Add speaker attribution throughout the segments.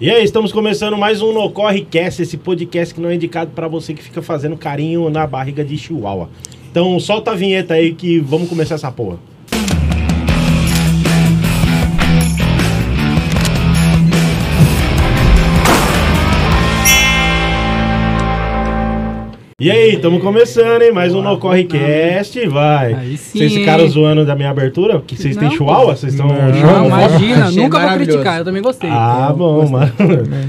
Speaker 1: E aí, estamos começando mais um No Corre Cast, esse podcast que não é indicado pra você que fica fazendo carinho na barriga de chihuahua. Então, solta a vinheta aí que vamos começar essa porra. E aí, estamos começando, hein? Mais um No Corre Cast, vai.
Speaker 2: Aí sim,
Speaker 1: Vocês ficaram
Speaker 2: hein?
Speaker 1: zoando da minha abertura? Porque vocês têm
Speaker 2: Não,
Speaker 1: chihuahua? Vocês estão
Speaker 3: Não,
Speaker 2: Não,
Speaker 1: jogando?
Speaker 2: Ah, imagina,
Speaker 3: Achei
Speaker 2: nunca vou
Speaker 3: maravilhoso.
Speaker 2: criticar, né? eu né? também gostei.
Speaker 1: né? Ah, bom, mano.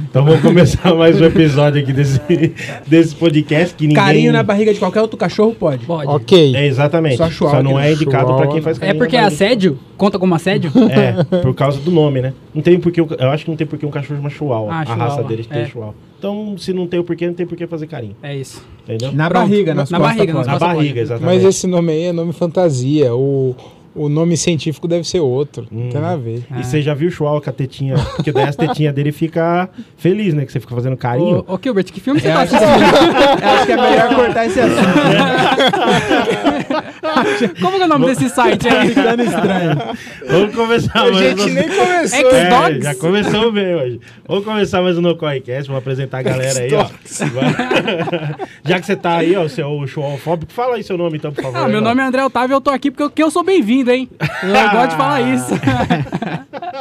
Speaker 1: Então vamos começar mais um episódio aqui desse, desse podcast que ninguém...
Speaker 3: Carinho na barriga de qualquer outro cachorro pode.
Speaker 2: Pode.
Speaker 4: Ok.
Speaker 1: É, exatamente.
Speaker 3: Só
Speaker 1: Só,
Speaker 3: chihuahua
Speaker 1: não
Speaker 3: aqui,
Speaker 1: é indicado pra quem faz
Speaker 2: É
Speaker 1: carinho
Speaker 2: porque é
Speaker 3: assim.
Speaker 1: na
Speaker 2: assédio? Conta como assédio?
Speaker 1: barriga. É, por causa do nome, né? Não tem porque, eu acho que não tem porque um cachorro chama chihuahua.
Speaker 2: Ah,
Speaker 1: a
Speaker 2: chihuahua,
Speaker 1: raça deles tem
Speaker 2: é.
Speaker 1: chihuahua. Então, se não tem o porquê, não tem porquê fazer carinho,
Speaker 2: É isso.
Speaker 1: entendeu? Na,
Speaker 3: Na
Speaker 2: Pronto.
Speaker 3: barriga, nas
Speaker 2: Na
Speaker 3: costas
Speaker 2: barriga,
Speaker 3: pode.
Speaker 2: nas
Speaker 1: barriga,
Speaker 2: pode.
Speaker 1: exatamente.
Speaker 4: Mas esse nome aí é nome fantasia. O, o nome científico deve ser outro. Não tem nada a ver.
Speaker 1: E você já viu o chihuahua com a tetinha? Porque daí as tetinhas dele fica feliz, né? Que você fica fazendo carinho.
Speaker 2: Ô, ô, Gilbert, que filme você
Speaker 3: Eu
Speaker 2: tá
Speaker 3: acho,
Speaker 2: assistindo?
Speaker 3: que, É. eu acho que é melhor cortar esse assunto.
Speaker 2: Como que é o nome desse site aí?
Speaker 3: Ficando estranho.
Speaker 1: Vamos começar
Speaker 4: A
Speaker 1: mais
Speaker 4: gente
Speaker 1: um-
Speaker 4: nem começou.
Speaker 2: É
Speaker 1: É,
Speaker 2: Dogs.
Speaker 1: já começamos bem hoje. Vamos começar mais um No Correcast, vamos apresentar a galera aí, ó. Vai. Já que você tá aí, ó, seu chualfóbico, fala aí seu nome então, por favor.
Speaker 2: Ah, meu nome é André Otávio, eu tô aqui porque eu, que eu sou bem-vindo, hein?
Speaker 3: Ah.
Speaker 2: Eu gosto de falar isso.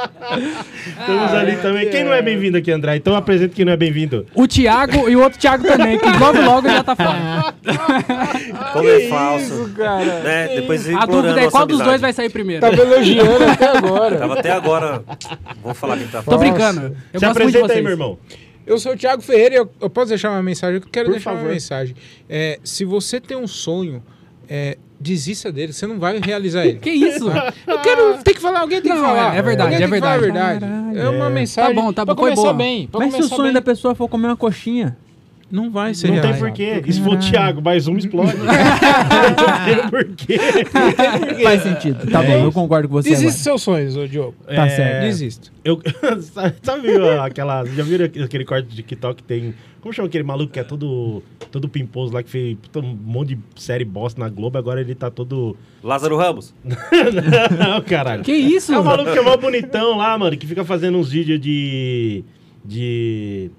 Speaker 1: Estamos ali também. Quem não é bem-vindo aqui, André? Então apresenta quem não é bem-vindo.
Speaker 2: O Thiago e o outro Thiago também, que logo logo já tá fora.
Speaker 5: Como é falso. né? Depois vem
Speaker 2: A dúvida é
Speaker 5: nossa
Speaker 2: qual dos
Speaker 5: amizade.
Speaker 2: dois vai sair primeiro.
Speaker 3: Tá
Speaker 4: Tava Tá elogiando até agora.
Speaker 5: Tava até agora. Vou falar quem tá
Speaker 2: Tô
Speaker 5: falando.
Speaker 2: brincando. Eu
Speaker 1: Se
Speaker 2: gosto muito de
Speaker 1: apresenta aí,
Speaker 2: vocês.
Speaker 1: meu irmão.
Speaker 4: Eu sou o Thiago Ferreira e eu, eu posso deixar uma mensagem? Eu quero
Speaker 1: Por
Speaker 4: deixar
Speaker 1: favor.
Speaker 4: uma mensagem. É, se você tem um sonho, é, desista dele. Você não vai realizar ele.
Speaker 2: Que isso?
Speaker 4: Eu quero. Ah. Tem que falar, alguém tem
Speaker 2: Não,
Speaker 4: que falar.
Speaker 2: é verdade,
Speaker 4: Alguém
Speaker 2: é
Speaker 4: tem que falar a
Speaker 2: verdade.
Speaker 4: verdade. É uma mensagem.
Speaker 2: Tá bom, tá
Speaker 4: Pra
Speaker 2: bom, foi
Speaker 4: começar
Speaker 2: boa.
Speaker 4: bem. Pra
Speaker 3: Mas se o
Speaker 4: começar
Speaker 3: sonho
Speaker 4: bem,
Speaker 3: da pessoa for comer uma coxinha,
Speaker 4: Não vai ser
Speaker 1: Não tem
Speaker 4: realizado.
Speaker 1: porquê. E se for o Thiago, mais um explode. Não tem porquê.
Speaker 3: faz sentido. Tá bom, eu concordo com você
Speaker 4: Desista
Speaker 3: agora.
Speaker 4: dos seus sonhos, ô Diogo.
Speaker 3: Tá certo.
Speaker 4: Desista.
Speaker 1: Eu, sabe- sabe ó, aquela. Já viram aquele aquele corte de TikTok que tem. Como chama aquele maluco que é todo, todo pimposo lá, que fez puta, um monte de série bosta na Globo, agora ele tá todo.
Speaker 5: Lázaro Ramos.
Speaker 1: Não, caralho.
Speaker 2: Que isso?
Speaker 1: É um maluco que é mó bonitão lá, mano, que fica fazendo uns vídeos de. de.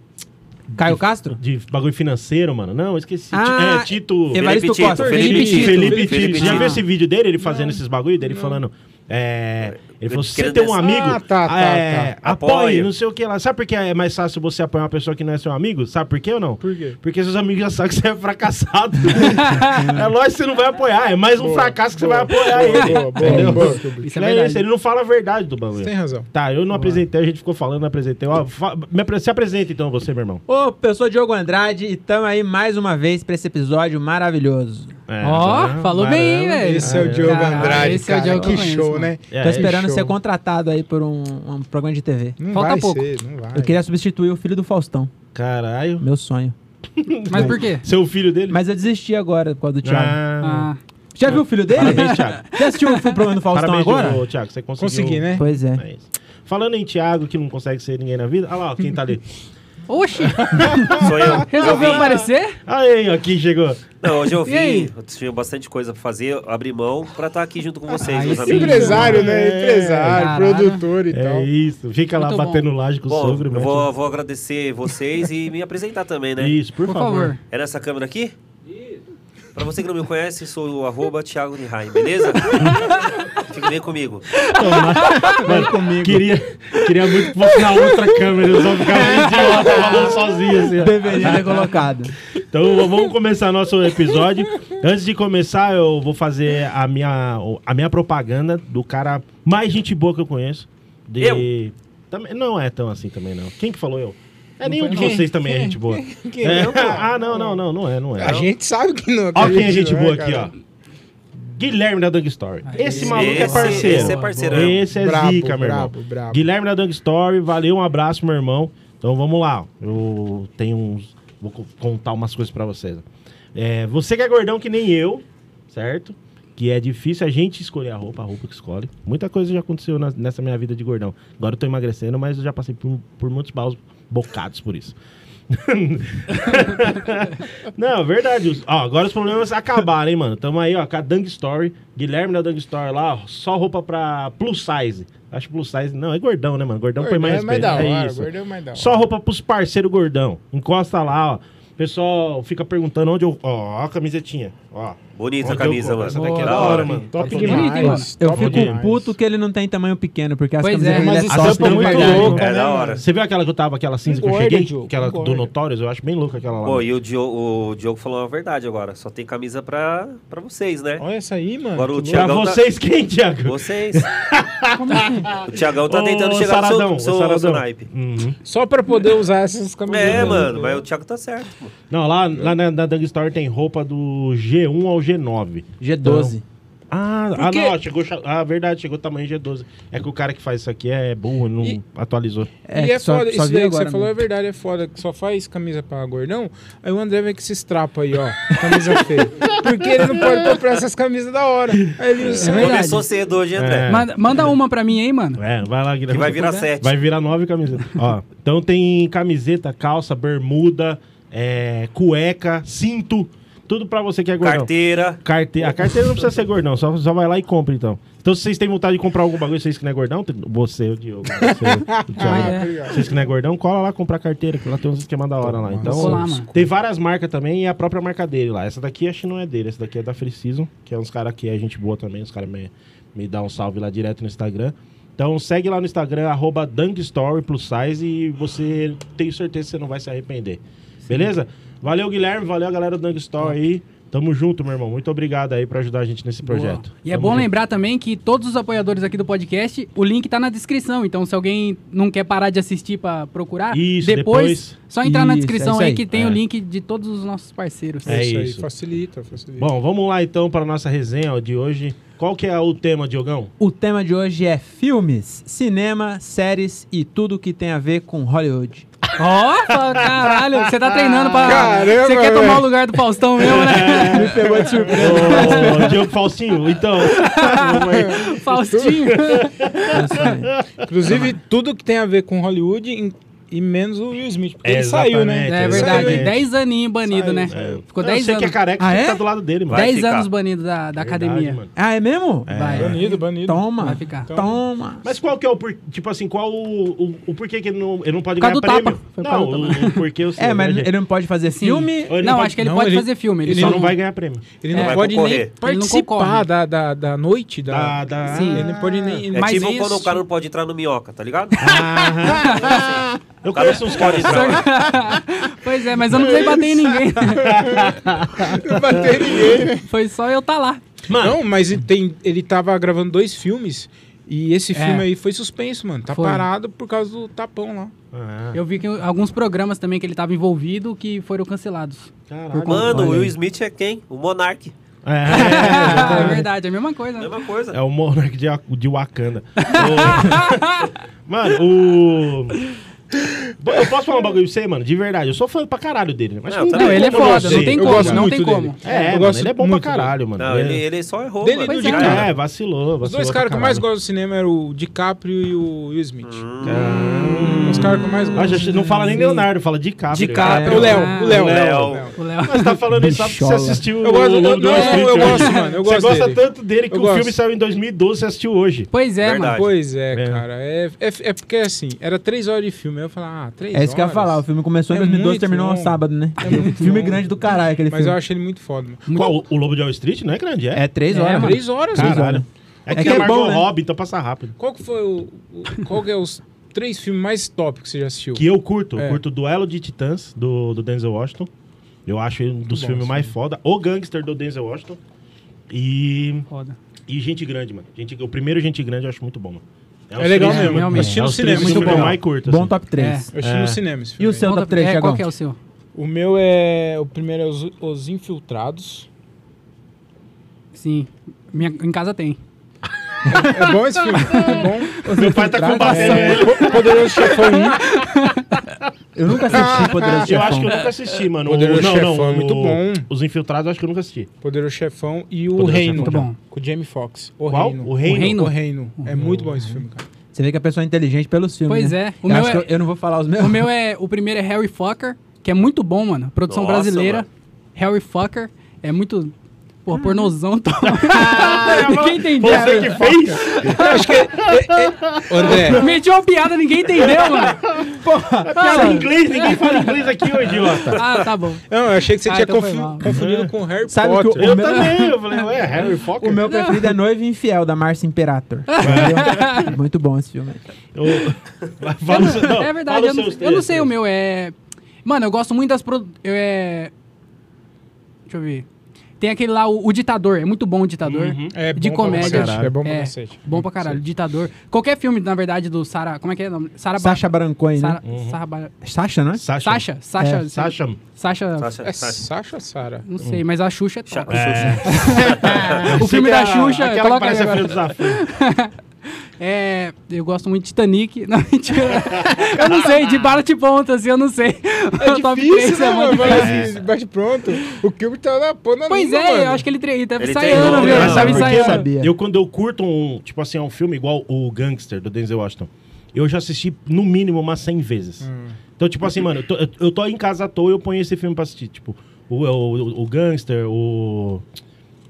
Speaker 3: Caio Castro?
Speaker 1: de bagulho financeiro, mano. Não, esqueci.
Speaker 3: Ah,
Speaker 1: é, Tito.
Speaker 3: Evaristo
Speaker 5: Felipe
Speaker 3: Costa.
Speaker 5: Tito,
Speaker 1: Felipe,
Speaker 2: Felipe Tito.
Speaker 1: Felipe,
Speaker 5: Felipe
Speaker 1: Tito.
Speaker 5: Tito.
Speaker 1: Já viu
Speaker 5: Ah.
Speaker 1: esse vídeo dele? Ele fazendo esses bagulho dele falando. É, ele falou:
Speaker 5: Eu
Speaker 1: se
Speaker 5: quero
Speaker 1: você tem um
Speaker 2: assim."
Speaker 5: dessa-
Speaker 1: amigo,
Speaker 4: Ah, tá, tá,
Speaker 1: é,
Speaker 4: tá.
Speaker 1: apoie,
Speaker 5: Apoio.
Speaker 1: não sei o que lá. Sabe por que é mais fácil você apoiar uma pessoa que não é seu amigo? Sabe por quê ou não?
Speaker 4: Por quê?
Speaker 1: Porque seus amigos já sabem que você é fracassado. é lógico que você não vai apoiar. É mais um fracasso que você vai apoiar ele.
Speaker 4: boa, boa,
Speaker 1: entendeu?
Speaker 4: boa.
Speaker 2: Isso é
Speaker 1: Não é
Speaker 2: verdade.
Speaker 1: isso, ele não fala a verdade do bagulho.
Speaker 4: Tem razão.
Speaker 1: Tá, eu não apresentei, a gente ficou falando, não apresentei. Ó, fa- me apre- se apresenta então você, meu irmão.
Speaker 3: Ô, eu sou Diogo Andrade e tamo aí mais uma vez pra esse episódio maravilhoso.
Speaker 1: É,
Speaker 2: Ó,
Speaker 1: né?
Speaker 2: falou bem, hein,
Speaker 1: Marão.
Speaker 2: velho?
Speaker 4: Ah, Esse é o
Speaker 1: Ah,
Speaker 4: Diogo
Speaker 2: Caralho,
Speaker 4: Andrade,
Speaker 2: esse é o
Speaker 4: cara.
Speaker 2: Diogo que eu
Speaker 4: que
Speaker 2: conheço,
Speaker 4: show,
Speaker 2: mano.
Speaker 4: né?
Speaker 1: É,
Speaker 3: Tô esperando
Speaker 4: show.
Speaker 3: ser contratado aí por um, um programa de TV.
Speaker 4: Não
Speaker 2: Falta
Speaker 4: vai
Speaker 2: pouco.
Speaker 4: ser, não vai.
Speaker 3: Eu queria substituir o filho do Faustão,
Speaker 1: Caralho.
Speaker 3: meu sonho.
Speaker 2: Mas por quê?
Speaker 1: Seu filho dele?
Speaker 3: Mas eu desisti agora com a do Thiago.
Speaker 1: Ah,
Speaker 2: Ah,
Speaker 3: Já viu o filho dele?
Speaker 1: Parabéns, Thiago.
Speaker 3: Já assistiu o programa do Faustão
Speaker 1: Parabéns,
Speaker 3: agora?
Speaker 1: ô, Thiago, você conseguiu.
Speaker 4: Consegui, né?
Speaker 3: Pois é.
Speaker 1: É isso. Falando em Thiago, que não consegue ser ninguém na vida. Olha lá, ó, quem tá ali.
Speaker 2: oxi!
Speaker 5: Sou eu.
Speaker 2: Resolveu
Speaker 5: Eu vim-
Speaker 2: aparecer?
Speaker 1: Aí, ó, quem chegou.
Speaker 5: Não, hoje eu vim.
Speaker 2: E aí?
Speaker 5: Eu tinha bastante coisa pra fazer, eu abri mão pra estar aqui junto com vocês,
Speaker 2: Aí
Speaker 5: meus
Speaker 2: sim.
Speaker 5: amigos.
Speaker 4: Empresário, né?
Speaker 1: É.
Speaker 4: Empresário,
Speaker 2: Caralho.
Speaker 4: produtor e tal.
Speaker 1: É isso. Fica lá
Speaker 2: Muito bom.
Speaker 1: batendo laje com o
Speaker 5: Bom,
Speaker 1: sogro.
Speaker 5: eu
Speaker 1: mete- um-
Speaker 5: vou, vou agradecer vocês e me apresentar também, né?
Speaker 1: Isso, por,
Speaker 2: Por
Speaker 1: favor.
Speaker 2: favor.
Speaker 5: É nessa câmera aqui? Pra você que não me conhece, sou o arroba Thiago Nihai, beleza? Fique bem comigo.
Speaker 1: Mano, Queria, queria muito que fosse na outra câmera. Eu só ficava um idiota falando sozinho assim. ó.
Speaker 3: Deveria
Speaker 2: né,
Speaker 3: ter colocado.
Speaker 1: Então vamos começar nosso episódio. Antes de começar, eu vou fazer a minha, a minha propaganda do cara mais gente boa que eu conheço. De...
Speaker 5: Eu?
Speaker 1: Também, não é tão assim também, não. Quem que falou eu? É nenhum de
Speaker 4: não.
Speaker 1: vocês também é gente boa. É. Ah, não, não, não, não é, não é.
Speaker 4: A gente sabe que não. que
Speaker 1: Ó quem é gente
Speaker 4: não é,
Speaker 1: boa aqui,
Speaker 4: cara.
Speaker 1: ó. Guilherme da Dung Story. Esse maluco é
Speaker 5: Esse-
Speaker 1: parceiro.
Speaker 5: esse é parceirão.
Speaker 1: Esse é
Speaker 4: Brabo,
Speaker 1: zica, meu irmão.
Speaker 4: brabo, brabo.
Speaker 1: Guilherme da Dung Story, valeu, um abraço, meu irmão. Então vamos lá. Eu tenho uns. Vou co- contar umas coisas pra vocês. ó. É, você que é gordão que nem eu, certo? Que é difícil a gente escolher a roupa, a roupa que escolhe. Muita coisa já aconteceu na- nessa minha vida de gordão. Agora eu tô emagrecendo, mas eu já passei por, por muitos baus, bocados por isso. Não, verdade. Os- Ó, agora os problemas acabaram, hein, mano. Tamo aí, ó, com a Dung Story. Guilherme da Dung Story lá, ó, só roupa pra plus size. Acho plus size. Não, é gordão, né, mano? Gordão,
Speaker 6: Gordão
Speaker 1: põe mais
Speaker 6: é mais
Speaker 1: respeito.
Speaker 6: da hora,
Speaker 1: é isso.
Speaker 6: gordão é mais da hora.
Speaker 1: Só roupa pros parceiros gordão. Encosta lá, ó. O pessoal fica perguntando onde eu. Ó, ó a camisetinha. Ó.
Speaker 5: Bonita a
Speaker 1: Onde eu
Speaker 5: camisa,
Speaker 1: compro?
Speaker 5: mano.
Speaker 1: Essa daqui é
Speaker 5: Boa,
Speaker 1: da hora, mano.
Speaker 6: Top
Speaker 1: Tá
Speaker 2: demais.
Speaker 1: bonito, hein, mano?
Speaker 6: demais.
Speaker 3: Eu
Speaker 6: top
Speaker 3: fico
Speaker 6: demais.
Speaker 3: puto que ele não tem tamanho pequeno, porque as
Speaker 2: Pois
Speaker 3: camisetas
Speaker 2: é,
Speaker 3: dele
Speaker 2: mas
Speaker 3: é
Speaker 6: isso
Speaker 3: top
Speaker 6: é pra
Speaker 3: pra
Speaker 6: muito
Speaker 3: caralho.
Speaker 6: louco.
Speaker 5: É da hora.
Speaker 1: Você viu aquela que eu tava, aquela cinza que eu
Speaker 6: Engorda,
Speaker 1: cheguei?
Speaker 6: Diogo,
Speaker 1: Aquela do
Speaker 6: engorda.
Speaker 1: Notorious, eu acho bem louca aquela lá.
Speaker 5: Pô, e o Diogo, o Diogo falou uma verdade agora. Só tem camisa pra, pra vocês, né?
Speaker 4: Olha essa aí, mano.
Speaker 5: Agora o
Speaker 4: que
Speaker 1: Pra
Speaker 5: Thiagão tá-
Speaker 1: vocês quem, Thiago?
Speaker 5: Vocês.
Speaker 2: assim?
Speaker 5: o Thiagão tá tentando
Speaker 1: Ô,
Speaker 5: chegar no seu-
Speaker 1: Saradão,
Speaker 5: no seu,
Speaker 1: ô,
Speaker 5: no seu
Speaker 1: Saradão.
Speaker 5: naipe.
Speaker 1: Uhum.
Speaker 4: Só pra poder usar essas camisetas.
Speaker 5: É, mano, mas o Thiago tá certo. pô.
Speaker 1: Não, lá, lá na, na Dung Store tem roupa do G1 ao G9.
Speaker 3: G12.
Speaker 1: Ah, ah
Speaker 4: quê?
Speaker 1: não, ó, chegou. cha- Ah, verdade, chegou tamanho G12. É que o cara que faz isso aqui é burro, não
Speaker 4: E-
Speaker 1: atualizou.
Speaker 4: e é
Speaker 3: só-
Speaker 4: foda,
Speaker 3: só
Speaker 4: isso
Speaker 3: vi
Speaker 4: daí que
Speaker 3: agora
Speaker 4: você falou é
Speaker 3: mesmo.
Speaker 4: verdade, é foda. que Só faz camisa pra gordão, aí o André vem com esses trapos aí, ó. Camisa feia. Porque ele não pode comprar essas camisas da hora. Aí ele "Ah, usa.
Speaker 2: É verdade.
Speaker 5: Começou cedo hoje, André.
Speaker 1: É.
Speaker 2: Manda, manda uma pra mim, hein, mano.
Speaker 1: É, vai lá,
Speaker 5: Que
Speaker 1: Guilherme.
Speaker 5: vai virar sete.
Speaker 1: Vai virar nove camisetas. Ó, então tem camiseta, calça, bermuda, é, cueca, cinto, tudo pra você que é gordão.
Speaker 5: Carteira.
Speaker 1: Carte- A carteira não precisa ser gordão, só, só vai lá e compra então. Então, se vocês têm vontade de comprar algum bagulho, vocês que não é gordão, tem- você, o Diogo, você, o Thiago, vocês que não é gordão, cola lá comprar carteira, que lá tem uns esquema da hora lá. Então,
Speaker 2: Vou colar, mano.
Speaker 1: tem várias marcas também e a própria marca dele lá. Essa daqui acho que não é dele, essa daqui é da Free Season, que é uns caras que é gente boa também, os caras me, me dão um salve lá direto no Instagram. Então segue lá no Instagram, arroba Dungstory Plus Size e você tenho certeza que você não vai se arrepender. Beleza? Valeu, Guilherme, valeu a galera do Dung Story aí. Tamo junto, meu irmão. Muito obrigado aí pra ajudar a gente nesse projeto.
Speaker 2: Boa. E é
Speaker 1: Tamo
Speaker 2: bom
Speaker 1: junto.
Speaker 2: lembrar também que todos os apoiadores aqui do podcast, o link tá na descrição. Então, se alguém não quer parar de assistir pra procurar,
Speaker 1: Isso, depois-
Speaker 2: só entrar na
Speaker 3: Isso, é
Speaker 2: descrição
Speaker 3: isso
Speaker 2: aí,
Speaker 3: aí.
Speaker 2: que tem
Speaker 1: É.
Speaker 2: o link de todos os nossos parceiros.
Speaker 1: É
Speaker 4: aí,
Speaker 1: isso.
Speaker 4: Facilita, facilita.
Speaker 1: Bom, vamos lá então pra nossa resenha ó, de hoje. Qual que é o tema, Diogão?
Speaker 3: O tema de hoje é filmes, cinema, séries e tudo que tem a ver com Hollywood.
Speaker 2: Ó, caralho, você tá treinando pra.
Speaker 4: Caramba,
Speaker 2: Você quer tomar
Speaker 4: velho.
Speaker 2: o lugar do Faustão mesmo, né?
Speaker 3: Me pegou de surpresa.
Speaker 1: Ô, Diogo Falsinho, então. É.
Speaker 2: Faustinho.
Speaker 4: Inclusive, tudo que tem a ver com Hollywood em- e menos o Will Smith. Porque ele saiu, né?
Speaker 1: Exatamente,
Speaker 2: É
Speaker 4: Saiu,
Speaker 2: verdade,
Speaker 4: hein?
Speaker 2: 10 aninhos banido,
Speaker 4: Saiu,
Speaker 2: né?
Speaker 4: saiu.
Speaker 2: Ficou
Speaker 1: Eu
Speaker 2: 10
Speaker 1: sei que é
Speaker 2: anos.
Speaker 1: careca,
Speaker 3: Ah,
Speaker 1: você
Speaker 3: é?
Speaker 1: tá do lado dele, mano.
Speaker 5: Vai
Speaker 2: 10
Speaker 5: ficar.
Speaker 2: anos banido da, da
Speaker 1: Verdade,
Speaker 2: academia.
Speaker 1: mano.
Speaker 3: ah, é mesmo?
Speaker 2: Vai.
Speaker 4: Banido, banido.
Speaker 3: Toma.
Speaker 2: Vai ficar.
Speaker 4: Então,
Speaker 3: Toma.
Speaker 1: Mas qual que é o por... tipo assim, qual o, o, o porquê que ele não, ele não pode
Speaker 2: Por causa
Speaker 1: ganhar
Speaker 2: do
Speaker 1: prêmio?
Speaker 2: tapa. Foi por
Speaker 1: Não,
Speaker 2: causa do
Speaker 1: o, o porquê eu sei.
Speaker 3: É, mas
Speaker 1: né,
Speaker 3: ele
Speaker 1: gente?
Speaker 3: não pode fazer
Speaker 2: Sim.
Speaker 3: filme.
Speaker 1: Ou ele
Speaker 2: não,
Speaker 1: pode-
Speaker 2: acho que ele
Speaker 4: não,
Speaker 2: pode
Speaker 4: ele-
Speaker 2: fazer filme. Ele,
Speaker 1: Ele
Speaker 2: só
Speaker 1: só
Speaker 2: não
Speaker 1: não vai ganhar prêmio.
Speaker 4: Ele não
Speaker 2: É.
Speaker 5: Vai
Speaker 4: pode
Speaker 5: concorrer.
Speaker 4: nem
Speaker 5: Ele não
Speaker 4: participar
Speaker 2: concorre.
Speaker 4: da, da, da noite. Da...
Speaker 1: Da, da...
Speaker 2: Sim.
Speaker 4: Ele não pode nem...
Speaker 5: É
Speaker 2: Mas
Speaker 5: tipo
Speaker 2: isso-
Speaker 5: quando o cara não pode entrar no minhoca, tá ligado?
Speaker 1: Eu
Speaker 5: O cara
Speaker 1: conheço
Speaker 4: é.
Speaker 1: uns
Speaker 5: não
Speaker 1: Ah, caras.
Speaker 5: pode entrar.
Speaker 2: Pois é, mas eu não precisei bater em ninguém.
Speaker 4: não bater ninguém.
Speaker 2: Foi só eu tá lá.
Speaker 4: Não, mas ele, tem, ele tava gravando dois filmes e esse filme aí foi suspenso, mano. Tá
Speaker 2: Foi.
Speaker 4: parado por causa do tapão lá.
Speaker 1: Ah,
Speaker 2: Eu vi que alguns programas também que ele tava envolvido que foram cancelados.
Speaker 1: caralho.
Speaker 5: Mano, o Will Smith é quem? O Monark.
Speaker 1: É,
Speaker 2: É, verdade, é a mesma coisa. né?
Speaker 5: Mesma coisa.
Speaker 1: é o Monark de, de Wakanda. O- Mano, o... Bo- Eu posso falar um bagulho pra você, mano? De verdade. Eu sou fã pra caralho dele. né? Mas
Speaker 5: Não,
Speaker 1: não,
Speaker 5: tá
Speaker 1: tem
Speaker 2: Não, ele é
Speaker 1: como
Speaker 2: foda,
Speaker 1: sei.
Speaker 2: não tem
Speaker 4: Eu
Speaker 2: como,
Speaker 4: gosto
Speaker 2: não
Speaker 4: muito
Speaker 2: tem
Speaker 4: dele.
Speaker 2: como.
Speaker 1: É,
Speaker 4: né? Eu
Speaker 1: mano,
Speaker 4: gosto
Speaker 1: ele é bom pra
Speaker 4: muito né?
Speaker 1: caralho, mano.
Speaker 5: Não, ele, ele só errou.
Speaker 4: Dele
Speaker 5: mano.
Speaker 4: e do
Speaker 5: Já
Speaker 4: Jim
Speaker 5: era.
Speaker 1: É, vacilou, vacilou.
Speaker 4: é Os dois
Speaker 1: pra
Speaker 4: caras que eu mais
Speaker 1: caralho.
Speaker 4: gosto do cinema eram o DiCaprio e o Will Smith. Os caras que eu mais
Speaker 1: Ah,
Speaker 4: gosto.
Speaker 1: já- não fala nem Leonardo, fala de Caprio.
Speaker 5: DiCaprio.
Speaker 4: O Léo,
Speaker 2: Ah,
Speaker 4: o Léo,
Speaker 5: é o Léo.
Speaker 4: o Léo.
Speaker 2: O Léo.
Speaker 1: Mas tá falando isso só porque você
Speaker 3: Bichola.
Speaker 1: assistiu
Speaker 4: Eu gosto-
Speaker 1: o Lobo
Speaker 4: eu-
Speaker 1: do
Speaker 4: não,
Speaker 1: Wall Street
Speaker 4: eu
Speaker 1: hoje.
Speaker 4: gosto, mano, eu
Speaker 1: Você
Speaker 4: gosto
Speaker 1: gosta
Speaker 4: dele.
Speaker 1: tanto dele que
Speaker 4: Eu
Speaker 1: o filme
Speaker 4: gosto.
Speaker 1: saiu em 2012 você assistiu hoje.
Speaker 2: Pois é,
Speaker 5: Verdade.
Speaker 2: mano.
Speaker 4: Pois é,
Speaker 1: É.
Speaker 4: cara. É, é, é porque assim, era três horas de filme. Aí eu falava, ah, três horas.
Speaker 3: É isso que eu ia falar. O filme começou em
Speaker 4: É
Speaker 3: 2012
Speaker 4: muito
Speaker 3: e terminou no
Speaker 4: longo.
Speaker 3: sábado, né?
Speaker 4: É muito
Speaker 3: filme
Speaker 4: longo.
Speaker 3: grande do caralho aquele
Speaker 4: Mas eu
Speaker 3: filme.
Speaker 4: acho ele muito foda, mano.
Speaker 2: Muito-
Speaker 1: Qual? O Lobo de Wall Street não é grande, é?
Speaker 3: É três
Speaker 2: É,
Speaker 3: horas.
Speaker 2: mano.
Speaker 3: mano.
Speaker 4: Três horas,
Speaker 3: Caralho.
Speaker 4: mano.
Speaker 1: Caralho. É
Speaker 3: É
Speaker 1: que,
Speaker 3: que
Speaker 1: é,
Speaker 3: é
Speaker 1: Margot
Speaker 3: bom, né?
Speaker 1: Robbie, então passa rápido.
Speaker 4: Qual que foi o. o- qual que é os três filmes mais top que você já assistiu?
Speaker 1: Que eu curto. Eu
Speaker 4: É.
Speaker 1: curto Duelo de Titãs, do, do Denzel Washington. Eu acho ele um dos
Speaker 4: bom
Speaker 1: filmes
Speaker 4: esse
Speaker 1: mais foda. O Gangster, do Denzel Washington. E,
Speaker 2: Foda.
Speaker 1: e Gente Grande, mano. Gente, o primeiro Gente Grande eu acho muito bom, mano. um
Speaker 4: É legal
Speaker 1: filme-
Speaker 4: mesmo.
Speaker 2: realmente.
Speaker 4: Assisti no
Speaker 1: os três
Speaker 2: é
Speaker 4: cinema,
Speaker 1: filmes
Speaker 4: muito
Speaker 3: é
Speaker 1: que eu
Speaker 4: bom.
Speaker 1: mais curto.
Speaker 3: Bom
Speaker 1: assim.
Speaker 3: top 3.
Speaker 4: Eu assisti
Speaker 1: É.
Speaker 4: no cinema esse
Speaker 3: E o
Speaker 4: filme.
Speaker 3: seu
Speaker 2: Conta-
Speaker 3: top 3,
Speaker 2: é,
Speaker 3: Thiagão?
Speaker 2: qual que é o seu?
Speaker 4: O meu é. O primeiro é Os, Os Infiltrados.
Speaker 2: Sim. Minha- em casa tem.
Speaker 4: É bom esse filme. É bom.
Speaker 1: Meu pai tá com
Speaker 4: É,
Speaker 1: bastante.
Speaker 4: Po- Poderoso Chefão 1.
Speaker 3: Eu nunca assisti Poderoso
Speaker 1: Ah, Eu
Speaker 3: Chefão.
Speaker 1: acho que eu nunca assisti, mano.
Speaker 4: Poderoso
Speaker 1: O- não, não,
Speaker 4: Chefão é
Speaker 1: o-
Speaker 4: muito bom.
Speaker 1: Os Infiltrados eu acho que eu nunca assisti.
Speaker 4: Poderoso Chefão e O
Speaker 1: Poderoso Chefão.
Speaker 4: Reino.
Speaker 2: Muito é bom.
Speaker 4: Com o Jamie Foxx. O
Speaker 1: Qual?
Speaker 4: Reino.
Speaker 1: O Reino?
Speaker 4: O Reino. É muito bom esse filme, cara.
Speaker 3: Você vê que a pessoa é inteligente pelos filmes.
Speaker 2: Pois
Speaker 3: né?
Speaker 2: é. O
Speaker 3: Eu
Speaker 2: meu
Speaker 3: acho
Speaker 2: é-
Speaker 3: que eu, eu não vou falar os meus.
Speaker 2: O meu é. O primeiro é Harry Fokker, que é muito bom, mano. Produção
Speaker 5: Nossa,
Speaker 2: brasileira.
Speaker 5: mano.
Speaker 2: Harry Fokker é muito. Porra, pornozão. Tô... ninguém entendeu.
Speaker 1: Você que fez?
Speaker 4: André,
Speaker 2: Meti uma piada, ninguém entendeu, mano. tá
Speaker 1: Fala inglês, ninguém fala inglês aqui, ô idiota.
Speaker 2: Ah, tá bom.
Speaker 4: não, eu achei que você
Speaker 2: Ah,
Speaker 4: tinha
Speaker 2: então foi
Speaker 4: confu-
Speaker 2: mal.
Speaker 4: confundido com Harry
Speaker 3: Sabe que
Speaker 4: Potter.
Speaker 3: o-
Speaker 1: Eu
Speaker 3: meu-
Speaker 1: também, eu falei, ué, Harry Fokker?
Speaker 3: O meu preferido é Noivo Infiel, da Márcia Imperator.
Speaker 2: É.
Speaker 3: Entendeu? Muito bom esse filme.
Speaker 1: Eu- Fala
Speaker 2: Eu
Speaker 1: os seus-
Speaker 2: não-
Speaker 1: não,
Speaker 2: é
Speaker 1: fala
Speaker 2: verdade, eu
Speaker 1: os
Speaker 2: não,
Speaker 1: seus
Speaker 2: eu não sei
Speaker 1: três.
Speaker 2: o meu, é... Mano, eu gosto muito das... Pro... eu, é... Deixa eu ver. Tem aquele lá, o, o Ditador, é muito bom o Ditador.
Speaker 1: Uhum.
Speaker 4: É
Speaker 2: de
Speaker 4: bom pra
Speaker 2: comédia.
Speaker 4: cacete, é bom pra
Speaker 2: é,
Speaker 4: cacete.
Speaker 2: Bom pra caralho, Ditador. Qualquer filme, na verdade, do Sara... Como é que é o nome? Sara... Ba-
Speaker 3: Sasha Barancoin, né?
Speaker 2: Sara...
Speaker 1: Uhum.
Speaker 2: Sara Ba-
Speaker 3: Sasha, não é?
Speaker 1: Sasha.
Speaker 2: Sasha, Sasha,
Speaker 3: É,
Speaker 2: Sasha,
Speaker 1: Sasha.
Speaker 5: Sasha,
Speaker 4: É
Speaker 5: Sasha.
Speaker 4: Sasha ou Sara?
Speaker 2: não sei, mas a Xuxa é top.
Speaker 5: Sasha.
Speaker 2: O filme da Xuxa,
Speaker 1: Aquela que
Speaker 2: coloca aí
Speaker 1: parece a
Speaker 2: agora.
Speaker 1: Fernanda Desafio.
Speaker 2: É, eu gosto muito de Titanic. Não, mentira. eu não sei, de bala de ponta, assim, eu não sei.
Speaker 4: É
Speaker 2: O top
Speaker 4: difícil,
Speaker 2: três
Speaker 4: né, mano?
Speaker 2: difícil.
Speaker 4: Mas assim, bate pronto. O Kilbert tá na pô na
Speaker 2: Pois
Speaker 4: língua,
Speaker 2: é, eu
Speaker 4: mano.
Speaker 2: acho que ele tre... deve
Speaker 5: Ele
Speaker 2: sair
Speaker 5: treinou,
Speaker 2: ano,
Speaker 5: né?
Speaker 2: viu?
Speaker 5: Mas
Speaker 2: Ele
Speaker 1: sabe por
Speaker 2: Deve
Speaker 1: quê,
Speaker 2: sair
Speaker 1: mano?
Speaker 2: ano.
Speaker 3: Sabia.
Speaker 1: Eu, quando eu curto um, tipo assim, um filme igual o Gangster, do Denzel Washington, eu já assisti, no mínimo, umas 100 vezes.
Speaker 4: Hum.
Speaker 1: Então, tipo assim, mano, eu tô, eu- eu tô em casa à toa e eu ponho esse filme pra assistir. Tipo, o, o, o Gangster, o...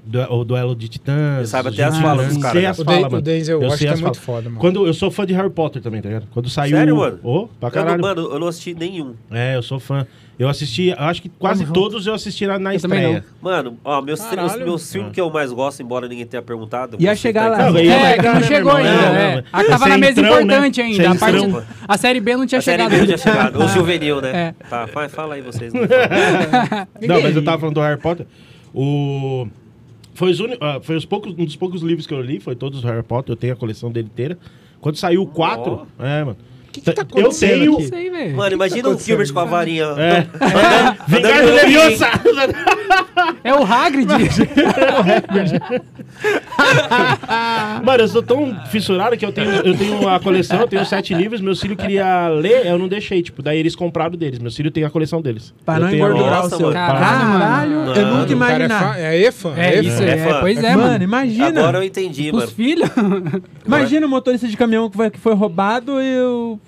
Speaker 1: du- O Duelo de Titãs.
Speaker 5: Ele sabe até as
Speaker 1: Gigante,
Speaker 5: falas dos
Speaker 1: né?
Speaker 5: caras,
Speaker 1: Sei
Speaker 5: né?
Speaker 1: as
Speaker 4: O
Speaker 1: falas,
Speaker 4: Den- o
Speaker 1: mano.
Speaker 4: Denzel
Speaker 1: Eu sei
Speaker 4: Washington
Speaker 1: as
Speaker 4: é muito
Speaker 1: falas.
Speaker 4: foda, mano.
Speaker 1: Quando, eu sou fã de Harry Potter também, tá ligado? Quando saiu...
Speaker 5: Sério,
Speaker 1: o-
Speaker 5: mano?
Speaker 1: Ô, pra
Speaker 5: Eu
Speaker 1: caralho.
Speaker 5: não- Mano, eu não assisti nenhum.
Speaker 1: É, eu sou fã. Eu assisti, eu acho que quase todos eu assisti na, na
Speaker 2: Eu também
Speaker 1: estreia.
Speaker 5: Mano, ó, meus, tri- os
Speaker 4: Caralho.
Speaker 5: meus filmes que eu mais gosto, embora ninguém tenha perguntado.
Speaker 3: Ia
Speaker 5: vocês
Speaker 3: chegar
Speaker 5: tá
Speaker 3: lá.
Speaker 5: aqui.
Speaker 3: Não,
Speaker 1: ia
Speaker 2: É,
Speaker 1: chegar,
Speaker 2: que não
Speaker 1: né, meu
Speaker 2: chegou
Speaker 1: irmão?
Speaker 2: ainda.
Speaker 1: Não,
Speaker 2: é.
Speaker 1: não,
Speaker 2: A
Speaker 1: mas-
Speaker 2: que tava
Speaker 1: Você
Speaker 2: na mesa
Speaker 1: entrou, né?
Speaker 2: importante
Speaker 1: Você
Speaker 2: ainda. A, parte...
Speaker 1: entrou.
Speaker 2: a série B não tinha
Speaker 5: A série
Speaker 2: chegado.
Speaker 5: B
Speaker 2: ainda.
Speaker 5: tinha chegado. O juvenil, né? Tá, fa- fala aí vocês. né?
Speaker 1: Não, mas eu tava falando do Harry Potter. O... Foi, os uni- ah, foi os poucos, um dos poucos livros que eu li, foi todos do Harry Potter, eu tenho a coleção dele inteira. Quando saiu o 4, é, mano.
Speaker 4: que tá
Speaker 1: eu
Speaker 4: acontecendo
Speaker 1: tenho.
Speaker 4: aqui?
Speaker 2: Isso aí, velho.
Speaker 5: Mano, imagina o Gilbert com a varinha.
Speaker 1: É. Vingar do Leviosa!
Speaker 2: É o Hagrid.
Speaker 1: Mano, eu sou tão fissurado que eu tenho, eu tenho a coleção, eu tenho sete livros, meu filho queria ler, eu não deixei, tipo, daí eles compraram deles. Meu filho tem a coleção deles.
Speaker 3: Pra
Speaker 1: eu
Speaker 3: não
Speaker 1: tenho-
Speaker 3: engordurar
Speaker 5: Nossa,
Speaker 3: o seu.
Speaker 5: mano.
Speaker 2: Caralho,
Speaker 3: Caralho,
Speaker 2: mano.
Speaker 3: eu
Speaker 5: Mano,
Speaker 3: nunca
Speaker 5: o
Speaker 4: O cara é fã-
Speaker 3: imaginava.
Speaker 4: É, é fã.
Speaker 2: É isso aí.
Speaker 5: É fã.
Speaker 2: é, Pois é,
Speaker 3: mano,
Speaker 2: mano.
Speaker 3: imagina.
Speaker 5: Agora eu entendi,
Speaker 2: Tipo, Os
Speaker 5: mano.
Speaker 2: filhos.
Speaker 3: Imagina o motorista de caminhão que foi, que foi roubado e o.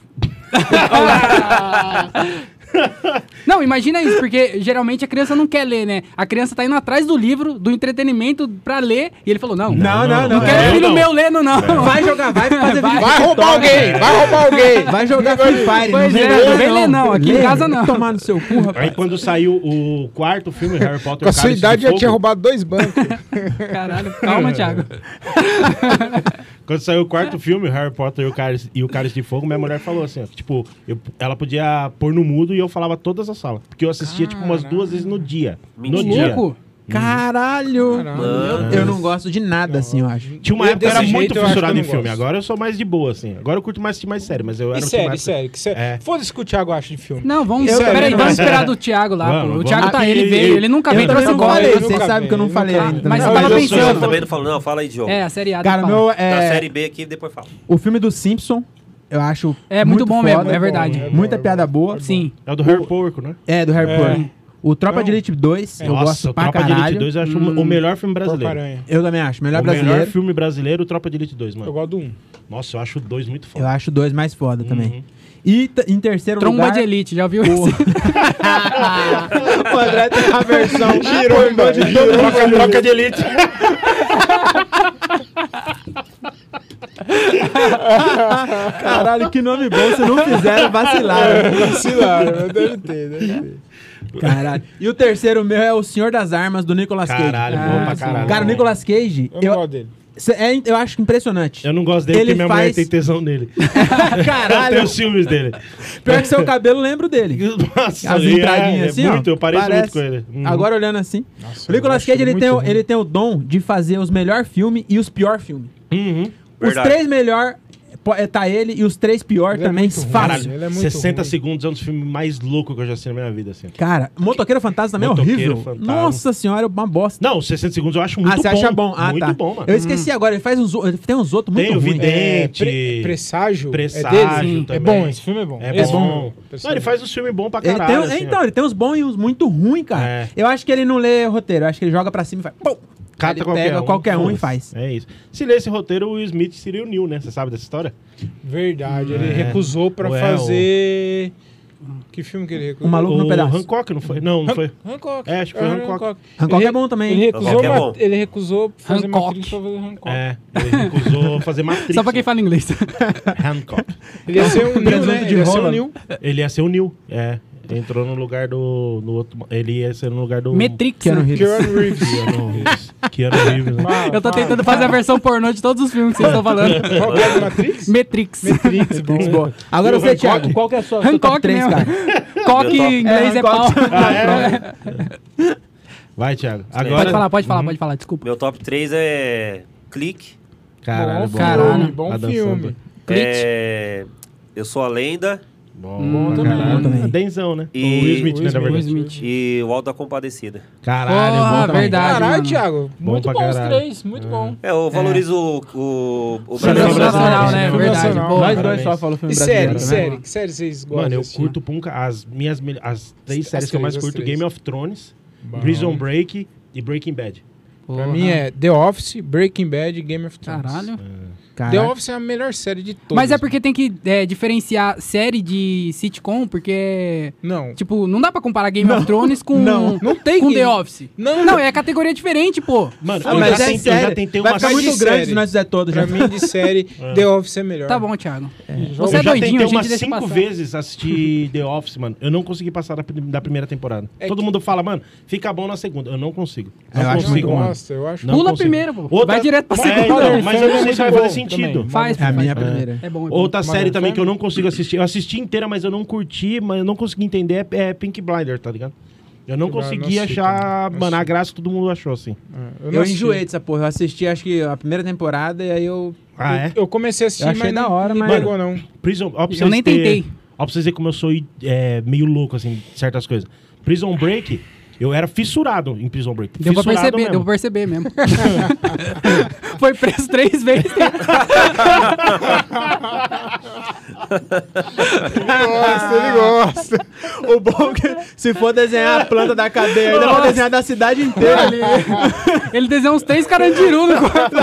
Speaker 2: Não, imagina isso, porque geralmente a criança não quer ler, né? A criança tá indo atrás do livro, do entretenimento pra ler, e ele falou: não.
Speaker 3: Não, não, não.
Speaker 2: Não quero
Speaker 1: É,
Speaker 2: filho
Speaker 1: não.
Speaker 2: meu lendo, não.
Speaker 3: Vai jogar, vai fazer vídeo.
Speaker 4: Vai roubar alguém! Vai roubar alguém!
Speaker 3: Vai jogar Free Fire.
Speaker 2: Pois
Speaker 3: não
Speaker 2: é,
Speaker 3: vem
Speaker 2: não vem ler não, aqui em
Speaker 3: Lê,
Speaker 2: casa não.
Speaker 3: Tomar no seu cu,
Speaker 1: Aí
Speaker 3: rapaz.
Speaker 1: quando saiu o quarto filme, Harry Potter
Speaker 4: Com a sua
Speaker 1: Cálice de
Speaker 4: idade já
Speaker 1: Fogo,
Speaker 4: tinha roubado dois bancos.
Speaker 2: Caralho, calma, Thiago.
Speaker 1: Quando saiu o quarto filme, Harry Potter e o Cálice, e o Cálice de Fogo, minha mulher falou assim, ó, que, tipo, eu- ela podia pôr no mudo e eu falava todas as salas. Porque eu assistia, tipo, umas duas vezes no dia. No
Speaker 5: Mentira.
Speaker 1: dia.
Speaker 2: Louco.
Speaker 3: Caralho.
Speaker 5: Mano.
Speaker 3: Eu não gosto de nada, assim, eu acho.
Speaker 1: Tinha uma
Speaker 4: Eu,
Speaker 1: época que eu era
Speaker 4: desse
Speaker 1: muito
Speaker 4: jeito, eu acho
Speaker 1: fissurado
Speaker 4: que
Speaker 1: em
Speaker 4: eu não
Speaker 1: filme.
Speaker 4: gosto.
Speaker 1: Agora eu sou mais de boa, assim. Agora eu curto mais assistir mais série, mas eu era
Speaker 4: E
Speaker 1: um
Speaker 4: série,
Speaker 1: filme-
Speaker 4: e série, que série.
Speaker 1: É.
Speaker 4: Foda-se que o Thiago acha de filme.
Speaker 2: Não, vamos.
Speaker 4: Eu-
Speaker 2: peraí,
Speaker 4: eu-
Speaker 2: vamos esperar do Thiago lá,
Speaker 1: Vamos,
Speaker 2: pô. O
Speaker 1: vamos.
Speaker 2: Thiago tá
Speaker 1: Ah,
Speaker 2: aí, ele
Speaker 1: e-
Speaker 2: veio.
Speaker 1: e-
Speaker 2: Ele nunca
Speaker 1: eu
Speaker 2: veio
Speaker 1: também
Speaker 2: pra
Speaker 1: não gosto.
Speaker 2: São Paulo.
Speaker 3: falei,
Speaker 4: eu
Speaker 3: vocês
Speaker 4: nunca
Speaker 3: sabem que eu não
Speaker 4: vi,
Speaker 3: falei
Speaker 4: nunca
Speaker 3: ainda.
Speaker 2: Mas
Speaker 3: né?
Speaker 2: eu tava
Speaker 1: eu sou-
Speaker 5: Eu
Speaker 2: pensando.
Speaker 5: também não falo, não. Fala aí, Diogo.
Speaker 2: É, a série A.
Speaker 3: Cara,
Speaker 2: do
Speaker 3: meu,
Speaker 5: Tá,
Speaker 3: é,
Speaker 5: série B aqui, depois fala.
Speaker 3: o filme do Simpson, eu acho
Speaker 2: É muito bom mesmo,
Speaker 3: foda.
Speaker 2: é verdade.
Speaker 4: É bom,
Speaker 3: Muita
Speaker 4: é bom.
Speaker 3: piada boa.
Speaker 2: Paulo. Sim.
Speaker 1: É o do Harry Porco, né?
Speaker 3: É, do Harry
Speaker 4: É.
Speaker 3: Potter. O Tropa
Speaker 4: Não.
Speaker 3: de Elite 2, eu gosto
Speaker 1: o
Speaker 3: pra
Speaker 1: Tropa de Elite
Speaker 3: caralho.
Speaker 1: 2 eu acho o melhor filme brasileiro.
Speaker 4: Porcaranha.
Speaker 3: Eu também acho. Melhor
Speaker 1: o melhor
Speaker 3: brasileiro.
Speaker 1: filme brasileiro, o Tropa de Elite 2,
Speaker 4: Eu
Speaker 1: mano.
Speaker 4: gosto do um.
Speaker 1: Nossa, eu acho o 2 muito
Speaker 3: Eu
Speaker 1: foda.
Speaker 3: acho o 2 mais foda
Speaker 1: Uhum.
Speaker 3: também. E t- em terceiro
Speaker 2: Tromba
Speaker 3: lugar...
Speaker 2: de Elite, já viu
Speaker 3: O...
Speaker 2: isso?
Speaker 3: o André tem a versão
Speaker 4: Giromba.
Speaker 1: Ah, então Troca, troca de Elite.
Speaker 3: Caralho, que nome bom. Se não fizeram, vacilaram.
Speaker 4: Vacilaram, mas deve ter, deve ter.
Speaker 3: Caralho. E o terceiro meu é o Senhor das Armas, do Nicolas Cage.
Speaker 1: Caralho, bom pra
Speaker 2: sim.
Speaker 1: caralho.
Speaker 3: Cara, o Nicolas Cage,
Speaker 4: Eu, não
Speaker 3: eu,
Speaker 4: gosto dele.
Speaker 3: cê- é, eu acho impressionante.
Speaker 1: Eu não gosto dele
Speaker 3: Ele
Speaker 1: porque minha
Speaker 3: faz-
Speaker 1: mulher tem tesão nele. Eu
Speaker 3: Caralho.
Speaker 1: tenho os filmes dele.
Speaker 3: Pior que seu cabelo, lembro dele.
Speaker 1: Nossa,
Speaker 3: As
Speaker 1: ele
Speaker 3: entradinhas
Speaker 1: é, é
Speaker 3: assim, ó.
Speaker 1: muito, eu pareço muito com ele. Uhum.
Speaker 3: Agora olhando assim.
Speaker 4: Nossa,
Speaker 3: o Nicolas
Speaker 4: eu acho
Speaker 3: Cage, ele
Speaker 4: muito
Speaker 3: tem, o,
Speaker 4: ruim.
Speaker 3: ele tem o dom de fazer os melhores filmes e os piores filmes.
Speaker 1: Uhum.
Speaker 3: Os
Speaker 5: Verdade.
Speaker 3: três melhores tá ele e os três piores
Speaker 4: Ele é
Speaker 3: também
Speaker 4: muito ruim,
Speaker 3: fácil.
Speaker 4: Caralho, ele é muito
Speaker 1: 60
Speaker 4: ruim.
Speaker 1: segundos é um dos filmes mais loucos que eu já assisti na minha vida, assim.
Speaker 3: Cara, Motoqueiro Fantasma também é
Speaker 1: Motoqueiro
Speaker 3: horrível.
Speaker 1: Fantasma.
Speaker 3: Nossa senhora, é uma bosta.
Speaker 1: Não, 60 segundos eu acho muito
Speaker 3: ah,
Speaker 1: bom.
Speaker 3: você acha bom? Ah,
Speaker 1: muito
Speaker 3: tá.
Speaker 1: bom, mano.
Speaker 3: Eu esqueci agora, ele faz uns, o- ele tem uns outros
Speaker 1: Tem
Speaker 3: muito
Speaker 1: o
Speaker 3: ruins.
Speaker 4: É,
Speaker 1: Vidente.
Speaker 4: pre- presságio.
Speaker 1: Presságio
Speaker 4: É, dele? é
Speaker 1: também.
Speaker 4: bom, esse filme é bom.
Speaker 1: É
Speaker 4: Esse
Speaker 1: bom.
Speaker 4: filme é
Speaker 1: Não, ele faz um filme bom pra
Speaker 3: Ele tem,
Speaker 1: caralho. assim,
Speaker 3: então,
Speaker 1: ó.
Speaker 3: ele tem uns bons e uns muito ruins, cara.
Speaker 1: É.
Speaker 3: Eu acho que ele não lê roteiro, eu acho que ele joga pra cima e faz. pum!
Speaker 1: Cata
Speaker 3: Ele
Speaker 1: qualquer
Speaker 3: pega
Speaker 1: um,
Speaker 3: qualquer um e
Speaker 1: foda-se.
Speaker 3: faz.
Speaker 1: É isso. Se lê esse roteiro, o Will Smith seria o Neil, né? Você sabe dessa história?
Speaker 4: Verdade, ele
Speaker 1: É.
Speaker 4: recusou pra
Speaker 1: Ué,
Speaker 4: fazer. Que filme que ele recusou?
Speaker 3: O maluco no
Speaker 1: o
Speaker 3: pedaço.
Speaker 1: Hancock, não foi? Não, não foi.
Speaker 4: Hancock.
Speaker 1: É, acho que foi
Speaker 4: Era
Speaker 1: Hancock.
Speaker 3: Hancock
Speaker 4: Ele-
Speaker 3: é bom também.
Speaker 4: Ele recusou,
Speaker 5: Hancock é
Speaker 4: ma-
Speaker 5: bom.
Speaker 4: ele recusou fazer
Speaker 2: Hancock.
Speaker 4: Matrix pra fazer Hancock.
Speaker 1: É, ele recusou fazer Matrix.
Speaker 2: Só pra quem fala inglês.
Speaker 1: Hancock.
Speaker 4: Ele ia ser um Neil,
Speaker 3: Presunto
Speaker 4: né?
Speaker 3: de
Speaker 4: Ele ia ser um
Speaker 3: rola.
Speaker 4: Neil.
Speaker 1: Ele ia ser o Neil, é. Entrou no lugar do... No outro, ele ia ser no lugar do...
Speaker 2: Metrix.
Speaker 3: Keanu
Speaker 2: né?
Speaker 3: Reeves.
Speaker 4: Keanu Reeves.
Speaker 1: Keanu Reeves. Keanu Reeves, né?
Speaker 4: Fala,
Speaker 2: Eu tô
Speaker 4: fala.
Speaker 2: tentando fazer a versão pornô de todos os filmes que vocês estão falando.
Speaker 4: Qual que é do Matrix?
Speaker 2: Metrix.
Speaker 4: Matrix, bom.
Speaker 3: Boa.
Speaker 1: E
Speaker 3: Agora
Speaker 1: o
Speaker 3: você,
Speaker 1: Hancock?
Speaker 3: Thiago, qual que é a sua sua top
Speaker 2: Hancock
Speaker 3: três,
Speaker 2: mesmo.
Speaker 3: cara?
Speaker 2: Cock em inglês é,
Speaker 3: É,
Speaker 2: pau.
Speaker 3: Hancock.
Speaker 1: Ah, é? Vai, Thiago. Agora...
Speaker 2: Pode falar, pode falar, pode falar, desculpa.
Speaker 5: Meu top 3 é Clique,
Speaker 1: Caralho,
Speaker 4: bom
Speaker 1: bom.
Speaker 4: filme,
Speaker 2: Caralho.
Speaker 4: bom
Speaker 1: Adam
Speaker 4: filme.
Speaker 1: Sandler.
Speaker 5: é... Eu Sou a Lenda
Speaker 1: Hum, Bom,
Speaker 2: Bom
Speaker 1: pra
Speaker 2: também,
Speaker 1: caralho.
Speaker 3: bom também.
Speaker 1: Denzão, né?
Speaker 5: E-
Speaker 1: O Will Smith, né, na
Speaker 2: Will
Speaker 1: verdade.
Speaker 2: Smith.
Speaker 5: e O Alto da Compadecida.
Speaker 1: Caralho,
Speaker 2: Porra,
Speaker 1: bom também.
Speaker 2: verdade.
Speaker 4: Caralho,
Speaker 2: mano.
Speaker 4: Thiago.
Speaker 1: Bom
Speaker 4: muito
Speaker 1: pra
Speaker 4: bom
Speaker 1: caralho.
Speaker 4: os três, muito bom.
Speaker 5: É, eu valorizo o, o, o
Speaker 1: Cinema
Speaker 5: Brasil
Speaker 2: Filme nacional,
Speaker 1: Brasil,
Speaker 2: né?
Speaker 1: filme
Speaker 2: Verdade.
Speaker 4: nacional.
Speaker 2: boa.
Speaker 4: Nós
Speaker 3: Nós
Speaker 1: Parabéns.
Speaker 3: dois só falamos filme
Speaker 4: E
Speaker 3: brasileiro.
Speaker 4: série, que
Speaker 3: né?
Speaker 4: série, que série vocês gostam?
Speaker 1: Mano, eu
Speaker 4: de
Speaker 1: curto punca, as minhas mel- as três
Speaker 4: As
Speaker 1: séries que eu mais
Speaker 4: três, as
Speaker 1: curto:
Speaker 4: três.
Speaker 1: Game of Thrones,
Speaker 4: Bom.
Speaker 1: Prison Break e Breaking Bad.
Speaker 4: assistir? Pra mim é The Office, Breaking Bad e Game of Thrones.
Speaker 2: Caralho.
Speaker 3: Caraca.
Speaker 4: The Office é a melhor série de todas.
Speaker 2: Mas é porque tem que é, diferenciar série de sitcom, porque,
Speaker 4: Não.
Speaker 2: tipo, não dá pra comparar Game of Thrones com,
Speaker 3: Não,
Speaker 4: não tem
Speaker 2: com
Speaker 4: que-
Speaker 2: The Office.
Speaker 4: Não.
Speaker 2: não, é categoria diferente, pô.
Speaker 1: Mano,
Speaker 3: Ah,
Speaker 1: eu,
Speaker 3: mas
Speaker 1: já tentei,
Speaker 3: é
Speaker 1: assim, eu
Speaker 3: série.
Speaker 1: já tentei
Speaker 3: Vai
Speaker 1: uma
Speaker 3: ficar
Speaker 4: série
Speaker 3: muito
Speaker 4: de
Speaker 3: grande
Speaker 4: série.
Speaker 3: se nós fizer todas.
Speaker 4: Pra
Speaker 3: é Já. tá.
Speaker 4: mim, de série, The Office é melhor.
Speaker 2: Tá bom, Thiago.
Speaker 1: Eu
Speaker 2: Você é
Speaker 1: já tentei
Speaker 2: doidinho, a gente
Speaker 1: umas
Speaker 2: deixa
Speaker 1: cinco
Speaker 2: passar.
Speaker 1: vezes assistir The Office, mano. Eu não consegui passar da, prim- da primeira temporada.
Speaker 4: É
Speaker 1: Todo
Speaker 4: que-
Speaker 1: mundo fala, mano, fica bom na segunda. Eu não consigo. Não
Speaker 3: Eu acho
Speaker 1: consigo, mano.
Speaker 4: Nossa, eu acho.
Speaker 1: Não
Speaker 2: Pula
Speaker 1: consigo.
Speaker 2: primeiro, pô. Vai direto pra
Speaker 1: É,
Speaker 2: segunda.
Speaker 1: então, mas eu não sei se vai
Speaker 4: Muito
Speaker 1: fazer
Speaker 4: bom
Speaker 1: sentido.
Speaker 4: também.
Speaker 2: Faz,
Speaker 3: É a
Speaker 2: faz.
Speaker 3: minha primeira.
Speaker 2: É bom, é bom.
Speaker 1: Outra série também
Speaker 4: Family?
Speaker 1: que eu não consigo assistir. Eu assisti inteira, mas eu não curti, mas eu não consegui entender. É, é Pink Blinder, tá ligado? Eu não
Speaker 4: Eu
Speaker 1: consegui
Speaker 4: não assisti
Speaker 1: achar,
Speaker 4: também.
Speaker 1: mano, a
Speaker 4: Assisti.
Speaker 1: graça que todo mundo achou, assim.
Speaker 4: É, não
Speaker 3: Eu
Speaker 4: assisti.
Speaker 3: enjoei dessa porra. Eu assisti, acho que a primeira temporada e aí eu...
Speaker 1: Ah, é?
Speaker 4: Eu comecei a assistir,
Speaker 3: Eu achei
Speaker 4: mas
Speaker 3: da
Speaker 4: não-
Speaker 3: hora,
Speaker 4: não
Speaker 3: mas-
Speaker 4: pegou, não.
Speaker 1: Prison, ó, pra
Speaker 2: Eu
Speaker 1: vocês
Speaker 2: nem
Speaker 1: ter-
Speaker 2: tentei.
Speaker 1: Ó, pra vocês verem como eu sou é, meio louco, assim, de certas coisas. Prison Break, eu era fissurado em Prison Break.
Speaker 2: Deu pra
Speaker 1: fissurado
Speaker 2: perceber,
Speaker 1: mesmo.
Speaker 2: deu pra perceber mesmo. Foi preso três vezes.
Speaker 4: Nossa, ele gosta.
Speaker 3: O bom é que se for desenhar a planta da cadeia, ainda vou
Speaker 2: Nossa.
Speaker 3: desenhar da cidade inteira ali.
Speaker 2: Ele desenhou uns três carandiru no corpo.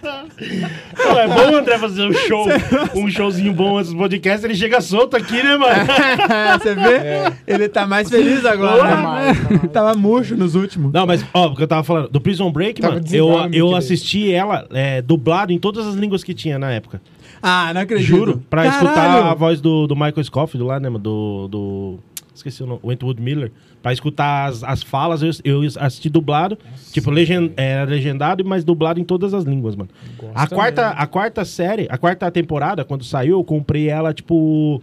Speaker 1: Pô, é bom o André fazer um show, um showzinho bom antes do podcast, ele chega solto aqui, né, mano?
Speaker 3: É, Você vê? Ele tá mais feliz agora. né? Tava murcho nos últimos.
Speaker 1: Não, mas, ó, porque eu tava falando, do Prison Break,
Speaker 4: Tava
Speaker 1: mano, eu,
Speaker 4: desligado o mic
Speaker 1: eu
Speaker 4: dele.
Speaker 1: assisti ela é, dublado em todas as línguas que tinha na época.
Speaker 3: Ah, não acredito.
Speaker 1: Juro, pra
Speaker 3: Caralho.
Speaker 1: escutar a voz do, do Michael Scofield lá, né, mano, do... do... Esqueci o nome, Wentworth Miller. Pra escutar as, as falas, eu, eu assisti dublado. tipo, legend, era legendado, mas dublado em todas as línguas, mano. A quarta, a quarta série, a quarta temporada, quando saiu, eu comprei ela, tipo.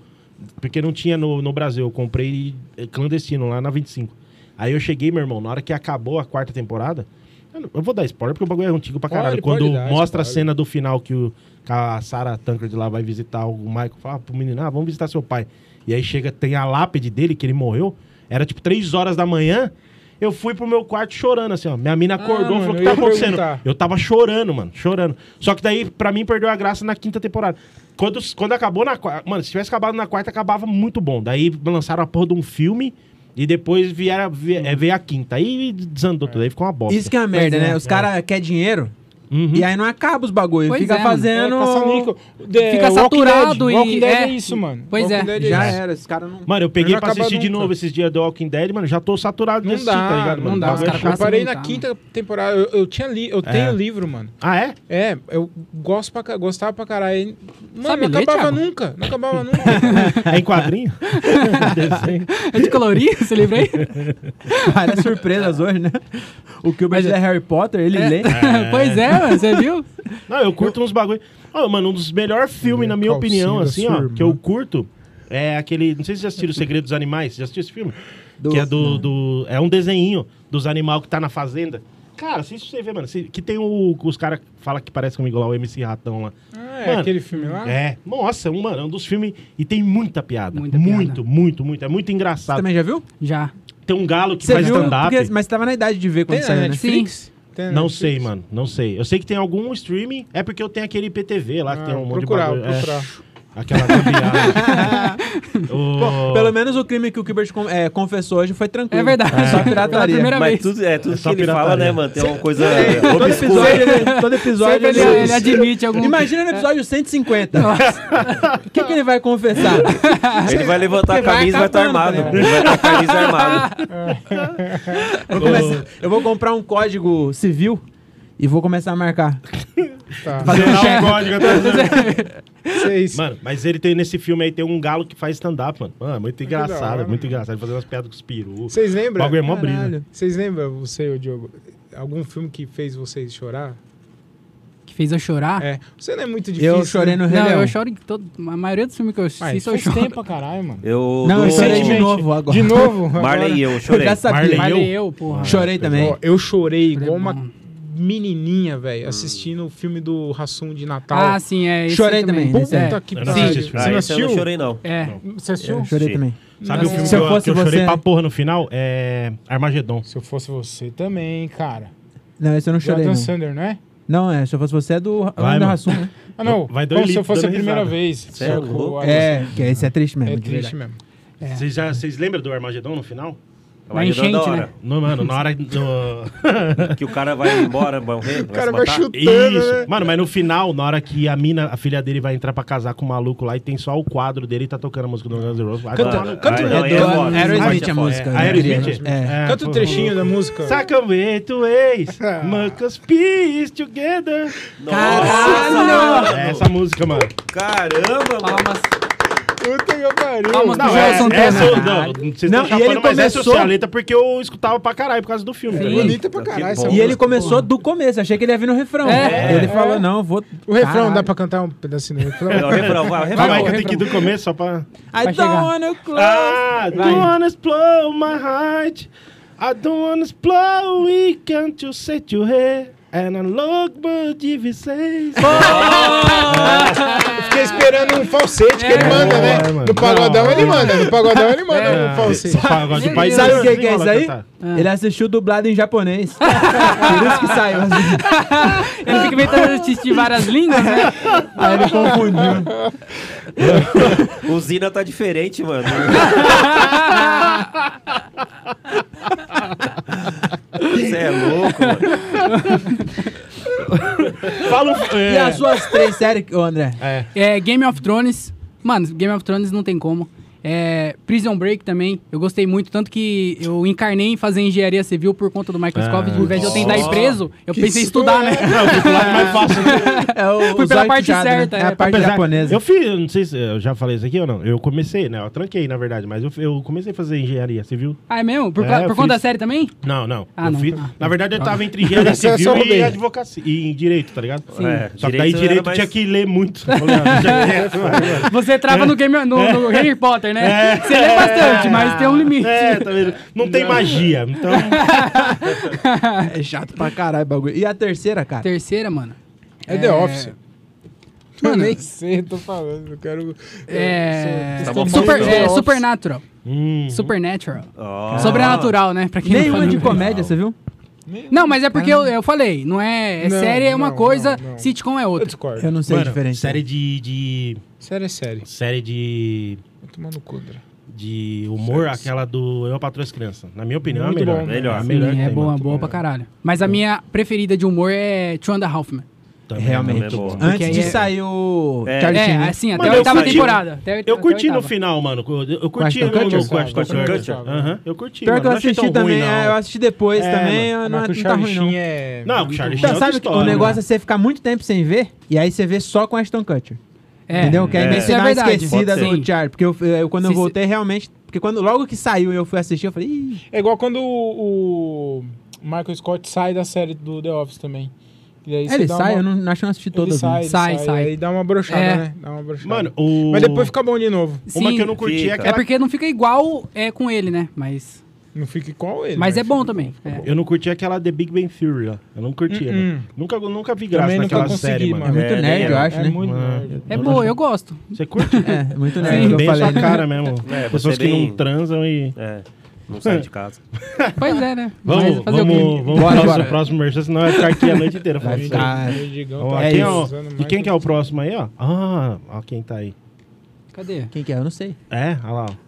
Speaker 1: Porque não tinha no, no Brasil. Eu comprei eh, clandestino lá na 25. Aí eu cheguei, meu irmão, na hora que acabou a quarta temporada. Eu, não- eu vou dar spoiler porque o bagulho é antigo pra
Speaker 4: Pode,
Speaker 1: caralho.
Speaker 4: pode
Speaker 1: quando
Speaker 4: dar
Speaker 1: mostra a
Speaker 4: spoiler.
Speaker 1: cena do final que, o, que a Sarah Tancred lá vai visitar o Michael, fala pro menino, ah, vamos visitar seu pai. E aí chega, tem a lápide dele, que ele morreu. Era tipo três horas da manhã. Eu fui pro meu quarto chorando, assim, ó. Minha mina acordou
Speaker 4: Ah,
Speaker 1: e
Speaker 4: mano,
Speaker 1: falou: o que
Speaker 4: eu
Speaker 1: tá
Speaker 4: ia
Speaker 1: acontecendo?
Speaker 4: perguntar.
Speaker 1: Eu tava chorando, mano, chorando. Só que daí, pra mim, perdeu a graça na quinta temporada. Quando, quando acabou na quarta. Mano, se tivesse acabado na quarta, acabava muito bom. Daí lançaram a porra de um filme e depois vieram, vie-
Speaker 4: Hum.
Speaker 1: é, veio a quinta. Aí desandou tudo, aí ficou uma bosta.
Speaker 3: Isso que é uma merda,
Speaker 2: Pois é.
Speaker 3: né? Os caras querem dinheiro
Speaker 1: Uhum.
Speaker 3: e aí não acaba os bagulho.
Speaker 2: Pois
Speaker 3: fica
Speaker 2: é, mano.
Speaker 3: fazendo...
Speaker 2: Fica saturado e-
Speaker 4: Walking Dead
Speaker 2: é.
Speaker 4: é isso, mano.
Speaker 2: Pois
Speaker 4: Walking
Speaker 2: é.
Speaker 4: Dead
Speaker 3: Já
Speaker 4: isso.
Speaker 3: era, os caras não...
Speaker 1: Mano, eu peguei
Speaker 4: Não
Speaker 1: pra
Speaker 4: acaba
Speaker 1: assistir de
Speaker 4: nunca.
Speaker 1: novo esses dias do Walking Dead, mano. Já tô saturado de
Speaker 4: Não
Speaker 1: assistir,
Speaker 4: dá,
Speaker 1: tá ligado?
Speaker 4: não
Speaker 1: mano?
Speaker 2: dá,
Speaker 1: Bagulho
Speaker 2: os caras
Speaker 1: é
Speaker 4: Eu
Speaker 1: chato.
Speaker 2: quase
Speaker 4: parei
Speaker 2: não
Speaker 4: na
Speaker 2: tá,
Speaker 4: quinta temporada. Eu, eu tinha
Speaker 1: É.
Speaker 4: li, eu tenho livro, mano.
Speaker 1: Ah, é?
Speaker 4: É, eu gosto pra, ca- gostava pra caralho. Mano,
Speaker 2: Sabe
Speaker 4: não
Speaker 2: ler,
Speaker 4: acabava
Speaker 2: Thiago?
Speaker 4: nunca. Não acabava nunca.
Speaker 1: É em quadrinho? Desenho.
Speaker 2: É de colorir esse livro aí?
Speaker 3: Várias surpresas hoje, né? O que o
Speaker 2: Mas-
Speaker 3: é Harry Potter, ele lê.
Speaker 2: pois é, mano, você viu?
Speaker 1: Não, eu curto uns bagulho. Ó, mano, um dos melhores filmes, na minha
Speaker 4: É, Calcinha
Speaker 1: opinião,
Speaker 4: da
Speaker 1: assim,
Speaker 4: sua
Speaker 1: ó,
Speaker 4: irmã.
Speaker 1: que eu curto, é aquele. Não sei se vocês já assistiram O Segredo dos Animais. Já assistiu esse filme? que é do, do. É um desenhinho dos animais que tá na fazenda. Cara, assiste pra você ver, mano. Se- Que tem o. Os caras fala que parece comigo lá, o MC Ratão lá.
Speaker 4: ah, é
Speaker 1: Mano,
Speaker 4: aquele filme lá?
Speaker 1: É. Nossa, um, mano, é um dos filmes. E tem muita piada.
Speaker 2: Muita
Speaker 1: muito,
Speaker 2: piada.
Speaker 1: muito, muito. É muito
Speaker 3: Você
Speaker 1: engraçado.
Speaker 3: também já viu?
Speaker 2: Já.
Speaker 1: Tem um galo que
Speaker 3: Você
Speaker 1: faz
Speaker 3: viu?
Speaker 1: stand-up.
Speaker 3: Porque- mas você tava na idade de ver
Speaker 4: Tem
Speaker 3: quando
Speaker 4: na
Speaker 3: saiu, né?
Speaker 4: Netflix? Tem né? na
Speaker 1: Não
Speaker 4: Netflix?
Speaker 1: sei, mano. Não sei. Eu sei que tem algum streaming. É porque eu tenho aquele IPTV lá que
Speaker 4: Ah,
Speaker 1: tem um monte
Speaker 4: procurar,
Speaker 1: de bagulho. É.
Speaker 4: procurar.
Speaker 1: Aquela gambiarra. O-
Speaker 3: Bom, pelo menos o crime que o Kubert con- é, confessou hoje foi tranquilo.
Speaker 2: É verdade.
Speaker 3: Só
Speaker 2: Pela
Speaker 3: pirataria. é,
Speaker 2: primeira
Speaker 5: Mas
Speaker 2: vez.
Speaker 5: tudo, é, tudo
Speaker 1: É
Speaker 5: que
Speaker 1: só
Speaker 5: ele fala,
Speaker 1: pirataria.
Speaker 5: né, mano? Tem uma coisa
Speaker 3: Todo
Speaker 5: obscura.
Speaker 3: episódio, ele, todo episódio
Speaker 2: Sempre ele, é
Speaker 3: ele-
Speaker 2: ele admite algum...
Speaker 3: é. Imagina no episódio 150. O que, que ele vai confessar?
Speaker 5: Ele vai levantar a
Speaker 3: Porque vai
Speaker 5: camisa e vai estar
Speaker 3: acabando,
Speaker 5: armado.
Speaker 3: né?
Speaker 5: Ele vai estar com a camisa armada.
Speaker 3: Vou começar- eu vou comprar um código civil e vou começar a marcar.
Speaker 4: Tá.
Speaker 1: Geral código atrás do-
Speaker 4: Vocês.
Speaker 1: tá Mano, mas ele tem nesse filme aí, tem um galo que faz stand-up, mano. Mano, é muito
Speaker 4: da
Speaker 1: engraçado,
Speaker 4: hora,
Speaker 1: é muito
Speaker 4: mano.
Speaker 1: engraçado. Ele fazendo umas piadas com os perus.
Speaker 4: Vocês
Speaker 1: O
Speaker 4: lembram?
Speaker 1: bagulho é mó brisa.
Speaker 3: Caralho.
Speaker 4: Vocês lembram, você e o Diogo, algum filme que fez vocês chorar?
Speaker 2: Que fez eu chorar?
Speaker 1: Ah.
Speaker 4: É. Você não é muito difícil.
Speaker 3: Eu chorei no Rei
Speaker 2: Não,
Speaker 3: Leão.
Speaker 2: eu choro em todo... A maioria dos filmes que eu assisto,
Speaker 4: Mas
Speaker 2: eu
Speaker 4: faz
Speaker 2: choro.
Speaker 4: tempo pra caralho, mano.
Speaker 5: Eu
Speaker 3: Não, eu chorei de
Speaker 5: dou...
Speaker 3: novo agora.
Speaker 4: De novo? agora?
Speaker 5: Marley e eu
Speaker 3: Eu
Speaker 5: chorei.
Speaker 3: já sabia.
Speaker 1: Marley.
Speaker 2: Mas
Speaker 1: eu?
Speaker 2: nem eu, porra.
Speaker 3: Chorei também.
Speaker 4: Ó, eu chorei igual
Speaker 2: Falei,
Speaker 4: uma
Speaker 2: bom.
Speaker 4: menininha, velho, assistindo o filme do Rassum de Natal.
Speaker 2: Ah, sim, é esse
Speaker 3: Chorei
Speaker 2: aí também.
Speaker 3: também,
Speaker 2: esse
Speaker 3: né?
Speaker 4: Puta
Speaker 2: é.
Speaker 4: que
Speaker 1: Eu não
Speaker 4: pariu.
Speaker 1: assisti esse
Speaker 5: Ah,
Speaker 4: Você não
Speaker 5: esse eu não
Speaker 4: assistiu?
Speaker 5: chorei, não.
Speaker 2: É.
Speaker 4: Você assistiu?
Speaker 5: Eu
Speaker 3: Chorei
Speaker 5: Sim.
Speaker 3: também.
Speaker 1: Sabe o filme
Speaker 3: Se
Speaker 1: que
Speaker 3: eu
Speaker 1: eu,
Speaker 3: fosse
Speaker 1: que eu chorei
Speaker 3: você-
Speaker 1: pra porra no final? É Armagedon.
Speaker 4: Se eu fosse você também, cara.
Speaker 3: Não, esse eu não chorei.
Speaker 4: Jonathan
Speaker 3: Não,
Speaker 4: Sander, não é?
Speaker 3: não é. Se eu fosse você, é do,
Speaker 1: Vai,
Speaker 3: do
Speaker 1: mano.
Speaker 3: Rassum, né?
Speaker 4: Ah, não.
Speaker 1: Vai dois
Speaker 4: Como se eu
Speaker 1: litros
Speaker 4: fosse a
Speaker 1: dando
Speaker 4: primeira
Speaker 1: risada.
Speaker 4: vez.
Speaker 5: Cê é louco.
Speaker 4: É,
Speaker 3: É, que esse é triste mesmo.
Speaker 4: é
Speaker 3: de verdade.
Speaker 4: triste mesmo.
Speaker 1: Vocês já- vocês lembram do Armagedon no final?
Speaker 5: Vai
Speaker 3: é
Speaker 5: ajudando
Speaker 2: enchente,
Speaker 5: da hora.
Speaker 1: No, mano, na hora do.
Speaker 3: né?
Speaker 5: Que o cara vai embora, vai morrer, vai se matar.
Speaker 1: Isso. Mano, mas no final, na hora que a mina, a filha dele vai entrar pra casar com o maluco lá e tem só o quadro dele e tá tocando a música do Guns N' Roses. Vai tomar no-
Speaker 3: É
Speaker 4: canta-
Speaker 5: Aí não, aí é
Speaker 3: do
Speaker 5: foda.
Speaker 3: Aerosmith a
Speaker 5: Vai,
Speaker 3: música.
Speaker 1: É,
Speaker 3: né?
Speaker 1: Aerosmith?
Speaker 3: É.
Speaker 1: É,
Speaker 4: Canta o
Speaker 1: pô.
Speaker 4: trechinho da música.
Speaker 1: Suck and wait to ways, make us piece together.
Speaker 2: Caralho!
Speaker 1: É essa música, mano.
Speaker 5: Caramba, mano.
Speaker 2: Palmas.
Speaker 4: Puta que pariu.
Speaker 2: Palmas
Speaker 1: Não,
Speaker 2: pro
Speaker 1: é,
Speaker 2: Gelson
Speaker 1: essa,
Speaker 2: Temer.
Speaker 1: não, vocês
Speaker 3: Não,
Speaker 1: não,
Speaker 3: e
Speaker 1: estão
Speaker 3: ele
Speaker 1: chapando, mas essa eu sei a
Speaker 3: começou-
Speaker 1: letra porque eu escutava pra caralho por causa do filme. tá
Speaker 2: Sim.
Speaker 1: ligado?
Speaker 4: Bonita pra
Speaker 5: Que
Speaker 4: caralho. é um essa
Speaker 5: bom.
Speaker 3: assim. E ele
Speaker 4: música.
Speaker 3: começou do começo, achei que ele ia vir no refrão.
Speaker 2: É.
Speaker 3: Ele
Speaker 4: É.
Speaker 3: falou, não, eu vou.
Speaker 4: O refrão,
Speaker 3: Caralho.
Speaker 4: dá pra cantar um pedacinho do refrão? um
Speaker 5: Não, o refrão, vai, o
Speaker 1: Calma
Speaker 5: refrão.
Speaker 1: aí que eu tenho que ir do começo só pra...
Speaker 3: I
Speaker 2: Vai
Speaker 3: don't
Speaker 2: chegar.
Speaker 3: wanna close.
Speaker 1: Ah, don't wanna explode my heart. I don't wanna explode, we can't you set your head. And I look but if it says...
Speaker 4: Fiquei esperando um falsete que ele
Speaker 2: É.
Speaker 4: manda,
Speaker 1: Boa,
Speaker 4: né?
Speaker 1: mano.
Speaker 4: No pagodão
Speaker 1: Não,
Speaker 4: ele manda. No pagodão ele manda um falsete.
Speaker 1: Pagode
Speaker 2: Meu
Speaker 1: país,
Speaker 2: Deus.
Speaker 3: Sabe o que,
Speaker 1: nem
Speaker 3: que é
Speaker 1: rola
Speaker 3: isso aí?
Speaker 1: cantar.
Speaker 3: Ele assistiu dublado em japonês. Por isso que saiu.
Speaker 2: Ele fica inventando assistir várias línguas, né?
Speaker 3: Aí ele né? confundiu.
Speaker 5: Usina tá diferente, mano. Você é louco, mano.
Speaker 1: Fala o-
Speaker 3: E
Speaker 1: é,
Speaker 3: as suas três séries, ô André?
Speaker 2: É, Game of Thrones. Mano, Game of Thrones não tem como. É, Prison Break também, eu gostei muito, tanto que eu encarnei em fazer engenharia civil por conta do
Speaker 1: É.
Speaker 2: Michael Scofield. Ao invés de eu tentar ir
Speaker 5: nossa.
Speaker 2: preso, eu pensei em estudar, né?
Speaker 3: É o,
Speaker 2: Fui
Speaker 3: o
Speaker 2: pela
Speaker 3: Zóio
Speaker 2: parte
Speaker 3: Puxado, né?
Speaker 2: certa,
Speaker 3: É a
Speaker 2: é.
Speaker 3: parte
Speaker 1: Apesar-
Speaker 3: japonesa.
Speaker 1: Eu fiz, eu não sei se eu já falei isso aqui ou não. Eu comecei, né? Eu tranquei, na verdade, mas eu, eu comecei a fazer engenharia civil.
Speaker 2: Ah, é mesmo? Por,
Speaker 1: É,
Speaker 2: ca-
Speaker 1: eu
Speaker 2: por
Speaker 1: fiz.
Speaker 2: conta da série também?
Speaker 1: Não, não.
Speaker 2: Ah,
Speaker 1: eu
Speaker 2: não.
Speaker 1: fiz-
Speaker 2: Ah.
Speaker 3: tá.
Speaker 1: Na verdade, eu tava entre engenharia
Speaker 4: Você é só
Speaker 1: civil e
Speaker 4: roubei.
Speaker 1: advocacia. E em direito, tá ligado?
Speaker 5: É,
Speaker 1: Só que daí
Speaker 5: direito era
Speaker 1: direito
Speaker 5: mais-
Speaker 1: tinha que ler muito. Eu falei, ah, não tinha que ler.
Speaker 2: Você trava no, game, no, no Harry Potter, né? Você lê bastante, mas tem um limite.
Speaker 1: É, tá vendo? Não tem magia. Então,
Speaker 3: É chato pra caralho o bagulho. E a terceira, cara?
Speaker 2: Terceira, mano.
Speaker 4: É The Office. Eu
Speaker 2: Mano,
Speaker 4: nem sei, eu tô falando. Eu quero.
Speaker 2: É.
Speaker 5: Tá bom,
Speaker 2: Super,
Speaker 5: vamos
Speaker 2: é,
Speaker 5: ver.
Speaker 2: Supernatural.
Speaker 1: hum,
Speaker 2: Supernatural.
Speaker 5: Ó. É,
Speaker 2: Sobrenatural, né? Pra quem não
Speaker 3: Nenhuma
Speaker 2: fala
Speaker 3: de
Speaker 2: inglês.
Speaker 3: comédia, você viu?
Speaker 2: Não, mas é porque eu, eu falei, não é. é
Speaker 4: Não,
Speaker 2: série é uma
Speaker 4: não,
Speaker 2: coisa,
Speaker 4: não, não.
Speaker 2: sitcom é
Speaker 4: Eu
Speaker 2: outra.
Speaker 4: discordo.
Speaker 3: Eu não sei
Speaker 1: mano,
Speaker 5: né?
Speaker 3: diferente.
Speaker 1: série de, de.
Speaker 4: Sério é sério.
Speaker 1: Série de.
Speaker 4: Vou tomar no cudra.
Speaker 1: De humor, aquela do Eu Patrulho as Crianças. Na minha opinião,
Speaker 4: Muito
Speaker 1: é a melhor.
Speaker 4: bom,
Speaker 5: melhor.
Speaker 1: É a
Speaker 2: Sim,
Speaker 1: melhor que
Speaker 2: é
Speaker 1: tem,
Speaker 2: boa,
Speaker 1: mano.
Speaker 2: boa pra caralho. Mas a minha preferida de humor é Truanda Hoffman.
Speaker 1: Também,
Speaker 3: Realmente.
Speaker 1: né?
Speaker 5: Também é boa.
Speaker 3: Antes
Speaker 2: Porque
Speaker 3: de
Speaker 2: aí é-
Speaker 3: sair o
Speaker 5: É.
Speaker 3: Charlie
Speaker 2: É,
Speaker 3: Sheen, né?
Speaker 2: assim, até
Speaker 1: Mano,
Speaker 2: a
Speaker 1: eu
Speaker 2: oitava
Speaker 1: curti-
Speaker 2: temporada. Até a-
Speaker 1: Eu
Speaker 2: até a
Speaker 1: curti no
Speaker 2: oitava.
Speaker 1: final, mano. Eu, eu curti
Speaker 3: Ashton
Speaker 1: no- no-
Speaker 3: Kutcher?
Speaker 1: com o Ashton
Speaker 4: Ashton
Speaker 1: Kutcher.
Speaker 4: Kutcher.
Speaker 1: Aham, eu curti.
Speaker 3: Pior
Speaker 1: mano.
Speaker 3: que eu
Speaker 1: Não achei
Speaker 3: assisti
Speaker 1: tão ruim,
Speaker 3: também,
Speaker 1: não.
Speaker 3: é, eu assisti depois
Speaker 1: É, mano.
Speaker 3: também, eu não,
Speaker 4: Mas
Speaker 3: não
Speaker 4: que o
Speaker 3: tá
Speaker 4: Charlie
Speaker 3: ruim não.
Speaker 4: Sheen é.
Speaker 1: Não,
Speaker 4: muito
Speaker 1: o Charlie
Speaker 4: bom.
Speaker 1: Sheen
Speaker 3: Então,
Speaker 1: é
Speaker 3: sabe
Speaker 1: outra
Speaker 3: que o
Speaker 1: história.
Speaker 3: negócio é você ficar muito tempo sem ver, e aí você vê só com Ashton Kutcher.
Speaker 2: É,
Speaker 3: entendeu? Que aí
Speaker 5: é.
Speaker 3: meio que
Speaker 2: isso
Speaker 3: você dá uma
Speaker 2: verdade.
Speaker 3: esquecida
Speaker 2: Sim.
Speaker 3: do Charlie. Porque eu, eu- quando
Speaker 2: Se-
Speaker 3: eu voltei, realmente. Porque quando, logo que saiu e eu fui assistir, eu falei. Ih,
Speaker 4: É igual quando o, o Michael Scott sai da série do The Office também. E
Speaker 2: É,
Speaker 4: aí você
Speaker 3: ele
Speaker 4: dá
Speaker 3: sai,
Speaker 4: uma...
Speaker 3: eu não, acho que eu não assisti
Speaker 4: Ele
Speaker 3: todas.
Speaker 4: sai,
Speaker 3: né?
Speaker 4: ele
Speaker 2: Sai, sai.
Speaker 4: Aí dá uma brochada,
Speaker 2: É.
Speaker 4: né? Dá uma
Speaker 3: assim,
Speaker 4: brochada.
Speaker 1: Mano, o...
Speaker 4: Mas depois fica bom de novo.
Speaker 1: Uma
Speaker 2: Sim,
Speaker 1: que eu não curti é
Speaker 5: Fica.
Speaker 2: É
Speaker 1: aquela...
Speaker 2: porque não fica igual é, com ele, né? Mas,
Speaker 4: Não fica igual ele.
Speaker 2: mas é
Speaker 4: fica-
Speaker 2: bom também. É.
Speaker 1: Eu não curti aquela The Big Bang Theory lá. Eu não curti.
Speaker 4: Hum,
Speaker 1: mano. Nunca, nunca vi graça
Speaker 4: Também nunca
Speaker 1: naquela
Speaker 4: consegui,
Speaker 1: série, mano. Ah,
Speaker 3: É
Speaker 4: mano.
Speaker 3: muito
Speaker 5: É,
Speaker 3: nerd,
Speaker 5: é,
Speaker 3: eu
Speaker 5: é
Speaker 3: acho,
Speaker 4: É
Speaker 3: né?
Speaker 4: muito
Speaker 1: Mano,
Speaker 4: nerd.
Speaker 2: É
Speaker 1: não
Speaker 2: boa,
Speaker 1: acho-
Speaker 2: eu gosto.
Speaker 1: Você curte?
Speaker 3: É, é muito
Speaker 1: É,
Speaker 3: nerd. que eu
Speaker 1: bem
Speaker 3: falei.
Speaker 1: sua
Speaker 3: né?
Speaker 1: cara mesmo.
Speaker 5: É,
Speaker 1: Pessoas
Speaker 5: você
Speaker 1: que
Speaker 5: bem-
Speaker 1: não transam e...
Speaker 5: É, não sai de casa.
Speaker 2: Pois é, né?
Speaker 1: Vamos,
Speaker 2: Mas fazer o
Speaker 1: vamos,
Speaker 2: quê? Tá.
Speaker 1: vamos
Speaker 3: Bora,
Speaker 1: pro
Speaker 3: bora.
Speaker 1: nosso próximo merchan, senão vai ficar aqui a noite inteira.
Speaker 3: Vai
Speaker 1: família.
Speaker 3: ficar.
Speaker 4: O Digão
Speaker 2: É
Speaker 1: Ó,
Speaker 4: tá
Speaker 1: aqui, ó,
Speaker 4: usando
Speaker 1: é e
Speaker 4: mais
Speaker 1: quem que é o
Speaker 4: que-
Speaker 1: próximo aí, ó? Ah, ó quem tá aí.
Speaker 2: Cadê?
Speaker 3: Quem que é? Eu não sei.
Speaker 1: É, olha lá. ó.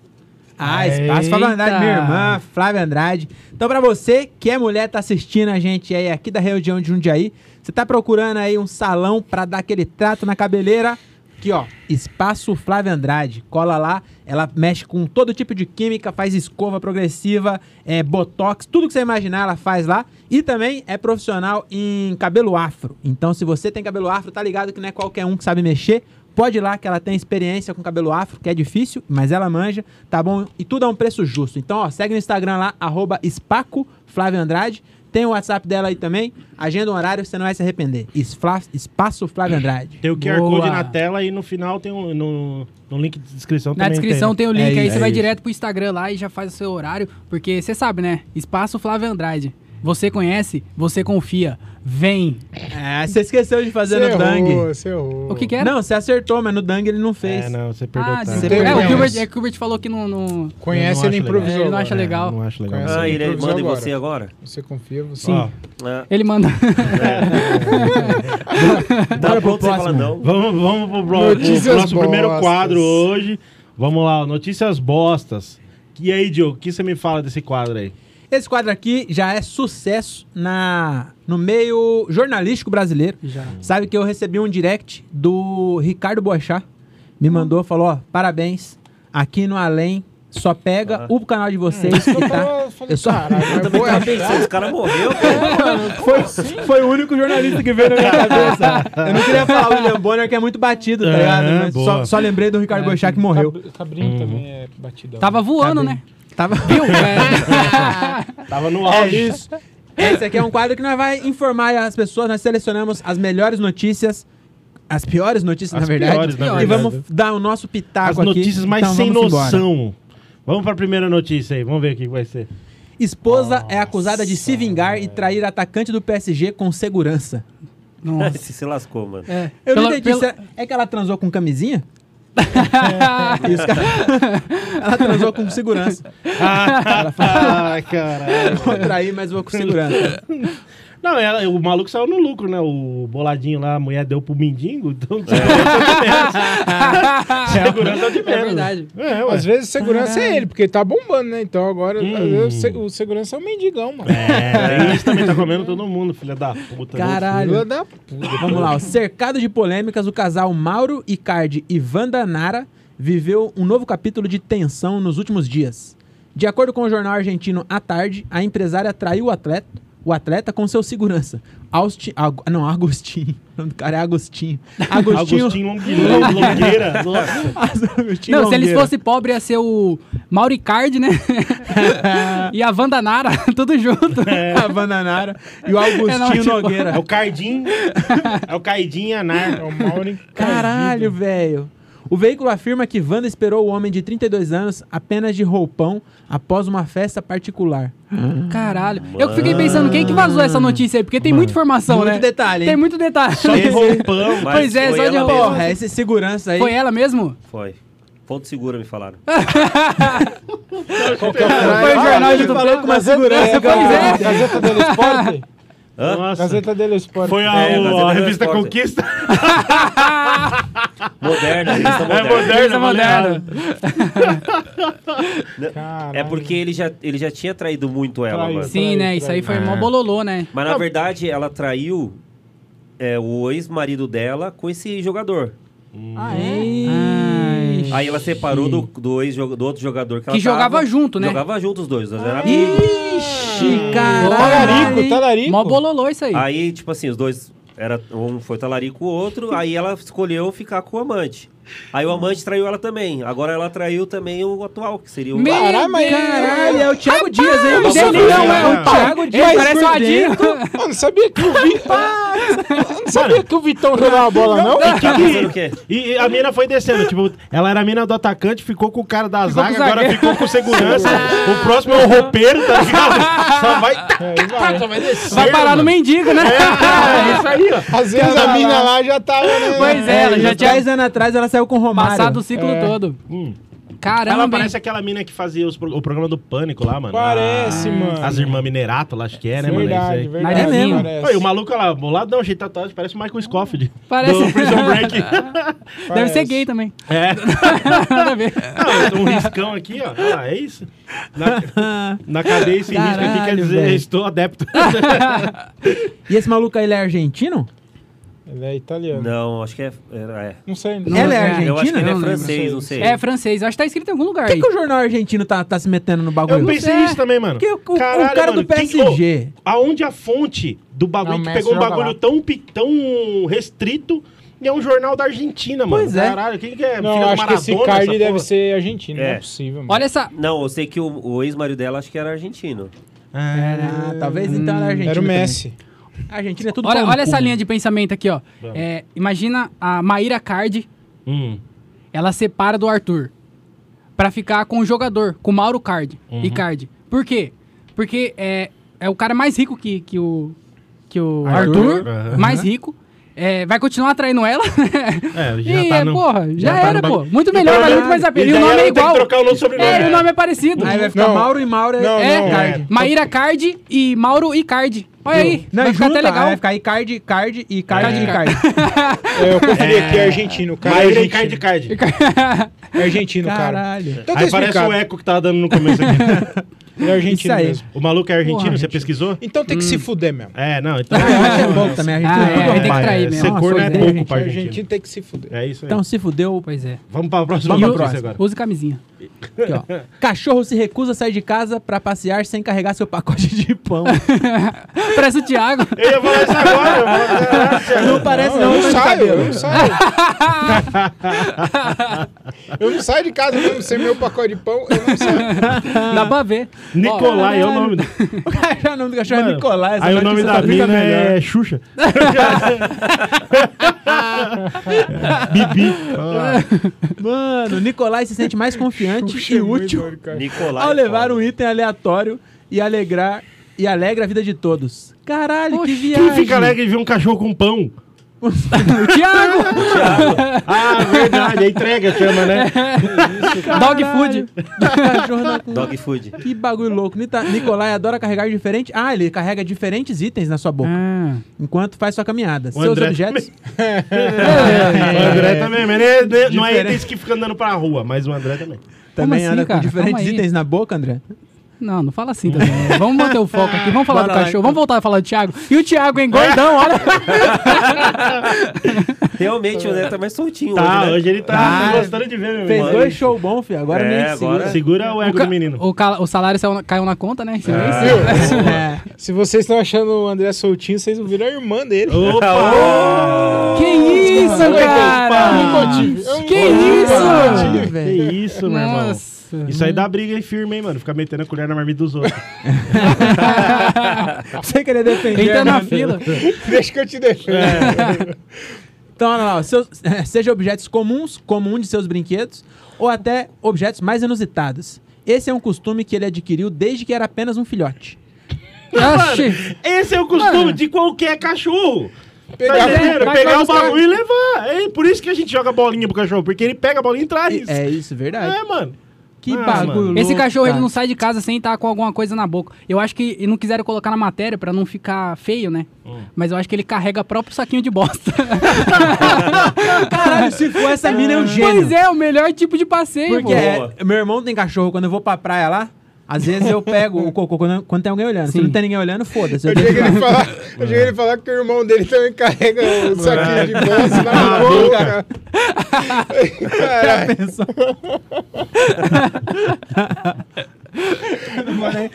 Speaker 3: Ah, Espaço
Speaker 2: Eita!
Speaker 3: Flávia Andrade, minha irmã, Flávia Andrade. Então, pra você que é mulher, tá assistindo a gente aí aqui da região de Jundiaí, você tá procurando aí um salão pra dar aquele trato na cabeleira, aqui ó, Espaço Flávia Andrade. Cola lá, ela mexe com todo tipo de química, faz escova progressiva, é, botox, tudo que você imaginar ela faz lá. E também é profissional em cabelo afro. Então, se você tem cabelo afro, tá ligado que não é qualquer um que sabe mexer. Pode ir lá que ela tem experiência com cabelo afro, que é difícil, mas ela manja, tá bom? E tudo a um preço justo. Então, ó, segue no Instagram lá, arroba Spaco Flávio Andrade. Tem o WhatsApp dela aí também. Agenda um horário, você não vai se arrepender. Esfla- Espaço Flávio Andrade.
Speaker 1: Tem o QR
Speaker 2: Boa.
Speaker 1: Code na tela e no final tem um. No, no link de descrição
Speaker 2: Na
Speaker 1: também.
Speaker 2: descrição tem, o
Speaker 3: É
Speaker 2: link, aí
Speaker 3: isso,
Speaker 2: você
Speaker 1: é
Speaker 2: vai
Speaker 1: isso.
Speaker 2: direto pro Instagram lá e já faz o seu horário, porque você sabe, né? Espaço Flávio Andrade. Você conhece, você confia. Vem.
Speaker 3: É, você esqueceu de fazer
Speaker 4: Você
Speaker 3: no Dang.
Speaker 4: errou, você errou.
Speaker 2: O que que era?
Speaker 3: Não, você acertou, mas no Dang ele não fez.
Speaker 1: É, não, você perdeu
Speaker 2: ah,
Speaker 1: o
Speaker 2: de-
Speaker 1: time.
Speaker 4: Você
Speaker 2: é,
Speaker 4: perdeu.
Speaker 2: o Gilbert, é que o Gilbert falou que não... não-
Speaker 4: Conhece,
Speaker 1: Eu não
Speaker 4: ele
Speaker 1: acho
Speaker 4: improvisou.
Speaker 2: é? legal. É, Ele não acha
Speaker 4: agora.
Speaker 2: legal.
Speaker 1: Não acho legal.
Speaker 4: Conhece?
Speaker 1: Ó,
Speaker 5: Ah, ele
Speaker 4: improvisou
Speaker 5: manda em
Speaker 4: agora.
Speaker 5: você agora?
Speaker 4: Você confia, você...
Speaker 5: Ah,
Speaker 2: Ele manda...
Speaker 5: dá
Speaker 3: Bora
Speaker 5: um
Speaker 3: pro
Speaker 5: ponto pra você falar
Speaker 3: próximo.
Speaker 5: não.
Speaker 1: vamos, vamos pro, bro, pro
Speaker 4: Notícias
Speaker 1: nosso primeiro
Speaker 4: bostas.
Speaker 1: quadro hoje. Vamos lá, ó, notícias bostas. E aí, Diogo, o que você me fala desse quadro aí?
Speaker 3: Esse quadro aqui já é sucesso na no meio jornalístico brasileiro.
Speaker 2: Já.
Speaker 3: Sabe que eu recebi um direct do Ricardo Boechat. Me mandou, falou, ó, parabéns. Aqui no Além só pega
Speaker 1: Ah.
Speaker 3: o canal de vocês. que tá- Eu só-
Speaker 5: Eu também tava pensando, os caras morreu, pô.
Speaker 3: Foi, foi o único jornalista que veio na minha cabeça. Eu não queria falar o William Bonner, que é muito batido, tá
Speaker 1: É,
Speaker 3: ligado? Mas
Speaker 1: boa.
Speaker 3: só, só lembrei do Ricardo Boechat
Speaker 4: Tá
Speaker 3: que morreu.
Speaker 4: Cabrinho
Speaker 1: Uhum.
Speaker 4: também é batidão.
Speaker 2: Tava voando, né?
Speaker 3: Tava...
Speaker 2: Viu? É.
Speaker 1: Tava no
Speaker 3: É
Speaker 1: auge.
Speaker 3: isso. Esse aqui é um quadro que nós vai informar as pessoas. Nós selecionamos as melhores notícias, as piores notícias,
Speaker 1: As
Speaker 3: na verdade.
Speaker 1: piores, na
Speaker 3: E
Speaker 1: verdade.
Speaker 3: vamos dar o nosso pitaco
Speaker 1: As
Speaker 3: aqui.
Speaker 1: notícias mais
Speaker 3: Então,
Speaker 1: sem
Speaker 3: vamos embora.
Speaker 1: noção. Vamos pra primeira notícia aí, vamos ver o que vai ser.
Speaker 3: Esposa é acusada de se vingar e trair atacante do PSG com segurança.
Speaker 2: Nossa.
Speaker 5: Se, se lascou, mano.
Speaker 2: É.
Speaker 3: Eu não
Speaker 2: Pela-
Speaker 3: entendi.
Speaker 2: pela-
Speaker 3: será- É que ela transou com camisinha? Isso, cara. ela transou com segurança. Ela falou,
Speaker 1: Ah, caralho.
Speaker 3: vou trair, mas vou com
Speaker 2: Tá
Speaker 3: segurança.
Speaker 1: Não, ela, o maluco saiu no lucro, né? O boladinho lá, a mulher deu pro mendigo, então segurança é o de menos.
Speaker 2: É verdade.
Speaker 1: É, ué.
Speaker 4: Às vezes o segurança é ele, porque ele tá bombando, né? Então agora
Speaker 1: Hum.
Speaker 4: às vezes, o se- o segurança é o mendigão, mano.
Speaker 1: É, isso também tá comendo todo mundo, filha da puta.
Speaker 3: Caralho.
Speaker 4: Filha da puta.
Speaker 3: Vamos lá, ó. cercado de polêmicas, o casal Mauro Icardi e Wanda Nara viveu um novo capítulo de tensão nos últimos dias. De acordo com o jornal argentino A Tarde, a empresária traiu o atleta, o atleta com seu segurança. Austi, Ag- não, Agostinho. O nome do cara é Agostinho. Agostinho.
Speaker 1: Agostinho Longueira. Longueira. Nossa.
Speaker 3: Agostinho
Speaker 2: Não, se eles
Speaker 3: Longueira.
Speaker 2: fossem pobres, ia ser o Mauricard, né? e a Wanda Nara, tudo junto.
Speaker 3: A Wanda Nara e o Agostinho
Speaker 2: É, não, tipo-
Speaker 3: Nogueira.
Speaker 1: É o Cardim. É o Cardim
Speaker 4: É
Speaker 1: Anar.
Speaker 4: o Mauro encardido.
Speaker 2: é
Speaker 3: Caralho, velho. O veículo afirma que Wanda esperou o homem de 32 anos apenas de roupão após uma festa particular.
Speaker 2: Caralho. Eu que fiquei pensando, quem que vazou essa notícia aí? Porque tem muita informação,
Speaker 3: Muito
Speaker 2: né?
Speaker 3: detalhe, hein?
Speaker 2: Tem muito detalhe.
Speaker 1: Só de É roupão.
Speaker 5: Mas
Speaker 2: Pois é,
Speaker 5: foi
Speaker 2: só de
Speaker 5: ela
Speaker 2: roupa.
Speaker 5: mesma.
Speaker 3: Porra, esse segurança aí.
Speaker 2: Foi ela mesmo?
Speaker 5: Foi. Ponto segura, me falaram.
Speaker 2: Foi o jornal de tudo.
Speaker 3: falou com uma segurança.
Speaker 2: Pois é.
Speaker 4: Gazeta dello Sport?
Speaker 5: Hã?
Speaker 1: Nossa.
Speaker 4: Gazeta dello Sport.
Speaker 1: Foi um- a,
Speaker 5: É,
Speaker 1: o-
Speaker 5: mas é
Speaker 1: a
Speaker 5: do
Speaker 1: revista
Speaker 5: Esporte.
Speaker 1: Conquista.
Speaker 5: Moderna, revista
Speaker 1: É
Speaker 5: moderna.
Speaker 1: moderna,
Speaker 2: moderna.
Speaker 1: moderna.
Speaker 4: Caralho.
Speaker 5: É porque ele já, ele já tinha traído muito ela,
Speaker 4: Traiu.
Speaker 5: mano.
Speaker 2: Sim, né? Isso aí foi mó bololô, né?
Speaker 5: Mas na verdade, ela traiu é, o ex-marido dela com esse jogador.
Speaker 2: Ah,
Speaker 3: Ai.
Speaker 5: Aí ela separou do, do, ex do outro jogador que, ela
Speaker 2: Que jogava
Speaker 5: tava.
Speaker 2: junto, né?
Speaker 5: Jogava junto os dois, os dois eram amigos.
Speaker 3: Ixi, caralho.
Speaker 4: Talarico, talarico.
Speaker 2: Mó bololô isso aí.
Speaker 5: Aí, tipo assim, os dois. Era, um foi talarico o outro, aí ela escolheu ficar com o amante. Aí o amante traiu ela também. Agora ela traiu também o atual, que seria o.
Speaker 2: Meu
Speaker 4: Caralho, mas-
Speaker 3: Caralho, é o Thiago Dias, hein?
Speaker 1: Nossa,
Speaker 3: Ele
Speaker 1: velho.
Speaker 3: não é o Thiago
Speaker 4: Ele
Speaker 3: Dias.
Speaker 4: parece
Speaker 3: por
Speaker 4: o Adinho.
Speaker 3: dentro.
Speaker 4: Mano, sabia que o Vitão. Não sabia que o Vitão jogava bola, não?
Speaker 5: Tá fazendo o quê?
Speaker 1: E e a mina foi descendo. Tipo, ela era a mina do atacante, ficou com o cara da
Speaker 2: Ficou com
Speaker 1: zaga,
Speaker 2: o
Speaker 1: agora
Speaker 2: zagueiro.
Speaker 1: ficou com segurança. o próximo é o roupeiro, tá ligado? Só
Speaker 4: É,
Speaker 1: vai. tá,
Speaker 4: né?
Speaker 1: tá, só vai descer.
Speaker 2: Vai parar no mendigo, né?
Speaker 1: É isso aí, ó.
Speaker 4: Às vezes a mina lá já tava. né?
Speaker 2: Pois é, ela já tinha
Speaker 3: 10 anos atrás ela saiu com o Romário.
Speaker 2: passado o ciclo todo. Caramba,
Speaker 1: Hum. Ela
Speaker 2: hein?
Speaker 1: parece aquela mina que fazia os pro- o programa do Pânico lá, mano.
Speaker 4: Parece,
Speaker 3: Ah,
Speaker 1: A-
Speaker 4: mano.
Speaker 1: As irmãs Minerato, lá, acho que é, né, mano?
Speaker 4: verdade,
Speaker 1: Isso aí.
Speaker 4: verdade.
Speaker 2: Mas é mesmo.
Speaker 4: parece.
Speaker 1: Oi, o maluco lá, boladão, jeito tatuagem, parece o Michael Scofield.
Speaker 2: Parece.
Speaker 1: Do Prison Break.
Speaker 2: Deve
Speaker 4: Parece.
Speaker 2: ser gay também.
Speaker 1: é.
Speaker 2: Nada a ver.
Speaker 1: Ah, um riscão aqui, ó. Olha lá, é isso. Na, na cadeia, esse risco aqui quer
Speaker 3: Caralho,
Speaker 1: dizer
Speaker 3: velho.
Speaker 1: estou adepto.
Speaker 3: E esse maluco aí, ele é argentino?
Speaker 4: Ele é italiano. Não,
Speaker 5: Não, acho que é. é, é.
Speaker 4: sei.
Speaker 2: Não,
Speaker 3: Ela é
Speaker 2: é.
Speaker 3: argentina?
Speaker 5: Eu acho que ele é
Speaker 2: Não lembro.
Speaker 5: francês, não sei.
Speaker 2: É francês. Acho que tá escrito em algum lugar
Speaker 3: Por
Speaker 2: aí.
Speaker 3: que, que o jornal argentino tá, tá se metendo no bagulho?
Speaker 1: Eu pensei
Speaker 2: sei.
Speaker 1: nisso também, mano.
Speaker 3: Porque É. o, o- o
Speaker 1: Caralho,
Speaker 3: cara
Speaker 1: mano,
Speaker 3: do
Speaker 1: quem-
Speaker 3: PSG.
Speaker 1: ô, aonde a fonte do bagulho
Speaker 4: Não, o
Speaker 1: que
Speaker 4: Messi
Speaker 1: pegou um
Speaker 4: joga
Speaker 1: bagulho
Speaker 4: lá.
Speaker 1: tão, pe- tão restrito e é um jornal da Argentina, mano.
Speaker 3: Pois é.
Speaker 1: Caralho, quem que é?
Speaker 4: Não,
Speaker 1: Filha do
Speaker 4: acho que esse
Speaker 1: Maradona,
Speaker 4: Cardi
Speaker 1: essa
Speaker 4: deve
Speaker 1: porra?
Speaker 4: ser argentino. Não
Speaker 5: É.
Speaker 4: é possível, mano.
Speaker 2: Olha essa.
Speaker 5: Não, eu sei que o, o ex-marido dela acho que era argentino.
Speaker 3: Ah, talvez então era argentino.
Speaker 4: Era o Messi.
Speaker 3: também. A Argentina é tudo
Speaker 2: Olha,
Speaker 3: pau no
Speaker 2: olha essa
Speaker 3: cu.
Speaker 2: linha de pensamento aqui, ó.
Speaker 1: Vamos.
Speaker 2: É, imagina a Maíra Cardi,
Speaker 1: Hum,
Speaker 2: ela separa do Arthur pra ficar com o jogador, com o Mauro Cardi.
Speaker 1: Uhum.
Speaker 2: E Cardi. Por quê? Porque é, é o cara mais rico que, que o. Que o
Speaker 1: Arthur.
Speaker 2: Arthur,
Speaker 1: Aham.
Speaker 2: mais rico. É, vai continuar atraindo ela.
Speaker 1: É, já
Speaker 2: e,
Speaker 1: tá
Speaker 2: é,
Speaker 1: no-
Speaker 2: porra, já,
Speaker 1: já tá
Speaker 2: era,
Speaker 1: no
Speaker 2: pô.
Speaker 1: bagulho.
Speaker 2: Muito
Speaker 1: E
Speaker 2: melhor,
Speaker 1: pra
Speaker 2: vale
Speaker 1: ela-
Speaker 2: muito mais a pena.
Speaker 1: e
Speaker 2: E o
Speaker 1: daí
Speaker 2: nome
Speaker 1: ela
Speaker 2: é
Speaker 1: tem que
Speaker 2: igual.
Speaker 1: trocar o nome né? e sobrenome.
Speaker 2: É, e o nome é parecido.
Speaker 3: Aí vai ficar
Speaker 4: Não.
Speaker 3: Mauro e Mauro é
Speaker 4: Não,
Speaker 3: é
Speaker 4: não.
Speaker 3: Icardi.
Speaker 2: Maíra Cardi e Mauro Icardi. Olha aí.
Speaker 3: Não,
Speaker 2: vai ficar
Speaker 3: junta, é,
Speaker 2: até legal.
Speaker 3: Vai
Speaker 1: é,
Speaker 3: ficar Icardi, Cardi, Icardi,
Speaker 2: É.
Speaker 3: Icardi.
Speaker 4: É, eu conferi aqui, é argentino. O cara é
Speaker 1: Maíra e
Speaker 4: argentino.
Speaker 1: Card Card.
Speaker 4: É argentino, cara.
Speaker 3: Caralho.
Speaker 4: Então tá
Speaker 1: Aí parece
Speaker 4: explicado.
Speaker 1: o eco que tava dando no começo aqui.
Speaker 4: Ele é
Speaker 3: Isso
Speaker 4: argentino
Speaker 3: aí.
Speaker 4: mesmo.
Speaker 1: o maluco é argentino,
Speaker 2: Porra,
Speaker 1: você pesquisou?
Speaker 4: Então tem que se fuder mesmo.
Speaker 1: É, não, então.
Speaker 3: Ah, eu acho que é pouco também, a gente é,
Speaker 2: Ah, é,
Speaker 3: tudo
Speaker 2: tem que
Speaker 3: rapaz.
Speaker 2: trair
Speaker 1: é,
Speaker 2: mesmo.
Speaker 1: Ser
Speaker 3: Nossa,
Speaker 1: corno é
Speaker 3: odeio
Speaker 1: pouco
Speaker 3: gente.
Speaker 1: pra Argentina.
Speaker 4: Argentino tem que se fuder.
Speaker 1: É isso aí.
Speaker 3: Então se fudeu.
Speaker 2: Pois é.
Speaker 1: Vamos pra próxima
Speaker 2: E
Speaker 1: notícia
Speaker 2: use-
Speaker 1: agora.
Speaker 2: Use camisinha.
Speaker 3: Aqui, ó. Cachorro se recusa a sair de casa pra passear sem carregar seu pacote de pão.
Speaker 2: Parece o Thiago.
Speaker 1: Eu ia falar isso agora, mano. Caraca.
Speaker 3: Não parece não,
Speaker 4: eu
Speaker 3: mas
Speaker 4: não
Speaker 3: tá
Speaker 4: saio, eu
Speaker 3: cabelo.
Speaker 4: não saio. eu não saio de casa mesmo sem meu pacote de pão, eu não saio.
Speaker 2: Dá pra ver.
Speaker 1: Nicolai é o
Speaker 3: caralho.
Speaker 1: nome. do-
Speaker 3: O cara- o nome do cachorro
Speaker 1: Mano,
Speaker 3: é Nicolás.
Speaker 1: Aí o nome da mina é Xuxa. É, Bibi.
Speaker 3: Mano, Nicolás se sente mais confiante e é útil
Speaker 5: Nicolai.
Speaker 2: Ah,
Speaker 3: ao levar um
Speaker 5: foda.
Speaker 3: item aleatório e alegrar e alegra a vida de todos. Caralho, que viagem.
Speaker 1: Quem fica alegre de ver um cachorro com pão?
Speaker 2: O Thiago!
Speaker 1: Ah, verdade. É entrega, chama, né?
Speaker 2: Dog food.
Speaker 3: Cachorro da- com-
Speaker 5: Dog food.
Speaker 3: Que bagulho louco. Nita- Nicolai adora carregar diferente. Ah, ele carrega diferentes itens na sua boca
Speaker 2: Ah.
Speaker 3: enquanto faz sua caminhada. Seus
Speaker 1: André
Speaker 3: objetos.
Speaker 1: O André também, mas ele- ele- não é
Speaker 3: Diferente.
Speaker 1: esse que fica andando pra rua, mas o André também.
Speaker 2: Como
Speaker 3: Também
Speaker 2: assim,
Speaker 3: anda com
Speaker 2: cara?
Speaker 3: diferentes
Speaker 2: Calma aí.
Speaker 3: itens na boca, André.
Speaker 2: Não, não fala assim também. né? Vamos manter o foco aqui. Vamos falar
Speaker 3: Bora
Speaker 2: do
Speaker 3: lá,
Speaker 2: cachorro. Vamos voltar a falar do Thiago. E o Thiago, hein? Gordão, olha.
Speaker 5: Realmente o André tá mais soltinho
Speaker 1: Tá,
Speaker 5: hoje, né?
Speaker 1: hoje ele tá
Speaker 3: Ah,
Speaker 1: gostando de ver, meu
Speaker 3: Fez
Speaker 1: irmão.
Speaker 3: dois show bom, filho. Agora
Speaker 5: É,
Speaker 3: nem
Speaker 5: agora-
Speaker 3: segura.
Speaker 1: Segura o ego
Speaker 2: ca-
Speaker 1: do menino.
Speaker 2: o ca- o salário saiu na- caiu na conta, né? Esse mês.
Speaker 3: É.
Speaker 4: Se vocês estão achando o André soltinho, vocês não viram a irmã dele.
Speaker 1: Opa!
Speaker 2: Que isso,
Speaker 3: é
Speaker 2: cara? Que isso?
Speaker 3: Ah,
Speaker 1: Que
Speaker 3: velho.
Speaker 1: isso, meu irmão.
Speaker 2: Nossa.
Speaker 1: Isso aí dá briga aí firme, hein, mano. Ficar metendo a colher na marmita dos outros.
Speaker 3: Você queria defender.
Speaker 2: Entra tá na
Speaker 3: mano.
Speaker 2: fila.
Speaker 4: Deixa que eu te deixo.
Speaker 3: Então, olha lá. ó, Seus, seja objetos comuns, como um de seus brinquedos, ou até objetos mais inusitados. Esse é um costume que ele adquiriu desde que era apenas um filhote.
Speaker 2: Oxi.
Speaker 1: Esse é o costume de qualquer cachorro. Tá
Speaker 4: Pegar-
Speaker 1: entendendo?
Speaker 2: vai
Speaker 1: pegar o
Speaker 2: buscar.
Speaker 1: bagulho e levar. É por isso que a gente joga bolinha pro cachorro, porque ele pega a bolinha e traz.
Speaker 3: É isso, verdade.
Speaker 1: É, mano.
Speaker 3: Que
Speaker 1: Ah,
Speaker 3: bagulho
Speaker 1: mano.
Speaker 3: louco,
Speaker 2: Esse cachorro ele
Speaker 3: cara.
Speaker 2: não sai de casa sem estar com alguma coisa na boca. Eu acho que e não quiseram colocar na matéria pra não ficar feio, né? Mas eu acho que ele carrega próprio saquinho de bosta.
Speaker 3: Caralho, se for essa mina é um gênio.
Speaker 2: pois é, o melhor tipo de passeio,
Speaker 3: Porque
Speaker 2: pô.
Speaker 5: Boa.
Speaker 3: é, meu irmão tem cachorro, quando eu vou pra praia lá, às vezes eu pego o cocô quando, quando tem alguém olhando. Se
Speaker 2: Sim.
Speaker 3: não tem ninguém olhando, foda-se. eu
Speaker 4: Eu
Speaker 3: deixo
Speaker 4: cheguei
Speaker 3: lá.
Speaker 4: ele falar, eu cheguei ele falar que o irmão dele também carrega o saquinho de bolsa na boca. Caralho.
Speaker 3: Pensa. Eu não vou nem-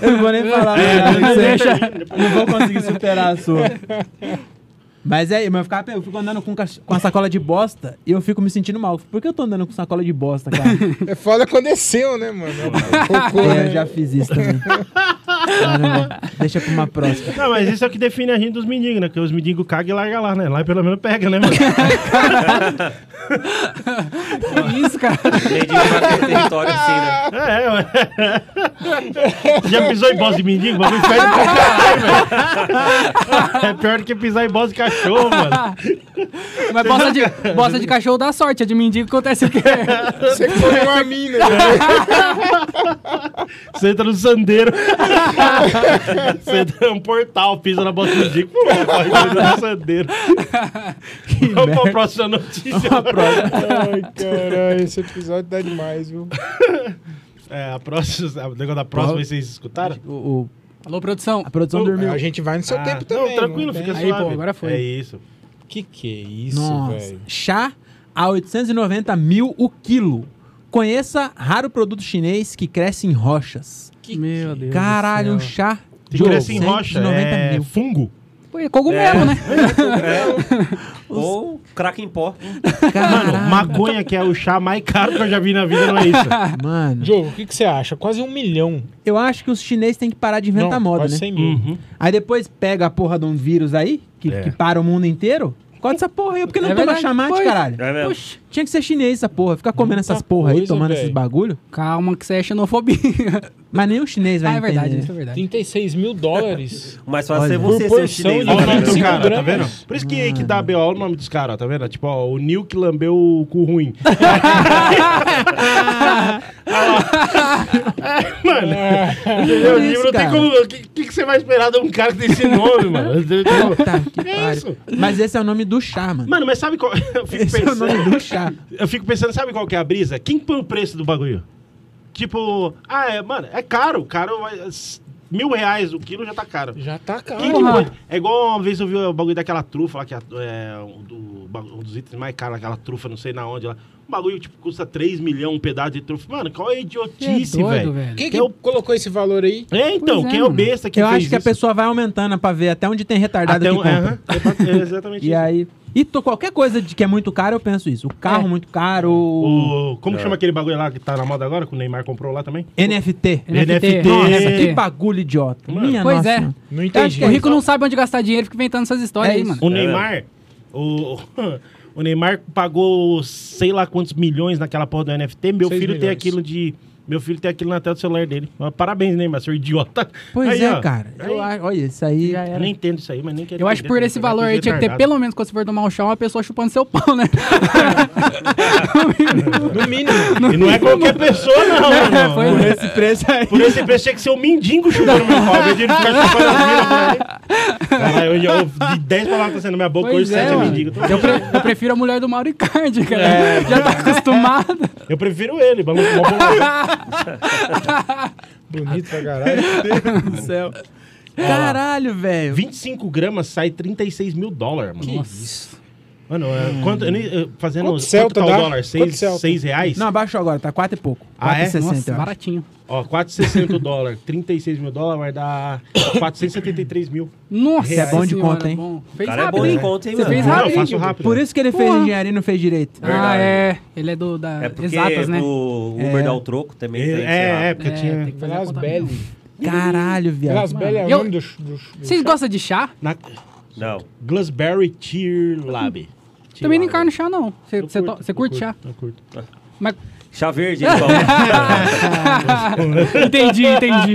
Speaker 3: eu não vou nem falar. cara, não, sei. Não vou conseguir superar a sua. Mas é, mas eu, ficava, eu fico andando com, cach- com a sacola de bosta e eu fico me sentindo mal. Por que eu tô andando com sacola de bosta, cara?
Speaker 4: É foda quando é seu, né, mano? É um Cocô,
Speaker 3: É,
Speaker 4: né?
Speaker 3: eu já fiz isso também. Caramba, Deixa pra uma próxima.
Speaker 1: Não, mas isso é o que define a gente dos mendigos, né? Porque os mendigos cagam e largam lá, né? Lá pelo menos pega, né, mano?
Speaker 2: Que isso, cara?
Speaker 5: Entendi o território assim, né?
Speaker 1: É, ué. Já pisou em bosta de mendigo? Bagulho fede pra caralho, velho. É pior do que pisar em bosta de cachorro, mano.
Speaker 2: Mas bosta de, bosta de cachorro dá sorte, é de mendigo que acontece o quê?
Speaker 4: Você comeu a mina. né?
Speaker 1: Você entra no sandeiro. Você entra num portal, pisa na bosta de mendigo. Pô, vai entrar no sandeiro. Vamos pra próxima notícia.
Speaker 4: Ai, caralho, esse episódio tá demais, viu?
Speaker 1: É, a próxima... O negócio da próxima, vocês escutaram?
Speaker 3: O- o-
Speaker 2: Alô, produção.
Speaker 3: a produção
Speaker 4: É,
Speaker 3: dormiu.
Speaker 4: a gente vai no seu
Speaker 1: Ah,
Speaker 4: tempo também. Né?
Speaker 1: Não, tranquilo,
Speaker 4: tem-
Speaker 1: fica
Speaker 2: né? Aí,
Speaker 1: suave.
Speaker 2: pô, agora foi.
Speaker 1: É isso.
Speaker 4: Que que é isso,
Speaker 3: Nossa.
Speaker 4: velho?
Speaker 3: Chá a 890 mil o quilo. Conheça raro produto chinês que cresce em rochas.
Speaker 2: Meu Deus. do
Speaker 3: Caralho, um
Speaker 2: céu.
Speaker 3: chá.
Speaker 1: Se
Speaker 3: Diogo,
Speaker 1: cresce em rocha,
Speaker 3: 190
Speaker 1: é
Speaker 3: mil.
Speaker 1: fungo.
Speaker 2: Pô, é cogumelo, né?
Speaker 5: Ou crack em pó.
Speaker 1: Mano,
Speaker 3: Caralho,
Speaker 1: maconha que é o chá mais caro que eu já vi na vida, não é isso.
Speaker 3: Mano,
Speaker 4: Diogo, o que, que você acha? Quase um milhão.
Speaker 3: eu acho que os chineses têm que parar de inventar
Speaker 4: Não,
Speaker 3: moda,
Speaker 4: quase
Speaker 3: né?
Speaker 4: 100 mil.
Speaker 1: Uhum.
Speaker 3: Aí depois pega a porra de um vírus aí, que,
Speaker 1: É.
Speaker 3: que para o mundo inteiro. Corta essa porra aí, porque não
Speaker 2: É
Speaker 3: toma
Speaker 2: verdade,
Speaker 3: chamate,
Speaker 2: pois.
Speaker 3: caralho.
Speaker 5: É mesmo?
Speaker 2: Oxi.
Speaker 3: Tinha que ser chinês essa porra. Ficar comendo
Speaker 4: Muita
Speaker 3: essas porra aí,
Speaker 4: coisa,
Speaker 3: tomando
Speaker 4: velho.
Speaker 3: esses bagulho.
Speaker 2: Calma, que isso aí é xenofobia.
Speaker 3: Mas nem o chinês vai
Speaker 2: Ah, é
Speaker 3: entender. né?
Speaker 2: verdade, isso é verdade.
Speaker 4: 36 mil dólares.
Speaker 5: Mas faz ser
Speaker 3: Olha.
Speaker 5: você ser
Speaker 4: Proporção
Speaker 5: o chinês.
Speaker 4: de
Speaker 5: né,
Speaker 1: Olha o nome
Speaker 5: cara?
Speaker 1: do
Speaker 4: 45
Speaker 1: cara, tá
Speaker 4: gramas.
Speaker 1: vendo? Por isso que, que dá B.O. Olha o nome dos caras, ó, tá vendo? Ó, Tipo, ó, o Nil que lambeu o cu ruim. Olha lá. mano, entendeu?
Speaker 3: Por É. isso,
Speaker 1: Tipo, não tem
Speaker 3: cara.
Speaker 1: como. O que, que, que você vai esperar de um cara que tem esse nome, mano?
Speaker 3: Tá, que
Speaker 1: É
Speaker 3: pariu.
Speaker 1: isso.
Speaker 3: Mas esse é o nome do chá, mano.
Speaker 1: Mano, mas sabe qual. Eu fico
Speaker 3: Esse é o nome
Speaker 1: pensando.
Speaker 3: do chá.
Speaker 1: Eu fico pensando, sabe qual que é a brisa? Quem põe o preço do bagulho? Tipo, ah, é, mano, é caro, caro. vai- Mil reais o quilo já tá caro.
Speaker 4: Já tá caro.
Speaker 1: Quem que
Speaker 2: Porra.
Speaker 1: põe? É igual uma vez eu vi o bagulho daquela trufa lá, que é, é, um, do- ba- um dos itens mais caros, aquela trufa, não sei na onde lá. O bagulho, tipo, custa 3 milhões um pedaço de trufa. Mano, qual é a idiotice,
Speaker 2: É doido,
Speaker 1: velho?
Speaker 4: Quem que
Speaker 1: Eu-
Speaker 4: colocou esse valor aí?
Speaker 1: É, então,
Speaker 2: Pois é,
Speaker 1: quem é o
Speaker 2: mano.
Speaker 1: besta que
Speaker 3: eu
Speaker 1: fez
Speaker 3: acho que a
Speaker 1: isso?
Speaker 3: pessoa vai aumentando pra ver até onde tem retardado
Speaker 1: Até
Speaker 3: que
Speaker 1: um-
Speaker 3: compra.
Speaker 1: aham, é pra- é exatamente
Speaker 3: E
Speaker 1: isso.
Speaker 3: aí... E tô, qualquer coisa de que é muito caro, eu penso isso. O carro
Speaker 2: É.
Speaker 3: muito caro, o
Speaker 1: O, como que chama aquele bagulho lá que tá na moda agora, que o Neymar comprou lá também?
Speaker 3: NFT.
Speaker 1: NFT.
Speaker 3: Nossa,
Speaker 1: NFT.
Speaker 3: que bagulho idiota.
Speaker 1: Mano.
Speaker 3: Minha
Speaker 2: Pois
Speaker 3: nossa.
Speaker 2: é.
Speaker 3: mano.
Speaker 4: Não
Speaker 3: entendi.
Speaker 4: entendi.
Speaker 2: O rico não sabe onde gastar dinheiro, fica inventando essas histórias
Speaker 3: É
Speaker 2: aí,
Speaker 3: isso.
Speaker 2: mano.
Speaker 1: O Neymar, o, o Neymar pagou sei lá quantos milhões naquela porra do NFT. Meu
Speaker 4: Seis
Speaker 1: filho tem
Speaker 4: milhões.
Speaker 1: aquilo de. Meu filho tem aquilo na tela do celular dele. Mas Parabéns, Neymar, seu idiota.
Speaker 3: Pois
Speaker 1: Aí,
Speaker 3: é,
Speaker 1: ó.
Speaker 3: cara. Eu acho- olha, isso aí...
Speaker 2: Já
Speaker 1: Eu
Speaker 2: era.
Speaker 1: nem entendo isso aí, mas nem quero.
Speaker 2: Eu acho que
Speaker 1: entender
Speaker 2: por
Speaker 1: também,
Speaker 2: esse
Speaker 1: porque
Speaker 2: valor
Speaker 1: eu
Speaker 2: aí tinha que ter
Speaker 1: retardado.
Speaker 2: pelo menos, quando você for tomar um chá, uma pessoa chupando seu pau, né?
Speaker 4: No mínimo.
Speaker 1: E não é qualquer pessoa, não, mano.
Speaker 2: Foi-
Speaker 1: Por esse-
Speaker 3: Esse preço aí...
Speaker 1: Por esse preço tinha que ser um mendigo chupando meu pau. Meu dinheiro fica chupando as minas por aí. Caralho, hoje eu, de 10 palavras que tá saindo na minha boca,
Speaker 2: Pois
Speaker 1: hoje 7
Speaker 2: é,
Speaker 1: é,
Speaker 2: mano.
Speaker 1: mendigo. Tô-
Speaker 2: Eu, pre- eu prefiro a mulher do Mauro Icardi, cara. Já tá acostumada.
Speaker 1: Eu prefiro ele, maluco. mó bom.
Speaker 4: Bonito pra caralho.
Speaker 3: do céu. Caralho, velho.
Speaker 1: 25 gramas sai 36 mil dólares, mano.
Speaker 2: Nossa.
Speaker 1: Mano, é, quanto, eu nem- eu- fazendo
Speaker 4: Quanto
Speaker 1: quanto,
Speaker 4: Celta
Speaker 1: tá o
Speaker 4: dá?
Speaker 1: dólar?
Speaker 4: Quanto
Speaker 1: Seis,
Speaker 4: Celta?
Speaker 1: seis reais?
Speaker 3: Não, abaixou agora, tá 4 e pouco. 4,60.
Speaker 1: Ah, é?
Speaker 2: Nossa,
Speaker 3: eu acho.
Speaker 2: baratinho.
Speaker 1: Ó, 4,60 o dólar, 36 mil dólares vai dar 473 mil.
Speaker 2: Nossa,
Speaker 3: Isso é bom de
Speaker 2: senhora,
Speaker 3: conta, hein?
Speaker 2: bom. Fez
Speaker 5: cara é
Speaker 2: rápido,
Speaker 5: bom de
Speaker 2: hein?
Speaker 5: conta, hein,
Speaker 2: Você
Speaker 5: mano?
Speaker 2: fez
Speaker 1: Não, eu
Speaker 2: rápido, hein?
Speaker 1: faço rápido. né?
Speaker 3: Por isso que ele fez
Speaker 2: Porra.
Speaker 3: engenharia e não fez direito.
Speaker 2: Ah,
Speaker 5: Verdade.
Speaker 2: é. Ele é do da
Speaker 5: É porque
Speaker 2: exatas, né?
Speaker 5: pro Uber dar o troco também. tem que ser
Speaker 1: É, é,
Speaker 5: rápido.
Speaker 1: porque
Speaker 2: É,
Speaker 1: tinha...
Speaker 2: tem que fazer a
Speaker 4: Velas
Speaker 2: conta
Speaker 4: Belli.
Speaker 3: Caralho,
Speaker 4: Velas
Speaker 3: viado.
Speaker 4: Belli é o
Speaker 2: Eu-
Speaker 4: nome do... ch- do ch- do
Speaker 2: Vocês
Speaker 4: chá?
Speaker 2: gostam de chá?
Speaker 1: Na
Speaker 5: Não.
Speaker 1: Glassberry Tear Lab.
Speaker 2: Também não
Speaker 1: Tear
Speaker 2: encarno
Speaker 1: Lab.
Speaker 2: chá, não. Você
Speaker 1: Eu
Speaker 2: você to-
Speaker 1: curto,
Speaker 2: você
Speaker 1: eu
Speaker 2: curte
Speaker 1: curto,
Speaker 2: chá?
Speaker 1: Eu curto.
Speaker 2: Mas...
Speaker 5: Chá verde, ele falou.
Speaker 2: entendi, entendi.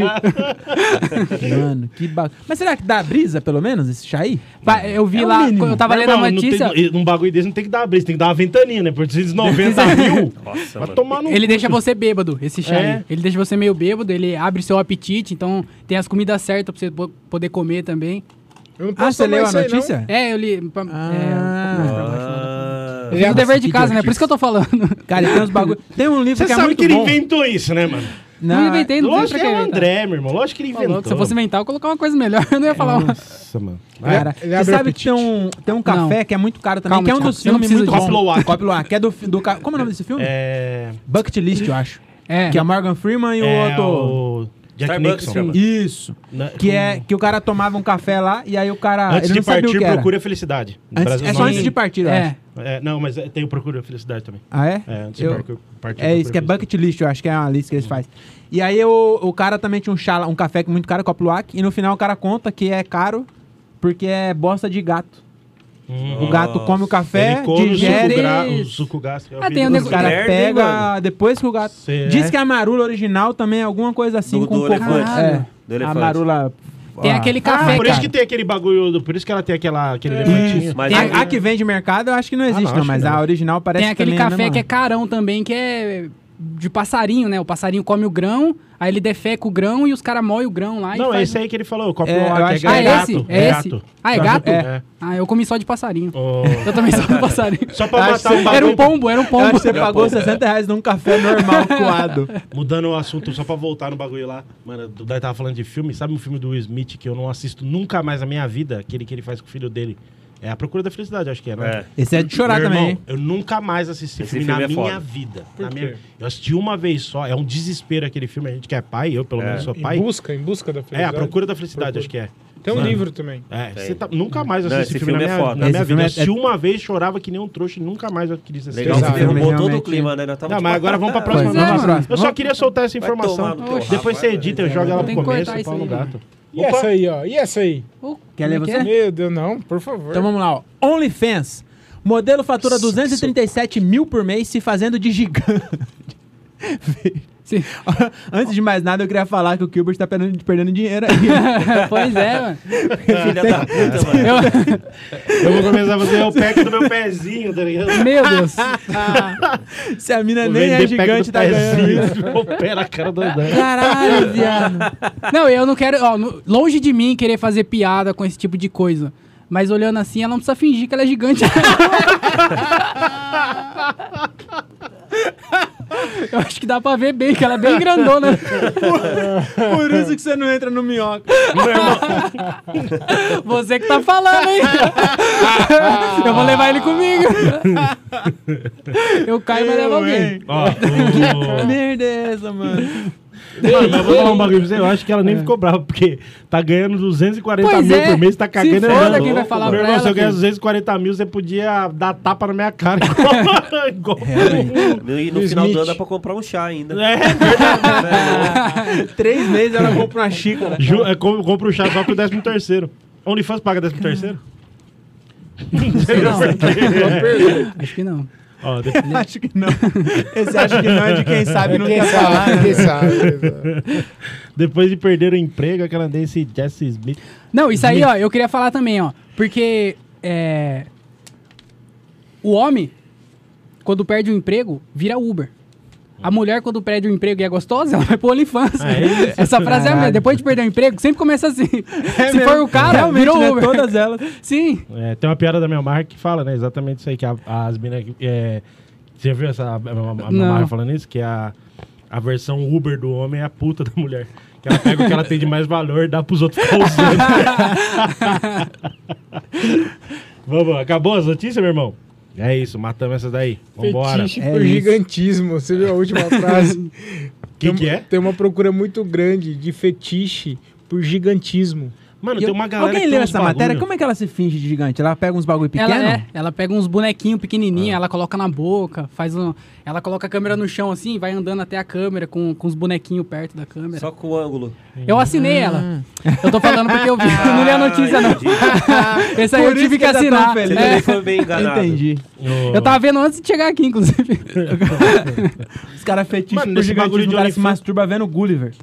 Speaker 3: Mano, que bagulho. Mas será que dá brisa, pelo menos, esse chá aí?
Speaker 2: Ba- Eu vi
Speaker 3: É o
Speaker 1: Ah,
Speaker 2: lá,
Speaker 3: mínimo.
Speaker 2: eu tava
Speaker 1: Mas,
Speaker 2: lendo a
Speaker 1: irmão, não tem-
Speaker 2: notícia,
Speaker 1: num bagulho desse não tem que dar brisa, tem que dar uma ventaninha, né? Por 290 mil.
Speaker 5: Nossa,
Speaker 1: Vai
Speaker 5: mano.
Speaker 1: tomar no...
Speaker 2: ele deixa você bêbado, esse chá
Speaker 1: É.
Speaker 2: aí. Ele deixa você meio bêbado, ele abre seu apetite, então tem as comidas certas pra você po- poder comer também.
Speaker 4: Eu não
Speaker 3: Ah,
Speaker 4: posso
Speaker 3: você leu
Speaker 4: tomar
Speaker 3: a
Speaker 4: isso aí, não.
Speaker 3: notícia?
Speaker 2: É, eu li... pra-
Speaker 3: Ah.
Speaker 2: é, um pouco mais pra baixo.
Speaker 5: Ah,
Speaker 2: Eu fiz o dever de
Speaker 3: que
Speaker 2: casa, né?
Speaker 3: idiotice.
Speaker 2: Por isso que eu tô falando.
Speaker 3: Cara, ele tem uns bagulho. Tem um livro
Speaker 1: Você
Speaker 3: que é
Speaker 1: sabe
Speaker 3: muito
Speaker 1: que ele
Speaker 3: bom.
Speaker 1: inventou isso, né, mano?
Speaker 2: Não inventei, não sei
Speaker 1: Lógico
Speaker 2: pra
Speaker 1: que é
Speaker 2: que
Speaker 1: o
Speaker 2: inventar.
Speaker 1: André, meu irmão. Lógico que ele
Speaker 2: Tá louco,
Speaker 1: inventou.
Speaker 2: Se eu fosse inventar, eu ia colocar uma coisa melhor. Eu não
Speaker 3: É
Speaker 2: ia
Speaker 3: um
Speaker 2: falar uma...
Speaker 1: Nossa, mano.
Speaker 3: Cara,
Speaker 4: Ele abre
Speaker 3: você sabe que
Speaker 4: apetite.
Speaker 3: tem um, tem um café
Speaker 2: Não.
Speaker 3: que é muito caro também,
Speaker 2: Calma,
Speaker 3: que é um
Speaker 2: Thiago,
Speaker 3: dos
Speaker 2: você não
Speaker 3: filmes
Speaker 2: precisa
Speaker 3: muito
Speaker 1: disso. Copuloar.
Speaker 3: bons. Copuloar, que é do, fi- do... ca- Como é o nome desse filme?
Speaker 1: É...
Speaker 3: Bucket List, eu acho.
Speaker 2: É.
Speaker 3: Que é o Morgan Freeman e o
Speaker 1: é
Speaker 3: outro...
Speaker 1: o- Jack
Speaker 5: Starbucks
Speaker 1: Nixon.
Speaker 5: chama.
Speaker 3: Isso.
Speaker 1: Na-
Speaker 3: Que
Speaker 1: com-
Speaker 3: é que o cara tomava um café lá e aí o cara.
Speaker 1: Antes
Speaker 3: ele
Speaker 1: de
Speaker 3: não sabia o
Speaker 1: partir,
Speaker 3: que era.
Speaker 1: procure a felicidade. No
Speaker 3: Antes-
Speaker 1: Brasil,
Speaker 3: é só
Speaker 1: não
Speaker 3: antes de
Speaker 1: tem.
Speaker 3: partir, eu
Speaker 2: É.
Speaker 3: acho.
Speaker 1: É, não, mas é- tem o Procure a Felicidade também.
Speaker 3: Ah, é?
Speaker 1: É, antes
Speaker 3: Eu-
Speaker 1: de partir, partir
Speaker 3: É isso, que é
Speaker 1: Procure a
Speaker 3: bucket list, eu acho que é uma lista que eles fazem. E aí o, o cara também tinha um, chala, um café muito caro, copo luac, e no final o cara conta que é caro porque é bosta de gato.
Speaker 1: Felicidade.
Speaker 3: O gato
Speaker 5: Nossa.
Speaker 3: come o café,
Speaker 1: Hum. Ele come o
Speaker 3: digere...
Speaker 1: suco gra- o suco gás. que é o
Speaker 2: Ah, tem
Speaker 1: vidro.
Speaker 2: um
Speaker 3: Os
Speaker 2: negócio-
Speaker 3: cara
Speaker 5: merda, hein,
Speaker 3: pega
Speaker 5: mano?
Speaker 3: depois que o gato.
Speaker 1: Cê- é?
Speaker 3: Diz que a marula original também é alguma coisa assim
Speaker 5: Do-
Speaker 3: com
Speaker 5: do
Speaker 3: cocô.
Speaker 5: elefante.
Speaker 3: É.
Speaker 5: Do elefante.
Speaker 3: A marula.
Speaker 2: Tem
Speaker 3: ah,
Speaker 2: aquele
Speaker 1: Ah,
Speaker 2: café,
Speaker 1: por
Speaker 2: é cara.
Speaker 1: isso que tem aquele bagulho, do- por isso que ela tem aquela,
Speaker 3: É.
Speaker 1: aquele elefantinho.
Speaker 5: Mas
Speaker 3: Ah, a,
Speaker 5: ele-
Speaker 3: a que vende mercado eu acho que não existe,
Speaker 1: Ah, não,
Speaker 3: não,
Speaker 1: acho
Speaker 3: mas
Speaker 1: que não.
Speaker 3: a original parece
Speaker 2: Tem aquele
Speaker 3: também,
Speaker 2: café
Speaker 3: né,
Speaker 2: que é
Speaker 3: mano?
Speaker 2: carão também, que é de passarinho, né? O passarinho come o grão, aí ele defeca o grão e os caras moem o grão lá.
Speaker 1: Não,
Speaker 2: e faz...
Speaker 1: esse aí que ele falou, o copo
Speaker 3: É, eu
Speaker 1: lá,
Speaker 3: acho
Speaker 1: que
Speaker 3: que-
Speaker 1: é,
Speaker 2: Ah, é
Speaker 1: gato.
Speaker 2: esse? É esse?
Speaker 1: gato.
Speaker 2: Ah, é gato?
Speaker 1: É.
Speaker 2: Ah, eu comi só de passarinho.
Speaker 1: Ô,
Speaker 2: Eu também só de passarinho.
Speaker 1: Só pra
Speaker 3: Acho
Speaker 1: matar um
Speaker 3: que-
Speaker 1: bagulho.
Speaker 2: Era um pombo, era um
Speaker 3: Eu acho
Speaker 2: pombo.
Speaker 3: que você pagou 60 reais num café normal coado.
Speaker 1: Mudando o assunto, só pra voltar no bagulho lá. Mano, o Dai tava falando de filme. Sabe um filme do Will Smith que eu não assisto nunca mais na minha vida? Aquele que ele faz com o filho dele. É A Procura da Felicidade, acho que é, né?
Speaker 5: É.
Speaker 3: Esse é de chorar
Speaker 1: Meu
Speaker 3: também,
Speaker 1: irmão,
Speaker 3: hein?
Speaker 1: Eu nunca mais assisti
Speaker 5: Esse
Speaker 1: filme,
Speaker 5: filme
Speaker 1: na
Speaker 5: é
Speaker 1: minha
Speaker 5: foda.
Speaker 1: vida.
Speaker 4: Por
Speaker 1: na
Speaker 4: quê?
Speaker 1: minha- Eu assisti uma vez só. É um desespero aquele filme. A gente que é pai, eu pelo
Speaker 5: É.
Speaker 1: menos sou
Speaker 4: Em
Speaker 1: pai.
Speaker 4: busca, em busca da
Speaker 1: É, A
Speaker 4: felicidade.
Speaker 1: Procura da Felicidade,
Speaker 4: Procura.
Speaker 1: acho que é.
Speaker 4: Tem um
Speaker 1: Mano.
Speaker 4: livro também.
Speaker 1: É,
Speaker 5: Tem.
Speaker 1: você tá- nunca mais
Speaker 5: Não,
Speaker 1: assisti
Speaker 5: esse
Speaker 1: filme,
Speaker 5: filme é
Speaker 1: na minha, na
Speaker 5: foda.
Speaker 1: minha
Speaker 3: Esse
Speaker 1: vida.
Speaker 3: filme
Speaker 1: Eu
Speaker 3: é-
Speaker 1: assisti
Speaker 3: é-
Speaker 1: uma vez, chorava que nem um trouxa e nunca mais eu quis assistir.
Speaker 5: Legal, você
Speaker 4: Exato.
Speaker 5: derrubou todo o
Speaker 3: Realmente.
Speaker 5: clima, né? Nós tava
Speaker 1: Não,
Speaker 5: de
Speaker 1: mas agora vamos pra próxima.
Speaker 2: Pois é,
Speaker 1: vamos pra
Speaker 2: mano.
Speaker 1: próxima. Eu só queria soltar essa informação.
Speaker 5: tomar no teu né? rabo,
Speaker 1: Depois você
Speaker 5: vai.
Speaker 1: edita, eu jogo ela pro
Speaker 2: Tem que
Speaker 1: começo
Speaker 2: cortar
Speaker 1: e
Speaker 2: isso
Speaker 1: pau no
Speaker 2: aí, né?
Speaker 1: gato.
Speaker 4: E
Speaker 1: Opa.
Speaker 4: essa aí, ó? E essa aí?
Speaker 2: Oh,
Speaker 3: Quer ler
Speaker 2: como é
Speaker 3: você?
Speaker 2: que é?
Speaker 4: Meu Deus, não, por favor.
Speaker 3: Então vamos lá, ó. OnlyFans. Modelo fatura 237 mil por mês se fazendo de gigante.
Speaker 2: Sim.
Speaker 3: Antes de mais nada, eu queria falar que o Gilbert tá perdendo, perdendo dinheiro aí.
Speaker 2: pois é, mano.
Speaker 5: Filha da puta, mano.
Speaker 2: Eu-
Speaker 1: Eu vou começar a fazer o pack do meu pezinho, tá ligado?
Speaker 2: Meu Deus.
Speaker 3: se a mina
Speaker 1: Vou
Speaker 3: nem é
Speaker 1: vender pack
Speaker 3: gigante,
Speaker 1: do
Speaker 3: tá ganhando.
Speaker 1: pezinho, o pé na cara do André.
Speaker 3: Caralho, viado.
Speaker 2: Não, eu não quero. Ó, no- longe de mim querer fazer piada com esse tipo de coisa. Mas olhando assim, ela não precisa fingir que ela é gigante. eu acho que dá pra ver bem, que ela é bem grandona.
Speaker 3: Por isso que você não entra no minhoca.
Speaker 2: Você que tá falando, hein? eu vou levar ele comigo. Eu caio, mas levo alguém.
Speaker 1: Ó, o-
Speaker 3: Merda é essa, mano.
Speaker 1: Mano, mas eu vou falar um bagulho pra você. Eu acho que ela nem ficou brava, porque tá ganhando 240
Speaker 2: É. Pois
Speaker 1: mil
Speaker 2: é.
Speaker 1: por mês, tá
Speaker 2: Se
Speaker 1: cagando.
Speaker 2: foda
Speaker 1: errado.
Speaker 2: quem vai falar
Speaker 1: Meu
Speaker 2: pra
Speaker 1: irmão,
Speaker 2: ela,
Speaker 1: se eu ganhasse
Speaker 2: filho.
Speaker 1: 240 mil, você podia dar tapa na minha cara igual. igual
Speaker 5: E no
Speaker 4: Will
Speaker 5: final do
Speaker 4: Smith.
Speaker 5: ano dá pra comprar um chá ainda. Né?
Speaker 1: É,
Speaker 3: Três meses ela compra uma xícara.
Speaker 1: Ju, é, com- compra o chá só pro 13 terceiro. OnlyFans paga 13 terceiro?
Speaker 2: Acho que não.
Speaker 1: Ó, depois-
Speaker 3: Acho que não. Esse acho que não é de quem sabe não
Speaker 4: Quem
Speaker 3: quer falar.
Speaker 4: sabe, quem sabe.
Speaker 1: Depois de perder o emprego, a canadense Jesse Smith.
Speaker 2: Não, isso
Speaker 3: Uhum.
Speaker 2: aí, ó, eu queria falar também, ó. Porque é, o homem, quando perde o emprego, vira Uber. A
Speaker 3: Hum.
Speaker 2: mulher, quando perde o emprego e é gostosa, ela vai pro OnlyFans.
Speaker 1: Ah, é isso?
Speaker 2: Essa frase é a minha.
Speaker 3: Caralho. É
Speaker 2: Depois de perder o emprego, sempre começa assim. Se
Speaker 3: mesmo.
Speaker 2: for o cara,
Speaker 3: Realmente,
Speaker 2: virou
Speaker 3: né?
Speaker 2: Uber.
Speaker 3: Todas elas.
Speaker 2: Sim.
Speaker 1: É, tem uma piada da minha marca que fala, né? Exatamente isso aí, que a- as minas. É, você já viu essa a, a, a- a minha
Speaker 2: Não.
Speaker 1: marca falando isso? Que a, a versão Uber do homem é a puta da mulher. Que ela pega o que ela tem de mais valor e dá pros outros ficar usando. Vamos, acabou as notícias, meu irmão? É isso, matamos essa daí. Vambora.
Speaker 4: Fetiche
Speaker 3: É
Speaker 4: por
Speaker 3: isso.
Speaker 4: gigantismo. Você viu a última frase?
Speaker 1: O que, que é?
Speaker 4: Tem uma procura muito grande de fetiche por gigantismo.
Speaker 1: Mano,
Speaker 3: E
Speaker 1: tem
Speaker 3: eu-
Speaker 1: uma galera.
Speaker 3: Alguém
Speaker 1: que tem
Speaker 3: leu
Speaker 1: uns
Speaker 3: essa matéria?
Speaker 1: bagulho-
Speaker 3: Como é que ela se finge de gigante? Ela pega uns bagulho pequeno? Ah.
Speaker 2: Ela, é, ela pega uns bonequinhos pequenininhos, ela coloca na boca, faz um... Ela coloca a câmera no chão assim, vai andando até a câmera com, com os bonequinhos perto da câmera.
Speaker 5: Só com o ângulo.
Speaker 2: Eu assinei ela. Eu tô falando porque eu vi, eu não li a notícia, não.
Speaker 5: entendi.
Speaker 2: Esse aí
Speaker 3: Por
Speaker 2: eu
Speaker 3: isso
Speaker 2: tive
Speaker 3: que
Speaker 2: que
Speaker 3: tá tão
Speaker 2: assinar.
Speaker 3: feliz.
Speaker 5: Você
Speaker 2: É.
Speaker 5: também foi bem enganado.
Speaker 3: Entendi.
Speaker 1: Ô,
Speaker 2: Eu tava vendo antes de chegar aqui, inclusive.
Speaker 3: Os caras fetiches
Speaker 1: Mano,
Speaker 3: por
Speaker 1: nesse bagulho de
Speaker 3: gigantismo, o cara se
Speaker 1: OnlyFans-
Speaker 3: masturba vendo o Gulliver.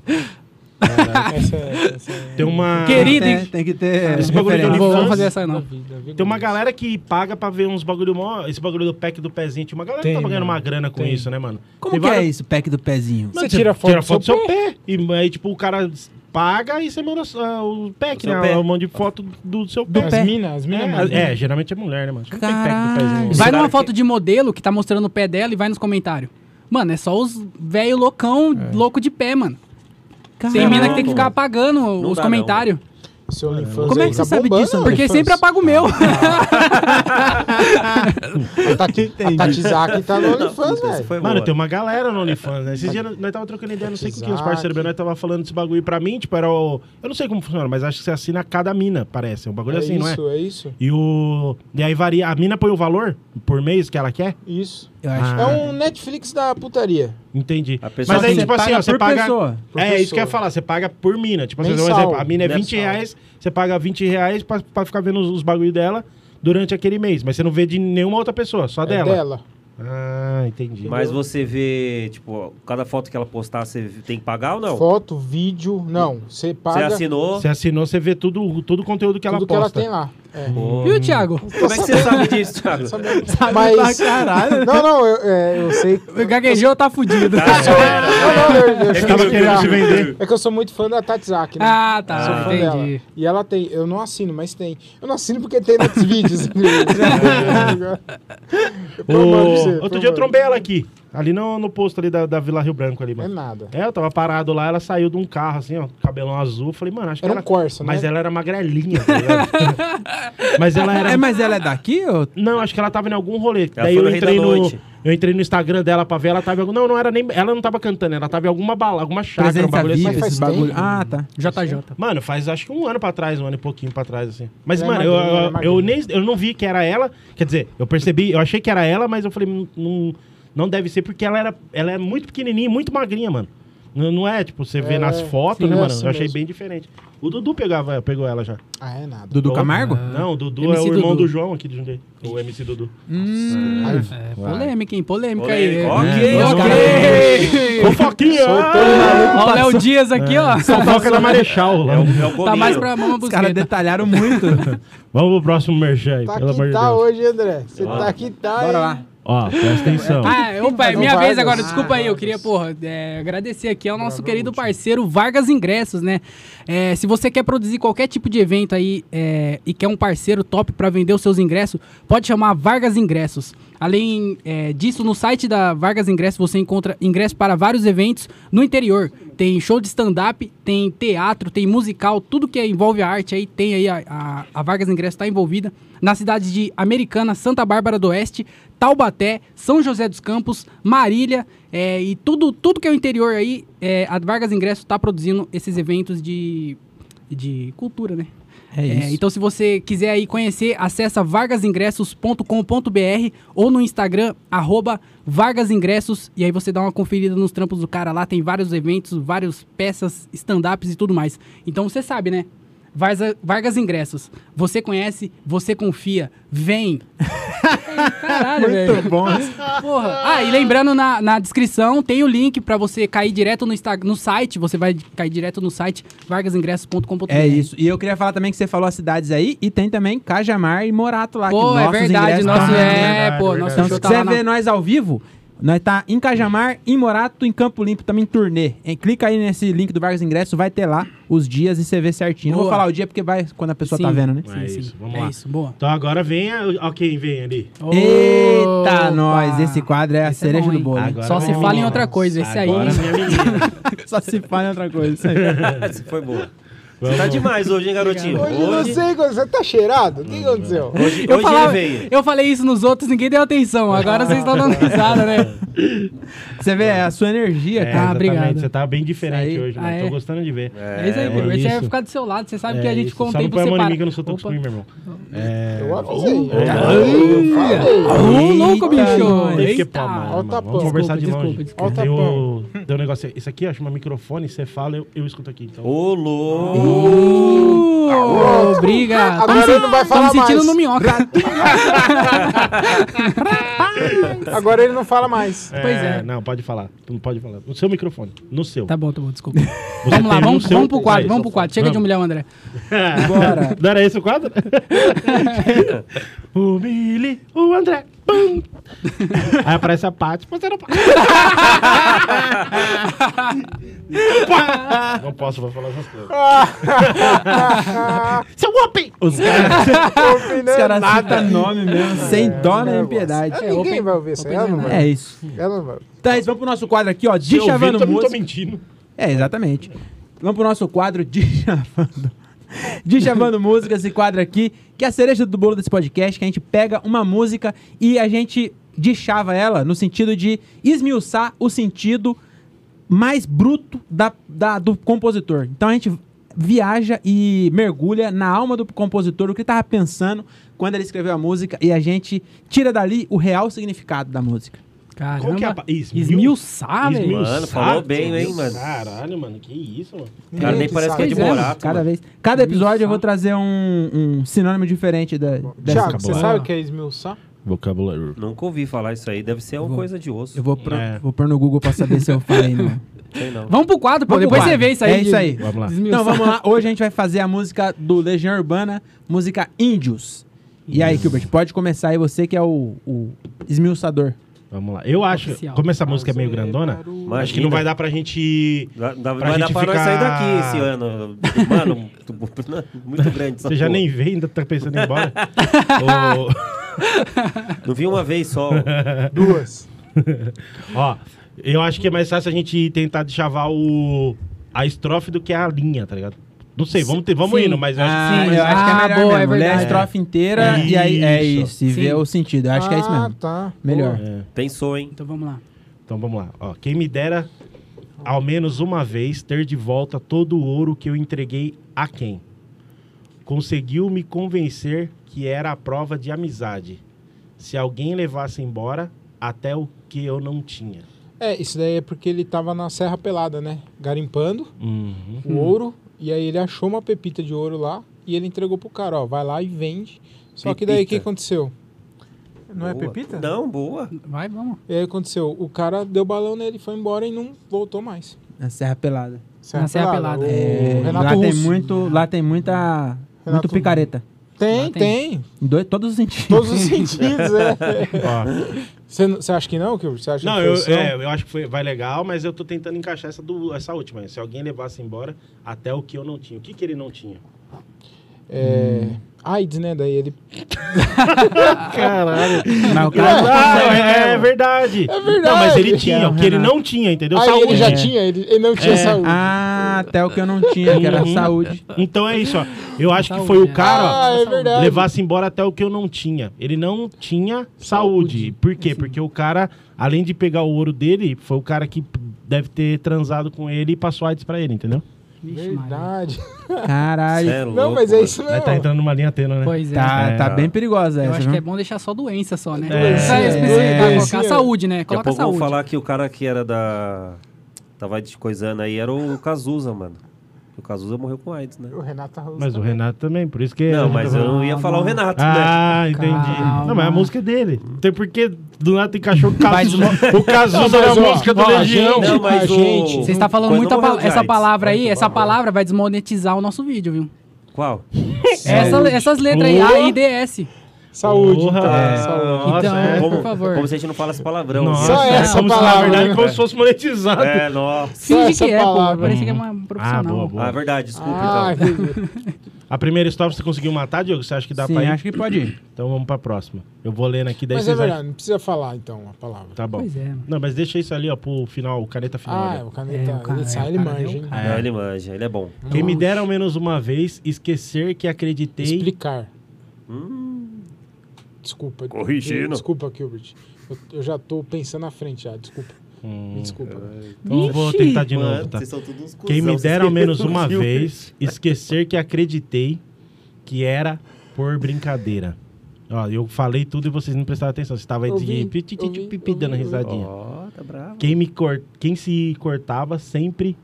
Speaker 4: Essa, é, essa
Speaker 1: Tem uma.
Speaker 2: Querido. Ih,
Speaker 3: Tem,
Speaker 2: tem-
Speaker 3: tem que ter
Speaker 1: Esse bagulho de
Speaker 2: Não
Speaker 3: referência.
Speaker 2: vou,
Speaker 1: OnlyFans?
Speaker 2: vou fazer essa aí, não.
Speaker 4: vida.
Speaker 1: Tem uma galera que paga pra ver uns bagulho mó. Esse bagulho do pack do pezinho. Tinha uma galera
Speaker 4: Tem,
Speaker 1: que tava ganhando
Speaker 4: mano,
Speaker 1: uma grana com
Speaker 4: tem.
Speaker 1: isso, né, mano?
Speaker 3: Como
Speaker 1: Tem
Speaker 3: que é
Speaker 1: vários-
Speaker 3: isso, pack do pezinho?
Speaker 1: Mano,
Speaker 4: Você tira foto do
Speaker 1: foto do
Speaker 4: seu
Speaker 1: seu pé. E aí, tipo, o cara paga e você manda ah, o pack,
Speaker 5: seu
Speaker 1: né?
Speaker 5: pé.
Speaker 1: Um monte de foto do seu
Speaker 4: Do
Speaker 1: pé.
Speaker 4: As minas, as minas. mais
Speaker 1: É, é, geralmente é mulher, né, mano? Não tem pack do
Speaker 3: Caralho.
Speaker 1: pezinho. né?
Speaker 2: Vai
Speaker 5: Será
Speaker 2: numa
Speaker 5: que-
Speaker 2: foto de modelo que tá mostrando o pé dela e vai nos comentários. Mano, é só os velho loucão, louco de pé, mano. Tem
Speaker 5: Não,
Speaker 2: mina
Speaker 5: não,
Speaker 2: que tem que
Speaker 5: não.
Speaker 2: ficar apagando
Speaker 5: Não
Speaker 2: os
Speaker 5: dá,
Speaker 2: comentários.
Speaker 4: Seu OnlyFans
Speaker 2: Como é
Speaker 4: aí
Speaker 2: que
Speaker 4: tá
Speaker 2: você sabe
Speaker 4: bombando,
Speaker 2: disso?
Speaker 4: né,
Speaker 2: Porque
Speaker 4: OnlyFans?
Speaker 2: sempre apaga o meu.
Speaker 4: A Tati, a Tati Zaki tá no OnlyFans,
Speaker 5: Essa
Speaker 4: velho.
Speaker 5: foi
Speaker 1: Mano,
Speaker 5: boa.
Speaker 1: tem uma galera no OnlyFans, né? Esses dias nós tava trocando ideia, não sei com quem, os parceiros meus, nós tava falando desse bagulho. E pra mim, tipo, era o... Eu não sei como funciona, mas acho que você assina cada mina, parece. É um bagulho
Speaker 4: É
Speaker 1: assim, não é?
Speaker 4: isso, é isso.
Speaker 1: E o... E aí varia... A mina põe o valor por mês que ela quer?
Speaker 4: Isso.
Speaker 2: Eu acho.
Speaker 1: Ah.
Speaker 4: É um Netflix da putaria.
Speaker 1: Entendi.
Speaker 5: A pessoa
Speaker 1: Mas aí,
Speaker 5: Você
Speaker 1: tipo assim, ó, você
Speaker 2: por
Speaker 1: paga...
Speaker 2: pessoa.
Speaker 4: Por
Speaker 1: é, isso
Speaker 4: pessoa.
Speaker 1: que eu ia falar, você paga por mina. Tipo, assim, um
Speaker 4: Mensal.
Speaker 1: exemplo, a mina é 20
Speaker 5: Mensal.
Speaker 1: reais, você paga 20 reais pra, pra ficar vendo os, os bagulho dela durante aquele mês. Mas você não vê de nenhuma outra pessoa, só
Speaker 4: É
Speaker 1: dela.
Speaker 4: dela.
Speaker 1: Ah, entendi.
Speaker 5: Mas você vê, tipo, cada foto que ela postar, você tem que pagar ou não?
Speaker 4: Foto, vídeo. Não, você
Speaker 5: Você
Speaker 4: paga
Speaker 5: assinou?
Speaker 1: Você assinou, você vê tudo, todo o conteúdo que ela
Speaker 4: tudo que ela
Speaker 1: posta.
Speaker 4: tem lá. É.
Speaker 5: Pô,
Speaker 2: E o Thiago?
Speaker 5: Como é que você sabe disso, Thiago?
Speaker 4: Mas...
Speaker 3: pra caralho.
Speaker 4: Não, não, eu, é, eu sei.
Speaker 2: O Gaguejou tá fudido.
Speaker 5: Ah, já era.
Speaker 4: Não, não, eu, eu
Speaker 5: Ele
Speaker 4: sei
Speaker 1: tava
Speaker 4: que-
Speaker 1: querendo se vender.
Speaker 4: É que eu sou muito fã da Tati Zaki, né?
Speaker 2: Ah,
Speaker 4: Sou
Speaker 2: tá.
Speaker 4: fã
Speaker 2: entendi.
Speaker 4: dela. E ela tem, eu não assino, mas tem. Eu não assino porque tem nos vídeos.
Speaker 1: Ô, outro dia eu trombei ela aqui. Ali no, no posto ali da, da Vila Rio Branco ali,
Speaker 4: É
Speaker 1: mano.
Speaker 4: nada.
Speaker 1: É, eu tava parado lá, ela saiu de um carro assim, ó, cabelão azul. Falei, mano, acho que
Speaker 4: Era um
Speaker 1: ela.
Speaker 4: Corsa, né?
Speaker 1: Mas ela era magrelinha, tá ligado? Mas ela era.
Speaker 3: É, mas ela é daqui ou
Speaker 1: Não, acho que ela tava em algum rolê.
Speaker 5: Ela
Speaker 1: Daí
Speaker 5: foi
Speaker 1: eu
Speaker 5: no Rei da
Speaker 1: entrei no.
Speaker 5: Noite.
Speaker 1: Eu entrei no Instagram dela pra ver, ela tava em algum. Não, não era nem. Ela não tava cantando, ela tava em alguma bala, alguma chácara, um
Speaker 3: presença
Speaker 1: bagulho
Speaker 3: viva,
Speaker 1: assim.
Speaker 4: Mas faz
Speaker 3: esses bagulho?
Speaker 4: tempo.
Speaker 3: Ah, tá.
Speaker 2: JJ.
Speaker 1: Mano, faz acho que um ano pra trás, um ano e pouquinho pra trás, assim. Mas,
Speaker 4: Ela é
Speaker 1: mano, eu,
Speaker 4: magrinha, ela é
Speaker 1: eu,
Speaker 4: magrinha.
Speaker 1: eu nem, eu não vi que era ela. Quer dizer, eu percebi, eu achei que era ela, mas eu falei, "Não- não, não deve ser, porque ela era. Ela é muito pequenininha, e muito magrinha, mano. Não, não é, tipo, você vê
Speaker 4: É,
Speaker 1: nas fotos,
Speaker 4: sim,
Speaker 1: né,
Speaker 4: é
Speaker 1: mano?
Speaker 4: assim
Speaker 1: eu achei
Speaker 4: mesmo.
Speaker 1: bem diferente. O Dudu pegava, pegou ela já.
Speaker 4: Ah, é nada.
Speaker 3: Dudu Camargo?
Speaker 2: né?
Speaker 1: Não, o Dudu é o
Speaker 2: MC
Speaker 1: irmão
Speaker 2: Dudu.
Speaker 1: do João aqui de Jundiaí. O MC Dudu.
Speaker 2: É, polêmica, hein? Polêmica aí.
Speaker 5: Polêmico.
Speaker 3: É,
Speaker 5: Ok,
Speaker 2: Ok!
Speaker 1: Fofoquinha! Ah!
Speaker 2: É. Ó, o Léo Dias aqui, ó.
Speaker 1: Fofoca da Marechal.
Speaker 5: É
Speaker 1: Lá.
Speaker 5: o, é o
Speaker 2: Tá
Speaker 5: Bolinho.
Speaker 2: mais pra mama
Speaker 3: Os caras
Speaker 2: busqueta.
Speaker 3: detalharam muito.
Speaker 1: Vamos pro próximo merchan aí,
Speaker 4: Tá
Speaker 1: pelo amor
Speaker 4: que
Speaker 1: de
Speaker 4: tá
Speaker 1: Deus.
Speaker 4: hoje, André. Você tá que tá,
Speaker 3: Bora
Speaker 4: hein?
Speaker 3: lá.
Speaker 1: Ó, presta atenção.
Speaker 2: Ah, opa, é
Speaker 4: Não,
Speaker 2: minha
Speaker 4: Vargas.
Speaker 2: vez agora,
Speaker 4: Ah,
Speaker 2: desculpa aí, eu
Speaker 4: Vargas.
Speaker 2: queria, porra, é, agradecer aqui ao nosso querido parceiro Vargas Ingressos, né? É, se você quer produzir qualquer tipo de evento aí é, e quer um parceiro top pra vender os seus ingressos, pode chamar Vargas Ingressos. Além é, disso, no site da Vargas Ingressos você encontra ingressos para vários eventos no interior. Tem show de stand-up, tem teatro, tem musical, tudo que envolve a arte aí, tem aí a, a, a Vargas Ingressos está envolvida. Na cidade de Americana, Santa Bárbara do Oeste, Taubaté, São José dos Campos, Marília é, e tudo, tudo que é o interior aí, é, a Vargas Ingresso está produzindo esses eventos de, de cultura, né?
Speaker 3: É isso.
Speaker 2: então, se você quiser aí conhecer, acessa vargasingressos.com.br ou no Instagram, arroba vargasingressos, e aí você dá uma conferida nos trampos do cara lá, tem vários eventos, várias peças, stand-ups e tudo mais. Então, você sabe, né? Varza- Vargas Ingressos. Você conhece, você confia, vem! Caralho, velho.
Speaker 3: Muito bom.
Speaker 2: Porra. Ah, e lembrando, na, na descrição tem o link pra você cair direto no, Insta- no site. Você vai cair direto no site vargasingressos.com.br.
Speaker 3: É isso. E eu queria falar também que você falou as cidades aí e tem também Cajamar e Morato lá.
Speaker 2: Pô,
Speaker 3: que
Speaker 2: é
Speaker 3: nossos
Speaker 2: verdade.
Speaker 3: ingressos tá
Speaker 2: Nosso,
Speaker 3: estão
Speaker 2: é,
Speaker 3: vendendo.
Speaker 2: pô,
Speaker 1: verdade.
Speaker 2: nosso
Speaker 3: Então, se
Speaker 2: show
Speaker 3: você
Speaker 2: tá lá
Speaker 3: quiser
Speaker 2: na-
Speaker 3: ver nós ao vivo, nós tá em Cajamar, em Morato, em Campo Limpo, também em turnê. Hein, clica aí nesse link do Vargas Ingresso, vai ter lá os dias e você vê certinho. Não vou
Speaker 2: Boa.
Speaker 3: falar o dia porque vai quando a pessoa tá
Speaker 2: Sim.
Speaker 3: vendo, né?
Speaker 1: É isso, vamos
Speaker 2: é
Speaker 1: lá.
Speaker 2: isso, boa. Tá,
Speaker 1: Então agora vem a... Ó, quem vem ali?
Speaker 3: Eita,
Speaker 2: Opa.
Speaker 3: nós! Esse quadro é a
Speaker 2: Esse é
Speaker 3: cereja
Speaker 2: bom,
Speaker 3: do
Speaker 2: hein?
Speaker 3: bolo. hein?
Speaker 1: Agora
Speaker 2: Só se
Speaker 1: vamos
Speaker 2: fala em
Speaker 1: lá.
Speaker 2: outra coisa, esse aí.
Speaker 1: Agora vem a menina.
Speaker 3: Só se fala em outra coisa. isso aí.
Speaker 5: Essa foi boa. Você tá demais hoje, hein, garotinho?
Speaker 4: Hoje eu não
Speaker 5: Hoje,
Speaker 4: sei, quando você tá cheirado? O que aconteceu?
Speaker 5: hoje,
Speaker 2: Eu,
Speaker 5: hoje
Speaker 2: falava-
Speaker 5: ele veio.
Speaker 2: eu falei isso nos outros, ninguém deu atenção. Agora vocês estão
Speaker 1: É,
Speaker 2: dando risada, né?
Speaker 3: Você vê é a sua energia,
Speaker 1: É,
Speaker 3: cara.
Speaker 2: Ah, obrigado.
Speaker 1: exatamente, Você tá bem
Speaker 3: Isso
Speaker 1: diferente
Speaker 3: aí.
Speaker 1: hoje,
Speaker 2: Ah,
Speaker 1: mano.
Speaker 2: é?
Speaker 1: Tô gostando de ver.
Speaker 2: É isso aí,
Speaker 1: mano,
Speaker 2: Pedro. Esse aí vai
Speaker 1: isso.
Speaker 2: ficar do seu lado. Você sabe que a
Speaker 1: É
Speaker 2: gente
Speaker 1: isso.
Speaker 2: ficou um
Speaker 1: Só não
Speaker 2: tempo
Speaker 1: põe a mão em mim que eu
Speaker 2: separado.
Speaker 1: não sou
Speaker 2: Opa.
Speaker 1: toxicomia, meu irmão.
Speaker 4: Eu avisei.
Speaker 1: É.
Speaker 4: Eu falei.
Speaker 2: Ô, louco,
Speaker 1: Tem
Speaker 2: bicho!
Speaker 1: que pôr
Speaker 2: Eita.
Speaker 1: a mão,
Speaker 4: Ó o
Speaker 1: mano.
Speaker 4: tapão.
Speaker 1: Vamos conversar de
Speaker 2: Desculpa,
Speaker 1: longe.
Speaker 2: desculpa,
Speaker 1: Tem
Speaker 4: desculpa.
Speaker 1: o- Tem um negócio. Isso aqui, ó, chama microfone, você fala, eu, eu escuto aqui. Então.
Speaker 5: Ô, louco.
Speaker 2: Uh, obrigado.
Speaker 4: Agora ele não vai falar
Speaker 2: Estamos sentindo
Speaker 4: mais.
Speaker 2: no minhoca.
Speaker 4: Agora ele não fala mais.
Speaker 2: pois é.
Speaker 1: Não, pode falar. Não pode falar. No seu microfone. No seu.
Speaker 2: Tá bom, tá bom, desculpa.
Speaker 1: Você
Speaker 2: vamos lá,
Speaker 1: tem
Speaker 2: vamos,
Speaker 1: no seu
Speaker 2: vamos pro quadro,
Speaker 1: país.
Speaker 2: vamos pro quadro. Chega de
Speaker 1: Vamos.
Speaker 2: humilhar o André.
Speaker 1: Bora. Não era esse o quadro? Humilhe o André. Pum. Aí aparece a Paty. Você não pode. não posso, vou falar essas coisas. Seu Whooping! Os caras.
Speaker 3: Os caras citam nome mesmo, sem dó nem piedade.
Speaker 4: É, ninguém
Speaker 2: open-
Speaker 4: vai ouvir isso.
Speaker 2: open
Speaker 4: Ela não
Speaker 2: mind.
Speaker 4: vai.
Speaker 3: É isso.
Speaker 4: Ela não vai.
Speaker 3: Então é isso, vamos pro nosso quadro aqui, ó.
Speaker 1: Se eu ouvir,
Speaker 3: Dichavando
Speaker 1: também tô
Speaker 3: música.
Speaker 1: mentindo.
Speaker 3: É, exatamente. Vamos pro nosso quadro Dichavando. Dichamando música, esse quadro aqui, que é a cereja do bolo desse podcast, que a gente pega uma música e a gente dichava ela no sentido de esmiuçar o sentido mais bruto da, da- do compositor. Então a gente viaja e mergulha na alma do compositor, o que ele estava pensando quando ele escreveu a música, e a gente tira dali o real significado da música.
Speaker 2: Caramba.
Speaker 1: Qual que é a... pa- Esmiu-
Speaker 2: Esmiuçar, velho.
Speaker 1: esmiuçar,
Speaker 5: Mano, falou bem, hein, mano?
Speaker 1: Caralho, mano, que isso, mano.
Speaker 5: Cara, nem parece que é de
Speaker 2: Pois é,
Speaker 5: Morato.
Speaker 3: Cada
Speaker 5: mano.
Speaker 3: vez. Cada episódio eu
Speaker 2: Esmiuçar.
Speaker 3: vou trazer um, um sinônimo diferente da, dessa.
Speaker 4: Tiago, você
Speaker 1: Acabou.
Speaker 4: sabe o que é esmiuçar?
Speaker 1: Vocabulário.
Speaker 5: Nunca ouvi falar isso aí. Deve ser uma coisa de osso.
Speaker 3: Eu vou, pro,
Speaker 1: É.
Speaker 3: vou pôr no Google pra saber se eu falei, não.
Speaker 5: Sei não.
Speaker 2: Vamos pro quadro, pô.
Speaker 3: Vamos pro
Speaker 2: Depois
Speaker 3: quadro.
Speaker 2: você vê isso aí.
Speaker 3: É isso
Speaker 2: de-
Speaker 3: aí.
Speaker 1: Vamos lá.
Speaker 2: desmiuçar.
Speaker 3: Não, vamos lá. Hoje a gente vai fazer a música do Legião Urbana, música Índios. E aí, Gilbert, pode começar aí, você que é o, o esmiuçador.
Speaker 1: Vamos lá. Eu acho,
Speaker 2: Oficial.
Speaker 1: como essa música é meio grandona,
Speaker 5: Mas-
Speaker 1: acho que não vai
Speaker 5: Imagina.
Speaker 1: dar pra gente.
Speaker 5: Dá- dá-
Speaker 1: Pra
Speaker 5: Vai dar
Speaker 1: gente
Speaker 5: pra nós sair
Speaker 1: ficar-
Speaker 5: daqui esse ano. Mano, tu- muito grande essa
Speaker 1: Você já
Speaker 5: porra.
Speaker 1: nem vê, ainda tá pensando em ir embora. Ô,
Speaker 5: Não vi uma vez só.
Speaker 4: Duas.
Speaker 1: ó, eu acho que é mais fácil a gente tentar deschavar o a estrofe do que a linha, tá ligado? Não sei, vamos, ter, vamos
Speaker 2: Sim.
Speaker 1: indo, mas eu acho
Speaker 2: Ah,
Speaker 1: que
Speaker 2: eu acho que é melhor mesmo.
Speaker 3: Ler a
Speaker 2: Lê a estrofe
Speaker 3: estrofe inteira e aí é isso. E
Speaker 2: Sim.
Speaker 3: ver o sentido. Eu acho que é isso
Speaker 4: Ah,
Speaker 3: mesmo.
Speaker 4: tá.
Speaker 3: Melhor.
Speaker 4: Boa.
Speaker 1: É.
Speaker 5: Pensou, hein?
Speaker 2: Então vamos lá.
Speaker 1: Então vamos lá. Ó, quem me dera ao menos uma vez ter de volta todo o ouro que eu entreguei a quem? Conseguiu me convencer que era a prova de amizade. Se alguém levasse embora, até o que eu não tinha.
Speaker 4: É, isso daí é porque ele tava na Serra Pelada, né? Garimpando
Speaker 1: Uhum.
Speaker 4: o ouro. E aí ele achou uma pepita de ouro lá e ele entregou pro cara, ó. Vai lá e vende. Só que daí o que
Speaker 5: Pepita.
Speaker 4: aconteceu? Não é
Speaker 5: Boa.
Speaker 4: pepita?
Speaker 5: Não, boa.
Speaker 2: Vai, vamos.
Speaker 4: E aí aconteceu, o cara deu balão nele, foi embora e não voltou mais.
Speaker 3: Na Serra Pelada.
Speaker 4: Serra
Speaker 2: Na Serra Pelada.
Speaker 4: O
Speaker 3: É,
Speaker 4: Renato
Speaker 3: lá, tem
Speaker 4: Russo.
Speaker 3: muito, lá tem muita.
Speaker 4: Renato-
Speaker 3: muito picareta.
Speaker 4: Tem,
Speaker 2: Lá
Speaker 4: tem.
Speaker 2: tem.
Speaker 3: Em dois- todos os sentidos.
Speaker 4: Todos os sentidos, é.
Speaker 1: Ó,
Speaker 4: Você não- você acha que não, Kilbert? Você acha
Speaker 1: não,
Speaker 4: que
Speaker 1: eu,
Speaker 4: foi só?
Speaker 1: é, eu acho que foi, vai legal, mas eu tô tentando encaixar essa, do, essa última. né? Se alguém levasse embora, até o que eu não tinha. O que, que ele não tinha?
Speaker 4: É,
Speaker 1: Hum.
Speaker 4: AIDS, né? Daí ele...
Speaker 1: Caralho.
Speaker 3: Mas
Speaker 4: Ah,
Speaker 3: o cara.
Speaker 1: Caralho, é, verdade.
Speaker 4: É verdade.
Speaker 1: Não, mas ele tinha, o que ele
Speaker 3: Renato.
Speaker 1: não tinha, entendeu?
Speaker 4: Ah,
Speaker 1: Saúde.
Speaker 4: ele já
Speaker 1: É.
Speaker 4: tinha, ele, ele não tinha saúde.
Speaker 3: Ah, até o que eu não tinha, que era
Speaker 1: Uhum.
Speaker 3: saúde.
Speaker 1: Então é isso, ó. Eu acho que
Speaker 2: Saúde,
Speaker 1: foi o
Speaker 2: é.
Speaker 1: cara
Speaker 4: Ah, é
Speaker 2: saúde.
Speaker 1: ó,
Speaker 4: verdade.
Speaker 1: levasse embora até o que eu não tinha. Ele não tinha saúde. Por quê? Porque o cara, além de pegar o ouro dele, foi o cara que deve ter transado com ele e passou AIDS pra ele, entendeu?
Speaker 2: Vixe, Maria.
Speaker 4: Verdade.
Speaker 3: Caralho.
Speaker 5: Cê é
Speaker 4: Não,
Speaker 5: louco,
Speaker 4: mas é
Speaker 5: mano.
Speaker 4: isso
Speaker 1: Aí
Speaker 4: mesmo.
Speaker 1: tá entrando numa linha tênue, né?
Speaker 2: Pois é.
Speaker 3: Tá,
Speaker 1: É.
Speaker 3: tá bem perigosa
Speaker 2: Eu
Speaker 3: essa,
Speaker 2: acho
Speaker 3: viu?
Speaker 2: que é bom deixar só doença só, né?
Speaker 1: É.
Speaker 2: Só
Speaker 4: É.
Speaker 2: especificar, colocar
Speaker 4: É.
Speaker 2: saúde, né?
Speaker 5: Daqui a
Speaker 2: Coloca
Speaker 5: pouco vão
Speaker 2: saúde.
Speaker 5: falar que o cara que era da. Tava de coisando aí era o Cazuza, mano. O Cazuza morreu com AIDS, né?
Speaker 4: O Renato tá Russo
Speaker 1: Mas o
Speaker 4: também.
Speaker 1: Renato também, por isso que. tá
Speaker 5: Não, mas eu não ia
Speaker 2: Calma.
Speaker 5: falar o Renato, né?
Speaker 1: É. Ah, entendi.
Speaker 2: Calma.
Speaker 1: Não, mas a música é dele. Não tem porquê do nada encaixou o Cazuza. o Cazuza
Speaker 4: Não,
Speaker 1: é a
Speaker 4: mas, ó,
Speaker 1: música do
Speaker 4: ó, a
Speaker 1: Legião.
Speaker 4: gente-
Speaker 5: Não, mas
Speaker 4: a
Speaker 5: o-
Speaker 4: gente-
Speaker 2: Você está falando
Speaker 5: Quando
Speaker 2: muito a
Speaker 5: morreu
Speaker 2: pa-
Speaker 5: de
Speaker 2: essa
Speaker 5: AIDS?
Speaker 2: palavra aí,
Speaker 5: Vai
Speaker 2: essa
Speaker 5: tomar no cu.
Speaker 2: palavra vai desmonetizar o nosso vídeo, viu?
Speaker 5: Qual?
Speaker 2: Essa- essas letras aí, A, I, D, S.
Speaker 4: Saúde.
Speaker 1: Porra.
Speaker 4: então,
Speaker 1: É.
Speaker 4: saúde.
Speaker 1: Nossa,
Speaker 2: Então,
Speaker 1: é.
Speaker 5: como,
Speaker 2: por favor.
Speaker 5: como se a gente não fala esse palavrão. né?
Speaker 1: Nossa,
Speaker 4: Só
Speaker 1: é
Speaker 4: essa
Speaker 1: como se, na
Speaker 4: palavra,
Speaker 1: verdade,
Speaker 4: né?
Speaker 1: como se fosse monetizado.
Speaker 5: É, nossa.
Speaker 2: Finge
Speaker 4: essa
Speaker 2: que é, pô.
Speaker 4: palavra.
Speaker 2: Parece que é uma profissional.
Speaker 1: boa, boa.
Speaker 5: Ah, é verdade, desculpa
Speaker 4: Ah,
Speaker 5: então.
Speaker 4: entendi.
Speaker 1: A primeira estrofe você conseguiu matar, Diogo? Você acha que dá
Speaker 3: Sim,
Speaker 1: pra ir?
Speaker 3: acho que pode ir.
Speaker 1: Então vamos pra próxima. Eu vou lendo aqui, daí
Speaker 4: Mas é
Speaker 1: vocês acham-
Speaker 4: verdade, não precisa falar então a palavra.
Speaker 1: Tá bom.
Speaker 2: Pois é, mano.
Speaker 1: Não, mas deixa isso ali, ó, pro final, o caneta final.
Speaker 4: Ah,
Speaker 1: né?
Speaker 4: é, o caneta.
Speaker 2: É, o cara-
Speaker 4: ele sai,
Speaker 2: é,
Speaker 4: ele
Speaker 2: o cara
Speaker 4: manja,
Speaker 2: deu
Speaker 4: hein?
Speaker 2: um
Speaker 5: Não, ele manja, ele é bom.
Speaker 1: Quem me dera ao menos uma vez esquecer que acreditei.
Speaker 4: Explicar.
Speaker 5: Hum,
Speaker 4: Desculpa.
Speaker 5: Corrigindo.
Speaker 4: Eu- Desculpa, Gilbert. Eu, eu já tô pensando na frente já, desculpa. Me
Speaker 1: Hum,
Speaker 4: desculpa.
Speaker 1: então eu vou
Speaker 2: Vixe.
Speaker 1: tentar de novo,
Speaker 5: mano,
Speaker 1: tá?
Speaker 5: vocês são todos uns cuzão,
Speaker 1: Quem me
Speaker 5: vocês
Speaker 1: dera ao menos
Speaker 5: querem
Speaker 1: uma
Speaker 5: ouvir o-
Speaker 1: vez esquecer que acreditei que era por brincadeira. Ó, eu falei tudo e vocês não prestaram atenção. Vocês estavam aí
Speaker 4: Ouvi,
Speaker 1: de
Speaker 4: ouvi,
Speaker 1: pi- ti- ti- ti- pi- pi- dando
Speaker 4: ouvi,
Speaker 1: risadinha.
Speaker 5: Ó, tá bravo.
Speaker 1: Quem, me cor... Quem se cortava sempre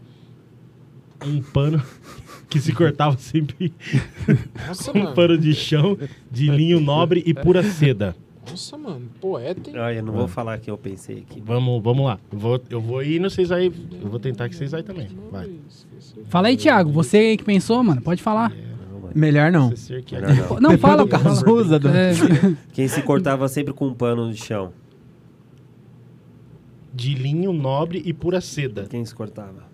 Speaker 1: um pano. Que se cortava sempre
Speaker 4: Nossa,
Speaker 1: um
Speaker 4: mano.
Speaker 1: pano de chão de linho nobre e pura seda.
Speaker 4: Nossa, mano. Poeta, hein?
Speaker 5: Ah, eu não vou falar que eu pensei aqui.
Speaker 1: Vamos, vamos lá. Eu vou, eu vou ir, não vocês aí. Eu vou tentar que vocês aí também. Vai.
Speaker 4: Esqueci.
Speaker 2: Fala aí, Thiago. Você aí que pensou, mano, pode falar.
Speaker 3: Melhor não.
Speaker 1: Esquecer que-
Speaker 5: Melhor não.
Speaker 2: Pô, Não, fala,
Speaker 3: do
Speaker 2: pô.
Speaker 3: Cazuza, do-
Speaker 2: É,
Speaker 5: Quem se cortava sempre com um pano de chão.
Speaker 1: De linho nobre e pura seda.
Speaker 5: Quem se cortava?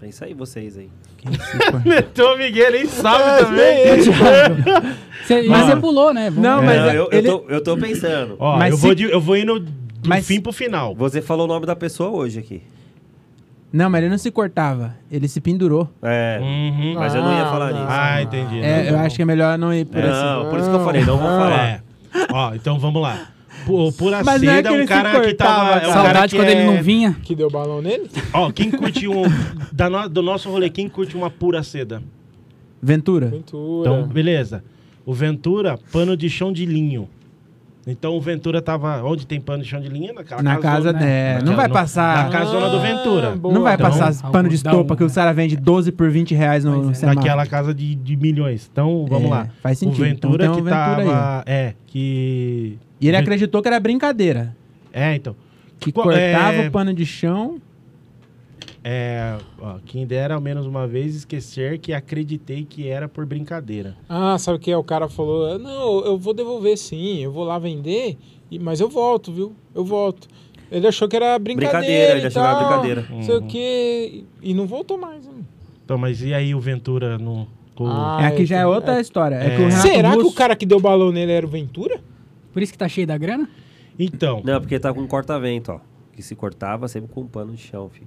Speaker 5: É isso aí, vocês aí.
Speaker 1: Meteu o Miguel, nem sabe também.
Speaker 2: você- mas
Speaker 1: Mano.
Speaker 2: você pulou, né? Vamos-
Speaker 3: Não,
Speaker 1: É,
Speaker 5: Não,
Speaker 3: mas
Speaker 5: É, eu- eu,
Speaker 3: ele-
Speaker 5: tô, eu tô pensando.
Speaker 1: Ó,
Speaker 3: Mas
Speaker 1: eu,
Speaker 3: se-
Speaker 1: vou de- eu vou indo do
Speaker 3: Mas-
Speaker 1: fim pro final.
Speaker 5: Você falou o nome da pessoa hoje aqui.
Speaker 3: Não, mas ele não se cortava. Ele se pendurou.
Speaker 5: É,
Speaker 1: Uhum.
Speaker 5: mas eu não ia falar
Speaker 4: Ah,
Speaker 5: nisso.
Speaker 1: Ah, entendi.
Speaker 3: É, eu
Speaker 1: Não,
Speaker 3: acho que é melhor não ir por
Speaker 5: É,
Speaker 3: assim.
Speaker 5: não, por isso que eu falei, não vou
Speaker 1: não.
Speaker 5: falar.
Speaker 1: É. Ó, então vamos lá. Pu- Pura
Speaker 3: Mas não é
Speaker 1: seda
Speaker 3: que
Speaker 1: é
Speaker 3: ele
Speaker 1: um
Speaker 3: se
Speaker 1: cara que tava.
Speaker 3: cortava,
Speaker 1: É um cara
Speaker 2: Saudade
Speaker 1: que
Speaker 2: Ah, quando
Speaker 1: é-
Speaker 2: ele não vinha.
Speaker 4: Que deu balão nele?
Speaker 1: Ó, quem curte um. da no- do nosso rolê, quem curte uma pura seda?
Speaker 3: Ventura.
Speaker 4: Ventura.
Speaker 1: Então, beleza. O Ventura, pano de chão de linho. Então o Ventura tava. Onde tem pano de chão de linho? Naquela
Speaker 3: Na casa
Speaker 1: casona.
Speaker 3: dela.
Speaker 1: Na
Speaker 3: Não vai
Speaker 1: casa-
Speaker 3: passar. Ah,
Speaker 1: Na casona do Ventura.
Speaker 4: boa.
Speaker 3: Não vai
Speaker 1: Então,
Speaker 3: passar
Speaker 2: algum-
Speaker 3: pano de
Speaker 2: dá
Speaker 3: estopa
Speaker 2: um,
Speaker 3: que
Speaker 2: né?
Speaker 3: os caras vendem 12 por 20 reais no
Speaker 2: Pois é.
Speaker 3: semana.
Speaker 1: Daquela casa de, de milhões. Então, vamos
Speaker 3: É,
Speaker 1: lá.
Speaker 3: faz sentido.
Speaker 1: O Ventura
Speaker 3: Então tem
Speaker 1: que
Speaker 3: um Ventura
Speaker 1: tava. É, que.
Speaker 3: E ele acreditou que era brincadeira.
Speaker 1: É, então.
Speaker 3: Que
Speaker 1: Qual-
Speaker 3: cortava
Speaker 1: é-
Speaker 3: o pano de chão.
Speaker 1: É, ó, quem dera ao menos uma vez esquecer que acreditei que era por brincadeira.
Speaker 4: Ah, sabe o que é? O cara falou: "Ah, Não, eu vou devolver sim, eu vou lá vender, e- mas eu volto, viu? Eu volto. Ele achou que era brincadeira.
Speaker 5: Brincadeira,
Speaker 4: e
Speaker 5: ele achou que era
Speaker 4: tal,
Speaker 5: brincadeira.
Speaker 4: Não
Speaker 1: Uhum.
Speaker 4: sei o quê. E não voltou mais. né?
Speaker 1: Então, mas e aí o Ventura no. com-
Speaker 4: Ah,
Speaker 3: é aqui já é
Speaker 4: entendi.
Speaker 3: outra história. É, que o
Speaker 1: É.
Speaker 3: Renato
Speaker 4: Será que
Speaker 3: Russo-
Speaker 4: o cara que deu balão nele era o Ventura?
Speaker 2: Por isso que tá cheio da grana?
Speaker 1: Então.
Speaker 5: Não, porque tá com um corta-vento, ó. Que se cortava sempre com um pano de chão, filho.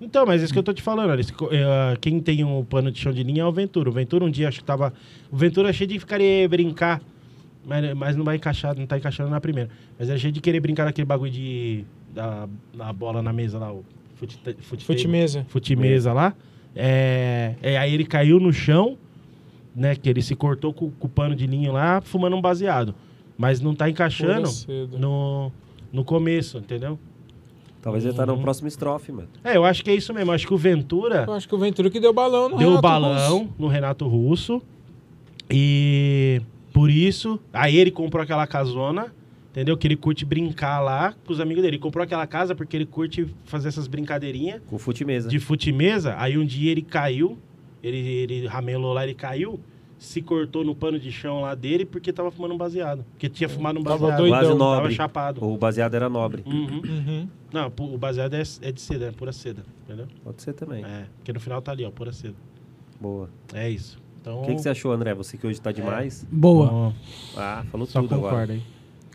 Speaker 1: Então, mas isso que eu tô te falando. eles co- eh, quem tem um pano de chão de linha é o Ventura. O Ventura um dia acho que tava. O Ventura achei de ficar eh, brincar. Mas, mas não vai encaixar, não tá encaixando na primeira. Mas achei de querer brincar naquele bagulho de. Da, da bola na mesa lá, o fute, fute,
Speaker 4: Futimesa.
Speaker 1: Futimesa lá. É, é, aí ele caiu no chão, né? Que ele se cortou com, com o pano de linho lá, fumando um baseado. Mas não tá
Speaker 4: Pura
Speaker 1: encaixando
Speaker 4: seda.
Speaker 1: no, no começo, entendeu?
Speaker 5: Talvez ele tá
Speaker 1: Uhum.
Speaker 5: no próximo estrofe, mano.
Speaker 1: É, eu acho que é isso mesmo. Acho que o Ventura
Speaker 4: Eu acho que o Ventura que deu balão no
Speaker 1: deu o
Speaker 4: Renato
Speaker 1: balão
Speaker 4: Russo.
Speaker 1: no Renato Russo. E por isso, aí ele comprou aquela casona, entendeu? Que ele curte brincar lá com os amigos dele. Ele comprou aquela casa porque ele curte fazer essas brincadeirinhas
Speaker 5: Com fute mesa.
Speaker 1: de fute-mesa. Aí um dia ele caiu, ele, ele ramelou lá, ele caiu, se cortou no pano de chão lá dele porque tava fumando um baseado. Porque tinha fumado um
Speaker 4: Tava
Speaker 1: baseado.
Speaker 4: doidão.
Speaker 5: Quase
Speaker 1: tava
Speaker 5: nobre.
Speaker 1: chapado.
Speaker 5: O baseado era nobre.
Speaker 1: Uhum.
Speaker 4: Uhum.
Speaker 1: Não, pu- o baseado é, é de seda, é pura seda, entendeu?
Speaker 5: Pode ser também.
Speaker 1: É, porque no final tá ali, ó, pura seda.
Speaker 5: Boa.
Speaker 1: É isso. Então,
Speaker 5: O que, que você achou, André? Você que hoje tá demais?
Speaker 2: Boa.
Speaker 1: Ó,
Speaker 5: Ah, falou
Speaker 1: É. Só
Speaker 5: tudo agora.
Speaker 1: concorda aí.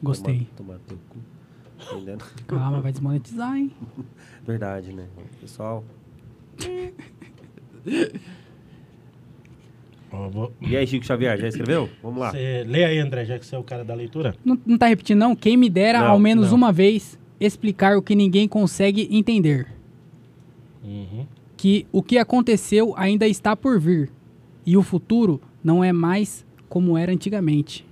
Speaker 2: Gostei.
Speaker 5: Tomar, tomar teu cu. Entendendo?
Speaker 2: Calma, vai desmonetizar, hein?
Speaker 5: Verdade, né? Pessoal.
Speaker 1: Ó, vou-
Speaker 5: E aí, Chico Xavier, já escreveu? Vamos lá.
Speaker 1: Você lê aí, André, já que você é o cara da leitura.
Speaker 2: Não, não tá repetindo, não? Quem me dera,
Speaker 5: Não,
Speaker 2: ao menos
Speaker 1: não.
Speaker 2: uma vez, explicar o que ninguém consegue entender.
Speaker 1: Uhum.
Speaker 2: Que o que aconteceu ainda está por vir. E o futuro não é mais como era antigamente.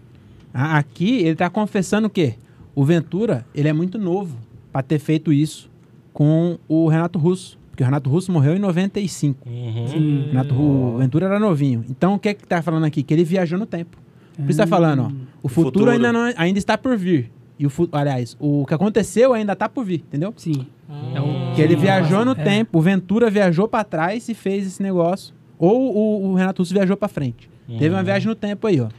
Speaker 3: Ah, Aqui ele tá confessando o quê? O Ventura, ele é muito novo pra ter feito isso com o Renato Russo. Porque o Renato Russo morreu em 95.
Speaker 2: Hum.
Speaker 1: Uhum.
Speaker 3: O Renato Ru- o Ventura era novinho. Então o que é que tá falando aqui? Que ele viajou no tempo. Por
Speaker 2: Hum.
Speaker 3: isso tá falando, ó. O futuro,
Speaker 5: futuro.
Speaker 3: Ainda, não- ainda está por vir. E o fu- aliás, o que aconteceu ainda tá por vir, entendeu?
Speaker 2: Sim.
Speaker 4: Ah,
Speaker 2: Então,
Speaker 3: Que ele
Speaker 2: sim,
Speaker 3: viajou no
Speaker 2: é.
Speaker 3: tempo, o Ventura viajou pra trás e fez esse negócio. Ou o, o Renato Russo viajou pra frente.
Speaker 2: Hum.
Speaker 3: Teve uma viagem no tempo aí, ó.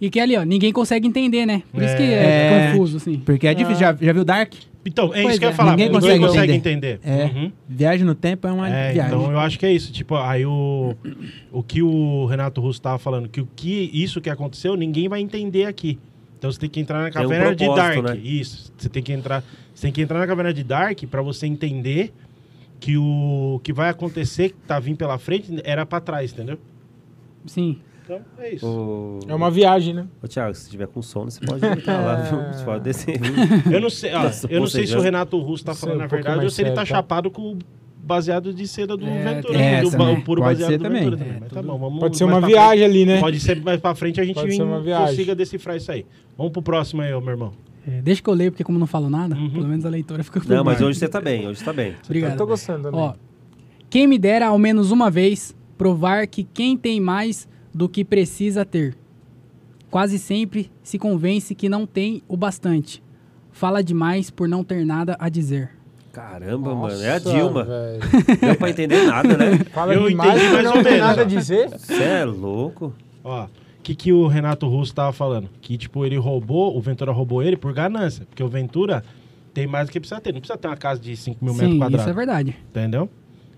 Speaker 2: E que ali, ó, ninguém consegue entender, né? Por isso que
Speaker 3: É.
Speaker 2: é, confuso, assim.
Speaker 3: Porque é difícil. Já, já viu Dark?
Speaker 1: Então, é
Speaker 2: Pois
Speaker 1: isso que eu
Speaker 2: é.
Speaker 1: ia falar.
Speaker 3: Ninguém
Speaker 1: porque
Speaker 3: consegue
Speaker 1: consegue
Speaker 3: entender.
Speaker 1: entender.
Speaker 3: É.
Speaker 1: Uhum.
Speaker 3: Viagem no tempo é uma
Speaker 1: É,
Speaker 3: viagem.
Speaker 1: então eu acho que é isso. Tipo, aí o, o que o Renato Russo tava falando, que o que isso que aconteceu, ninguém vai entender aqui. Então você tem que entrar na
Speaker 5: Tem um
Speaker 1: caverna de
Speaker 5: propósito,
Speaker 1: Dark.
Speaker 5: né?
Speaker 1: Isso. Você tem que entrar, você tem que entrar na caverna de Dark para você entender que o que vai acontecer, que tá vindo pela frente, era para trás, entendeu?
Speaker 2: Sim.
Speaker 1: Então é isso.
Speaker 5: Ô,
Speaker 4: É uma viagem, né?
Speaker 5: Ô, Thiago, se tiver com sono, você pode entrar lá, viu? Você pode descer.
Speaker 1: Eu não sei, ó,
Speaker 3: Tá
Speaker 5: Nossa,
Speaker 1: eu não sei se o
Speaker 5: bocejando.
Speaker 1: Renato Russo tá
Speaker 4: Isso é
Speaker 1: falando
Speaker 4: um
Speaker 1: a
Speaker 4: pouco
Speaker 1: verdade
Speaker 4: mais
Speaker 1: ou se ele tá
Speaker 4: sério, tá?
Speaker 1: chapado com o baseado de seda do
Speaker 2: É,
Speaker 1: Ventura,
Speaker 2: tem
Speaker 1: do
Speaker 2: essa,
Speaker 1: ba-
Speaker 2: né?
Speaker 1: o puro
Speaker 3: Pode
Speaker 1: baseado
Speaker 3: ser
Speaker 1: do
Speaker 3: também.
Speaker 1: Ventura
Speaker 2: É,
Speaker 1: também. Mas tá
Speaker 2: tudo-
Speaker 1: bom, vamos
Speaker 4: Pode ser
Speaker 1: mais
Speaker 4: uma
Speaker 1: pra frente.
Speaker 4: viagem ali, né?
Speaker 1: Pode ser mais pra frente a gente
Speaker 4: Pode ser uma viagem.
Speaker 1: consiga decifrar isso aí. Vamos pro próximo aí, ô, meu irmão.
Speaker 2: É, deixa que eu leio, porque como não falo nada,
Speaker 1: Uhum.
Speaker 2: pelo menos a leitora fica... por
Speaker 5: Não, mas
Speaker 2: baixo.
Speaker 5: hoje você tá bem, hoje tá bem.
Speaker 4: Eu tô
Speaker 2: Obrigado.
Speaker 4: gostando, né?
Speaker 2: Ó, quem me dera ao menos uma vez provar que quem tem mais do que precisa ter, quase sempre se convence que não tem o bastante. Fala demais por não ter nada a dizer.
Speaker 5: Caramba, mano. É a
Speaker 4: Nossa,
Speaker 5: Dilma.
Speaker 4: velho.
Speaker 5: Deu pra entender nada, né?
Speaker 4: Fala
Speaker 1: Eu
Speaker 4: demais,
Speaker 1: entendi
Speaker 4: mas
Speaker 1: mais
Speaker 4: não
Speaker 1: ou
Speaker 4: tem
Speaker 1: menos,
Speaker 4: nada a
Speaker 1: ó.
Speaker 4: dizer.
Speaker 5: Você é louco.
Speaker 1: Ó, o que, que o Renato Russo tava falando? Que, tipo, ele roubou, o Ventura roubou ele por ganância. Porque o Ventura tem mais do que precisa ter. Não precisa ter uma casa de 5 mil metros
Speaker 2: Sim, isso é
Speaker 1: quadrados.
Speaker 2: verdade.
Speaker 1: entendeu?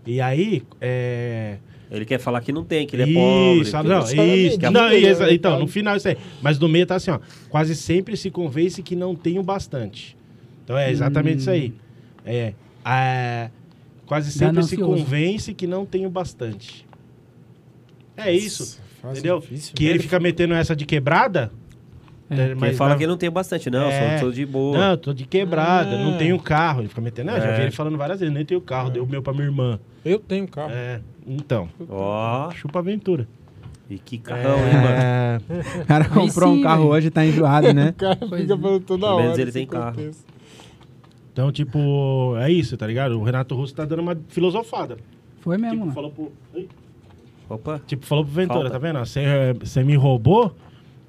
Speaker 1: E aí, é...
Speaker 5: Ele quer falar que não tem, que ele é
Speaker 1: Isso,
Speaker 5: pobre.
Speaker 1: não,
Speaker 5: que-
Speaker 4: Só na
Speaker 1: isso.
Speaker 4: medida,
Speaker 1: Não,
Speaker 4: né?
Speaker 1: isso,
Speaker 5: é
Speaker 1: então, no final isso aí. Mas no meio tá assim, ó. Quase sempre se convence
Speaker 5: Hum.
Speaker 1: que não tem o bastante. Então é exatamente isso aí. É. a- quase sempre se
Speaker 2: Ganancioso.
Speaker 1: convence que não tem o bastante. É isso.
Speaker 4: Fase
Speaker 1: entendeu?
Speaker 4: difícil,
Speaker 1: que
Speaker 4: né?
Speaker 1: ele fica metendo essa de quebrada.
Speaker 2: É.
Speaker 1: né,
Speaker 5: Mas fala
Speaker 1: não,
Speaker 5: que ele não tem bastante, não,
Speaker 1: É.
Speaker 5: só tô de boa.
Speaker 1: não, tô de quebrada,
Speaker 4: Ah.
Speaker 1: não tenho carro. Ele fica metendo, ah, já
Speaker 5: É.
Speaker 1: vi ele falando várias vezes, nem tenho carro, deu o meu pra minha irmã.
Speaker 4: Eu tenho
Speaker 5: Ah.
Speaker 4: carro.
Speaker 1: É, então,
Speaker 5: Ó,
Speaker 1: chupa a aventura.
Speaker 5: e que carrão, hein, mano?
Speaker 3: O cara comprou um
Speaker 2: sim,
Speaker 3: carro
Speaker 2: velho.
Speaker 3: hoje e tá enjoado, né?
Speaker 4: O cara fica
Speaker 2: Pois é.
Speaker 4: falando toda
Speaker 5: Pelo
Speaker 4: hora.
Speaker 5: menos ele
Speaker 4: isso
Speaker 5: tem carro.
Speaker 4: acontece.
Speaker 1: Então, tipo, é isso, tá ligado? O Renato Russo tá dando uma filosofada.
Speaker 2: Foi mesmo,
Speaker 1: Tipo,
Speaker 2: mano.
Speaker 1: falou pro. Ai.
Speaker 5: Opa.
Speaker 1: Tipo, falou pro Ventura, tá
Speaker 5: Falta.
Speaker 1: vendo? ó, Você eh, você me roubou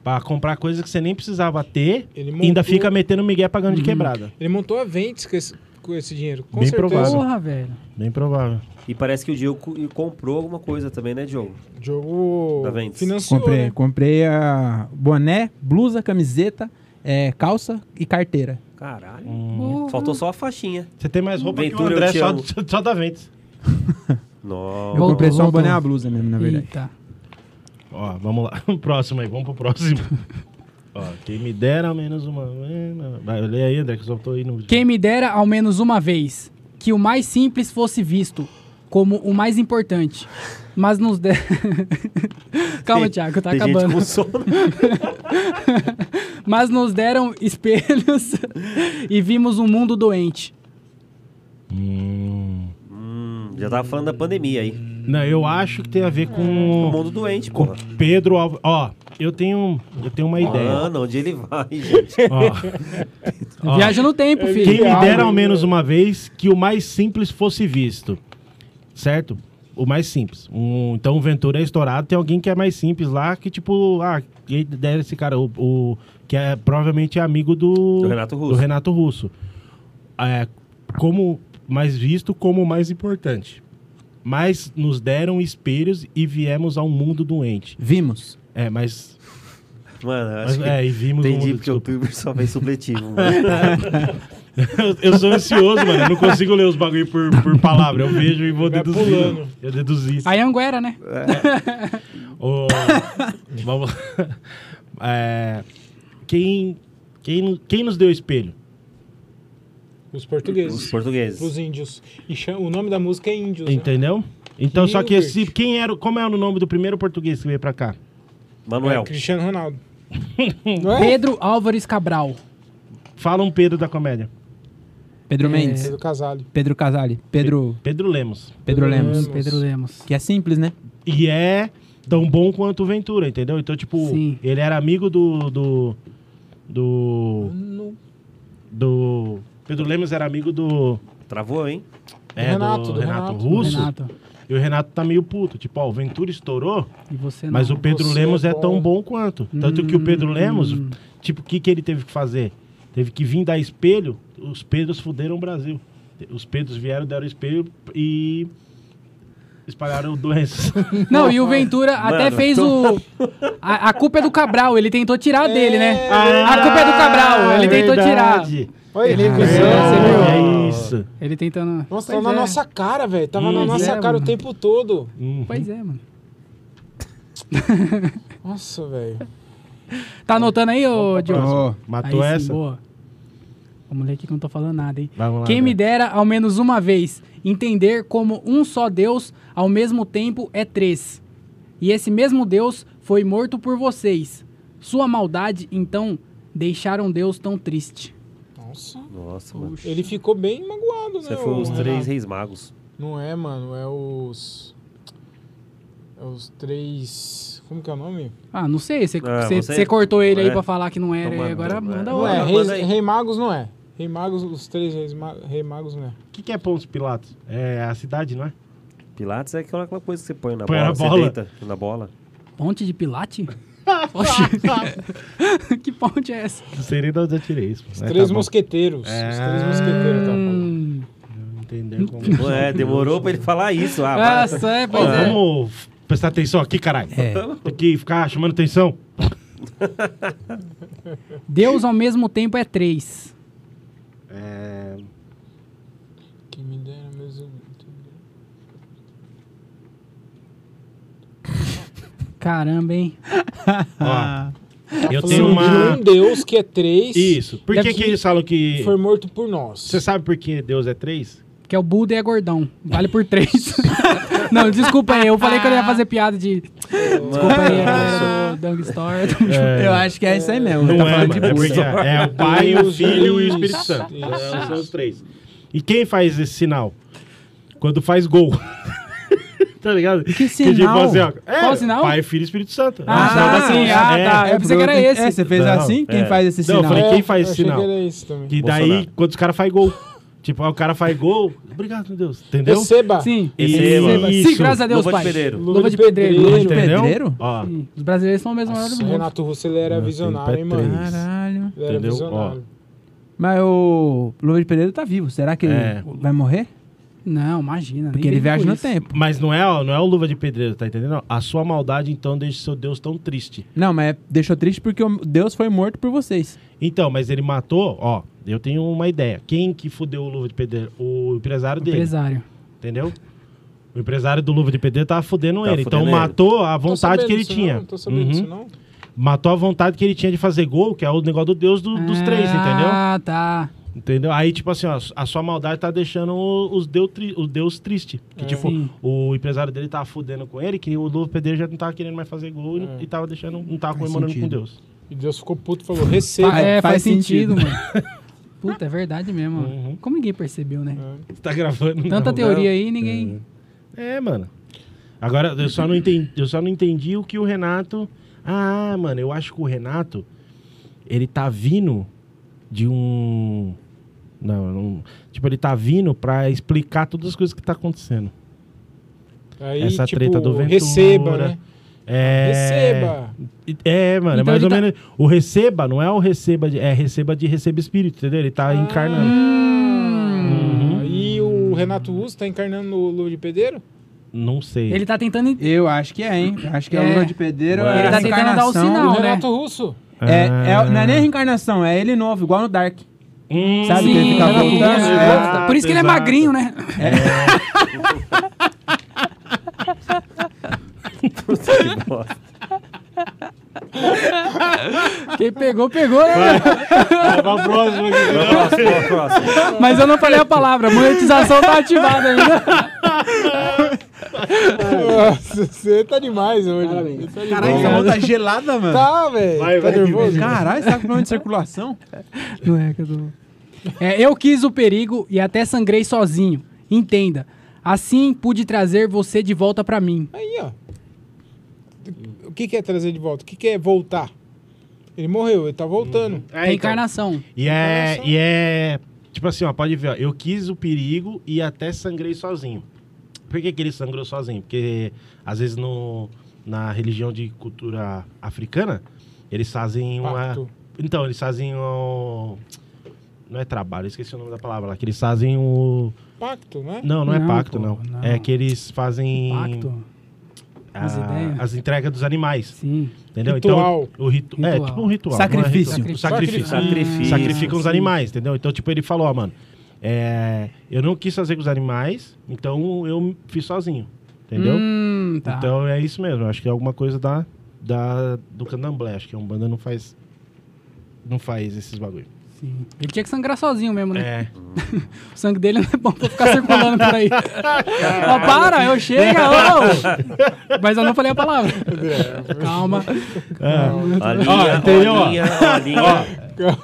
Speaker 1: pra comprar coisa que você nem precisava ter
Speaker 4: Ele
Speaker 1: e
Speaker 4: montou- Uhum.
Speaker 1: ainda fica metendo migué pagando de quebrada.
Speaker 4: Ele montou a Ventes com esse, com esse dinheiro. Com
Speaker 1: Bem
Speaker 4: certeza.
Speaker 1: provável.
Speaker 2: Porra, velho.
Speaker 1: Bem provável.
Speaker 5: E parece que o Diogo co- comprou alguma coisa também, né, Diogo?
Speaker 4: O Jogo
Speaker 5: Da Ventes.
Speaker 4: financiou,
Speaker 3: Comprei,
Speaker 4: né?
Speaker 3: comprei ah, boné, blusa, camiseta, eh, calça e carteira.
Speaker 5: Caralho.
Speaker 2: Porra.
Speaker 5: Faltou só a faixinha.
Speaker 1: Você tem mais roupa
Speaker 5: Ventura,
Speaker 1: que o André
Speaker 5: eu te
Speaker 1: só,
Speaker 5: amo.
Speaker 1: só- só da Ventes.
Speaker 3: Eu
Speaker 5: Nossa.
Speaker 2: Voltou,
Speaker 3: comprei só um
Speaker 2: voltou.
Speaker 3: boné e uma blusa mesmo, na verdade.
Speaker 2: Eita.
Speaker 1: Ó, vamos lá. Próximo aí, vamos pro próximo. Ó, quem me dera menos uma. Vai, lê aí, André, que eu só tô aí no.
Speaker 2: Quem me dera ao menos uma vez que o mais simples fosse visto como o mais importante. Mas nos de... Calma, Thiago, tá
Speaker 5: Tem
Speaker 2: acabando.
Speaker 5: Gente com sono.
Speaker 2: Mas nos deram espelhos e vimos um mundo doente.
Speaker 1: Hum.
Speaker 5: Hum, já tava falando da pandemia aí.
Speaker 1: Não, eu acho que tem a ver
Speaker 4: É,
Speaker 5: O
Speaker 1: com.
Speaker 5: mundo doente,
Speaker 1: Com
Speaker 5: porra.
Speaker 1: Pedro Alves. Ó, eu tenho, eu tenho uma ideia.
Speaker 5: Mano, onde ele vai, gente?
Speaker 1: Ó, Ó. é
Speaker 2: Viaja no tempo, filho.
Speaker 1: Quem me dera ao menos uma vez que o mais simples fosse visto. Certo? O mais simples. Um- então o Ventura é estourado, tem alguém que é mais simples lá, que tipo, ah, quem dera esse cara, o, o- que é provavelmente é amigo do,
Speaker 5: Do Renato Russo.
Speaker 1: do Renato Russo. É, como mais visto, como mais importante. Mas nos deram espelhos e viemos a um mundo doente.
Speaker 3: Vimos.
Speaker 1: É, mas.
Speaker 5: Mano, eu acho
Speaker 1: mas
Speaker 5: que...
Speaker 1: é, e vimos um
Speaker 5: Entendi,
Speaker 1: mundo.
Speaker 5: porque o youtuber só fez supletivo, mano.
Speaker 1: Eu, eu sou ansioso, mano. Eu não consigo ler os bagulho por, por palavra. Eu vejo e vou
Speaker 4: Vai
Speaker 1: deduzir.
Speaker 4: pulando.
Speaker 1: Eu deduzi.
Speaker 2: A Anguera, né?
Speaker 1: Ô, vamos é, quem, quem, quem nos deu o espelho?
Speaker 4: Os
Speaker 5: Os
Speaker 4: portugueses. Os
Speaker 5: portugueses.
Speaker 4: índios. E chama- o nome da música é Índios. né?
Speaker 1: Entendeu? Então, só que esse,
Speaker 4: Hilbert.
Speaker 1: quem era, o- como era o nome do primeiro português que veio pra cá?
Speaker 5: Manuel.
Speaker 4: É Cristiano Ronaldo. Não é?
Speaker 2: Pedro Álvares Cabral.
Speaker 1: Fala um Pedro da comédia.
Speaker 3: Pedro
Speaker 2: É.
Speaker 3: Mendes,
Speaker 4: Pedro Casale.
Speaker 3: Pedro Casale, Pedro,
Speaker 1: Pedro Lemos.
Speaker 3: Pedro Lemos.
Speaker 4: Lemos.
Speaker 2: Pedro Lemos.
Speaker 3: Que é simples, né?
Speaker 1: E é tão bom quanto o Ventura, entendeu? Então, tipo,
Speaker 2: Sim.
Speaker 1: ele era amigo do. do. do.
Speaker 4: No-
Speaker 1: do- Pedro Lemos era amigo do.
Speaker 5: Travou, hein?
Speaker 1: É,
Speaker 4: Renato,
Speaker 1: do,
Speaker 4: do
Speaker 1: Renato,
Speaker 4: Renato.
Speaker 1: Russo.
Speaker 2: Renato.
Speaker 1: E o Renato tá meio puto. Tipo, ó, o Ventura estourou,
Speaker 2: E você não.
Speaker 1: mas o Pedro
Speaker 4: Você
Speaker 1: Lemos é,
Speaker 4: é
Speaker 1: tão
Speaker 4: bom.
Speaker 1: bom quanto. Tanto que o Pedro Lemos, tipo, o que, que ele teve que fazer? Teve que vir dar espelho. Os Pedros fuderam o Brasil. Os Pedros vieram, deram espelho e espalharam doenças.
Speaker 2: Não, e o Ventura
Speaker 5: Mano,
Speaker 2: até fez
Speaker 5: tô-
Speaker 2: o. A, a culpa é do Cabral, ele tentou tirar dele, né?
Speaker 1: Ah,
Speaker 2: a culpa é do Cabral, ele tentou tirar.
Speaker 4: Olha, ele
Speaker 1: É,
Speaker 4: revisou, você viu?
Speaker 1: é isso.
Speaker 2: Ele tentando.
Speaker 4: Nossa,
Speaker 2: Pois
Speaker 4: tava na
Speaker 2: é.
Speaker 4: nossa cara, velho. Tava na
Speaker 2: Pois
Speaker 4: nossa
Speaker 2: é,
Speaker 4: cara
Speaker 2: mano.
Speaker 4: o tempo todo.
Speaker 1: Hum.
Speaker 2: Pois é, mano.
Speaker 4: Nossa, velho.
Speaker 2: Tá anotando aí, ô Diogo?
Speaker 3: Ó,
Speaker 1: Matou
Speaker 2: Aí sim,
Speaker 1: essa?
Speaker 2: Boa. Vamos ler aqui que eu não tô falando nada, hein?
Speaker 1: Vamos lá, né?
Speaker 2: Quem me
Speaker 1: André.
Speaker 2: dera, ao menos uma vez, entender como um só Deus, ao mesmo tempo, é três. E esse mesmo Deus foi morto por vocês. Sua maldade, então, deixaram Deus tão triste.
Speaker 4: Nossa.
Speaker 5: Nossa, mano.
Speaker 4: Ele ficou bem magoado, né?
Speaker 5: Você foi
Speaker 4: o
Speaker 5: os
Speaker 4: Renato?
Speaker 5: três reis magos.
Speaker 4: Não é, mano. É os. É os três. Como que é o nome?
Speaker 2: Ah, não sei, você
Speaker 5: Ah,
Speaker 2: você-
Speaker 5: você-
Speaker 2: você cortou ele aí
Speaker 5: é.
Speaker 2: pra falar que não era,
Speaker 5: Então,
Speaker 2: e agora
Speaker 5: mano,
Speaker 2: manda
Speaker 5: é.
Speaker 4: Não,
Speaker 2: outra.
Speaker 4: é,
Speaker 5: manda
Speaker 4: reis,
Speaker 5: aí.
Speaker 4: Rei Magos não é. Rei Magos, os três Reis, ma Rei Magos não é.
Speaker 1: O que, que é Pontos Pilatos? É a cidade, não é?
Speaker 5: Pilates é aquela aquela coisa que você põe na
Speaker 1: Põe
Speaker 5: bola.
Speaker 1: na
Speaker 5: você
Speaker 1: bola.
Speaker 5: deita na bola.
Speaker 2: Ponte de Pilate? Oxi. que ponte é essa?
Speaker 1: Não sei nem de onde eu tirei isso.
Speaker 4: Os
Speaker 1: mas
Speaker 4: três
Speaker 1: tá bom. É.
Speaker 4: mosqueteiros. Os três mosqueteiros, tá falando.
Speaker 2: Hum,
Speaker 1: Entender como.
Speaker 5: Não é, demorou pra ele falar isso. Ah, vai.
Speaker 2: Nossa, é,
Speaker 1: Ó,
Speaker 2: pois é.
Speaker 1: Vamos prestar atenção aqui, caralho.
Speaker 3: É.
Speaker 1: Tem que ficar chamando atenção.
Speaker 2: é. Deus ao mesmo tempo é três.
Speaker 1: É...
Speaker 4: Quem me dera mesmo.
Speaker 2: Caramba, hein?
Speaker 1: Ó, eu
Speaker 4: Falando
Speaker 1: tenho uma.
Speaker 4: de um Deus que é três.
Speaker 1: Isso. Por
Speaker 4: e
Speaker 1: que,
Speaker 4: aqui
Speaker 1: que eles falam que.
Speaker 4: Foi morto por nós.
Speaker 1: Você sabe por que Deus é três?
Speaker 2: que é o Buda e a Gordão. Vale por três. não, desculpa aí. Eu falei que eu ia fazer piada de. Desculpa aí, galera do Dung Store. tamo junto.
Speaker 3: Eu acho que é isso aí mesmo.
Speaker 1: Não
Speaker 3: Tá
Speaker 1: é,
Speaker 3: falando de
Speaker 1: mano, é,
Speaker 3: bucha.
Speaker 1: porque é o pai, o filho e o Espírito
Speaker 4: Isso,
Speaker 1: Santo.
Speaker 4: isso.
Speaker 1: É, São os três. E quem faz esse sinal? Quando faz gol. tá ligado? Que
Speaker 3: sinal?
Speaker 1: é,
Speaker 2: Qual sinal?
Speaker 1: Pai, filho e Espírito Santo.
Speaker 2: Ah,
Speaker 1: É o sinal da
Speaker 2: sim,
Speaker 1: cruz.
Speaker 2: ah,
Speaker 1: É.
Speaker 2: tá. Eu pensei que era
Speaker 3: porque eu
Speaker 2: esse.
Speaker 3: tenho- É, você fez
Speaker 5: Não,
Speaker 3: assim? Quem
Speaker 5: é.
Speaker 3: faz esse
Speaker 1: Não, eu
Speaker 3: sinal?
Speaker 1: falei,
Speaker 4: É,
Speaker 1: quem faz
Speaker 4: eu
Speaker 1: esse sinal?
Speaker 4: Achei que era isso também.
Speaker 1: E daí,
Speaker 5: Bolsonaro.
Speaker 1: quando os caras fazem gol. Tipo, ah, o cara faz gol. Obrigado, meu Deus. Entendeu?
Speaker 4: Receba.
Speaker 2: Sim.
Speaker 5: Esse-
Speaker 2: Receba.
Speaker 1: Isso.
Speaker 2: Sim, graças a Deus,
Speaker 5: Luva de
Speaker 2: pai.
Speaker 5: pedreiro.
Speaker 2: Luva de pedreiro.
Speaker 4: Luva de
Speaker 1: Entendeu?
Speaker 3: pedreiro?
Speaker 1: Ó,
Speaker 2: Sim, Os brasileiros são mesmo maior do
Speaker 4: Nossa,
Speaker 2: mundo.
Speaker 4: Renato Russo, ele era
Speaker 1: Não, tem
Speaker 4: visionário, hein, mano?
Speaker 1: pé
Speaker 3: Caralho.
Speaker 4: Ele era
Speaker 1: Entendeu? Ó.
Speaker 4: visionário.
Speaker 3: Mas o Luva de Pereira tá vivo. Será que
Speaker 1: É.
Speaker 3: ele vai morrer?
Speaker 2: Não, imagina. nem
Speaker 3: Porque ele
Speaker 2: brinco
Speaker 3: viaja
Speaker 2: com
Speaker 3: no
Speaker 2: isso.
Speaker 3: tempo.
Speaker 1: mas não é, ó, não é o luva de pedreiro, tá entendendo? A sua maldade, então, deixa seu Deus tão triste.
Speaker 3: Não, mas é, deixou triste porque o Deus foi morto por vocês.
Speaker 1: Então, mas ele matou, ó, eu tenho uma ideia. Quem que fudeu o Luva de Pedreiro? O empresário dele,
Speaker 2: Empresário.
Speaker 1: entendeu? O empresário do Luva de Pedreiro tava fudendo
Speaker 5: Tava
Speaker 1: ele. Então
Speaker 5: fudendo ele.
Speaker 1: matou a
Speaker 4: Tô
Speaker 1: vontade
Speaker 4: sabendo
Speaker 1: que ele
Speaker 4: disso
Speaker 1: tinha.
Speaker 4: Não, tô sabendo
Speaker 1: Uhum.
Speaker 4: disso, né? não.
Speaker 1: Matou a vontade que ele tinha de fazer gol, que é o negócio do Deus do- dos três, entendeu?
Speaker 2: Ah, tá.
Speaker 1: Entendeu? Aí, tipo assim, ó, a sua maldade tá deixando o- os deu tri- o Deus triste. Que, tipo,
Speaker 2: Sim.
Speaker 1: o empresário dele tava fudendo com ele, que o Luva de Pedreiro já não tava querendo mais fazer gol e- e tava deixando, não tava comemorando com
Speaker 3: sentido.
Speaker 1: Deus.
Speaker 4: E Deus ficou puto e falou, receba.
Speaker 3: Vai.
Speaker 2: é,
Speaker 3: faz
Speaker 2: faz, sentido,
Speaker 3: sentido.
Speaker 2: mano. Puta, é verdade mesmo. mano.
Speaker 1: Uhum.
Speaker 2: Como ninguém percebeu, né?
Speaker 1: Você tá gravando?
Speaker 2: Tanta
Speaker 1: não?
Speaker 2: teoria aí, ninguém.
Speaker 1: É, mano. Agora, eu só não entendi, eu só não entendi o que o Renato. Ah, mano, eu acho que o Renato. Ele tá vindo de um. Não, eu não. Tipo, ele tá vindo pra explicar todas as coisas que tá acontecendo.
Speaker 4: Aí,
Speaker 1: Essa
Speaker 4: tipo,
Speaker 1: treta do Ventura.
Speaker 4: receba, né?
Speaker 1: É.
Speaker 4: Receba.
Speaker 1: É, mano, é
Speaker 2: Então
Speaker 1: mais
Speaker 2: ele
Speaker 1: ou
Speaker 2: tá-
Speaker 1: menos. O receba não é o receba de. É receba de receba espírito, entendeu? Ele tá encarnando.
Speaker 4: Ah, E o Renato Russo tá encarnando o Luva de Pedreiro?
Speaker 1: Não sei.
Speaker 2: Ele tá tentando. en-
Speaker 3: Eu acho que é, hein? Eu Acho que é, o
Speaker 2: É.
Speaker 3: Luva de Pedreiro.
Speaker 1: Ué.
Speaker 3: é
Speaker 1: Ele
Speaker 3: a
Speaker 2: tá tentando dar o
Speaker 3: reencarnação
Speaker 2: sinal.
Speaker 3: do-
Speaker 4: o
Speaker 2: Não, né?
Speaker 4: Renato Russo.
Speaker 1: Ah.
Speaker 3: É, é- não é nem a reencarnação, é ele novo, igual no Dark.
Speaker 1: Hum,
Speaker 3: Sabe que ele fica
Speaker 2: Renato
Speaker 3: voltando,
Speaker 2: Russo,
Speaker 3: é.
Speaker 2: volta. Por isso que ele é
Speaker 1: Exato.
Speaker 2: magrinho, né?
Speaker 5: Que bosta.
Speaker 2: Quem pegou, pegou, né?
Speaker 1: Vai pra próxima aqui.
Speaker 5: Próximo, próximo.
Speaker 2: Mas eu não falei a palavra. A monetização tá ativada ainda.
Speaker 4: Nossa, você tá demais hoje. Você tá
Speaker 3: Caralho,
Speaker 4: demais.
Speaker 3: essa mão tá gelada, mano.
Speaker 4: Tá, velho.
Speaker 1: Vai,
Speaker 4: Tá
Speaker 1: vai,
Speaker 4: nervoso?
Speaker 3: Caralho, você tá com problema de circulação?
Speaker 2: Não é que eu tô. É, eu quis o perigo e até sangrei sozinho. Entenda. Assim pude trazer você de volta pra mim.
Speaker 4: Aí, ó. O que que é trazer de volta? O que que é voltar? Ele morreu, ele tá voltando.
Speaker 1: É, então.
Speaker 2: Reencarnação.
Speaker 1: E é,
Speaker 4: Então,
Speaker 1: e é. Tipo assim, ó, pode ver, ó. Eu quis o perigo e até sangrei sozinho. Por que, que ele sangrou sozinho? Porque, às vezes, no, na religião de cultura africana, eles fazem uma.
Speaker 4: Pacto.
Speaker 1: Então, eles fazem o. Não é trabalho, eu esqueci o nome da palavra lá. Que eles fazem o.
Speaker 4: Pacto, né?
Speaker 1: Não, não é
Speaker 2: Não,
Speaker 1: pacto,
Speaker 2: pô,
Speaker 1: não.
Speaker 2: não.
Speaker 1: É que eles fazem.
Speaker 2: Impacto.
Speaker 1: a-
Speaker 2: as ideias.
Speaker 1: as entregas dos animais.
Speaker 2: Sim.
Speaker 1: Entendeu?
Speaker 4: Ritual.
Speaker 1: Então, o ritu É,
Speaker 2: Ritual.
Speaker 1: tipo um ritual.
Speaker 3: Sacrifício.
Speaker 1: Não é ritual. Sacrifício.
Speaker 5: Sacrifício.
Speaker 1: Sacrificam os
Speaker 2: sim.
Speaker 1: animais, entendeu? Então, tipo, ele falou, ó, mano, é, eu não quis fazer com os animais, então eu fiz sozinho, entendeu?
Speaker 2: Hum, tá.
Speaker 1: Então é isso mesmo, eu acho que é alguma coisa da, da, do candomblé, acho que a Umbanda não faz, não faz esses bagulho.
Speaker 2: Sim. Ele tinha que sangrar sozinho mesmo, né?
Speaker 1: É,
Speaker 2: O sangue dele não é bom pra ficar circulando por aí. Ó, para, eu chego, ô! Mas eu não falei a palavra. Calma.
Speaker 1: é.
Speaker 5: Olha,
Speaker 1: Ó, entendeu, ó?
Speaker 5: olha, olha.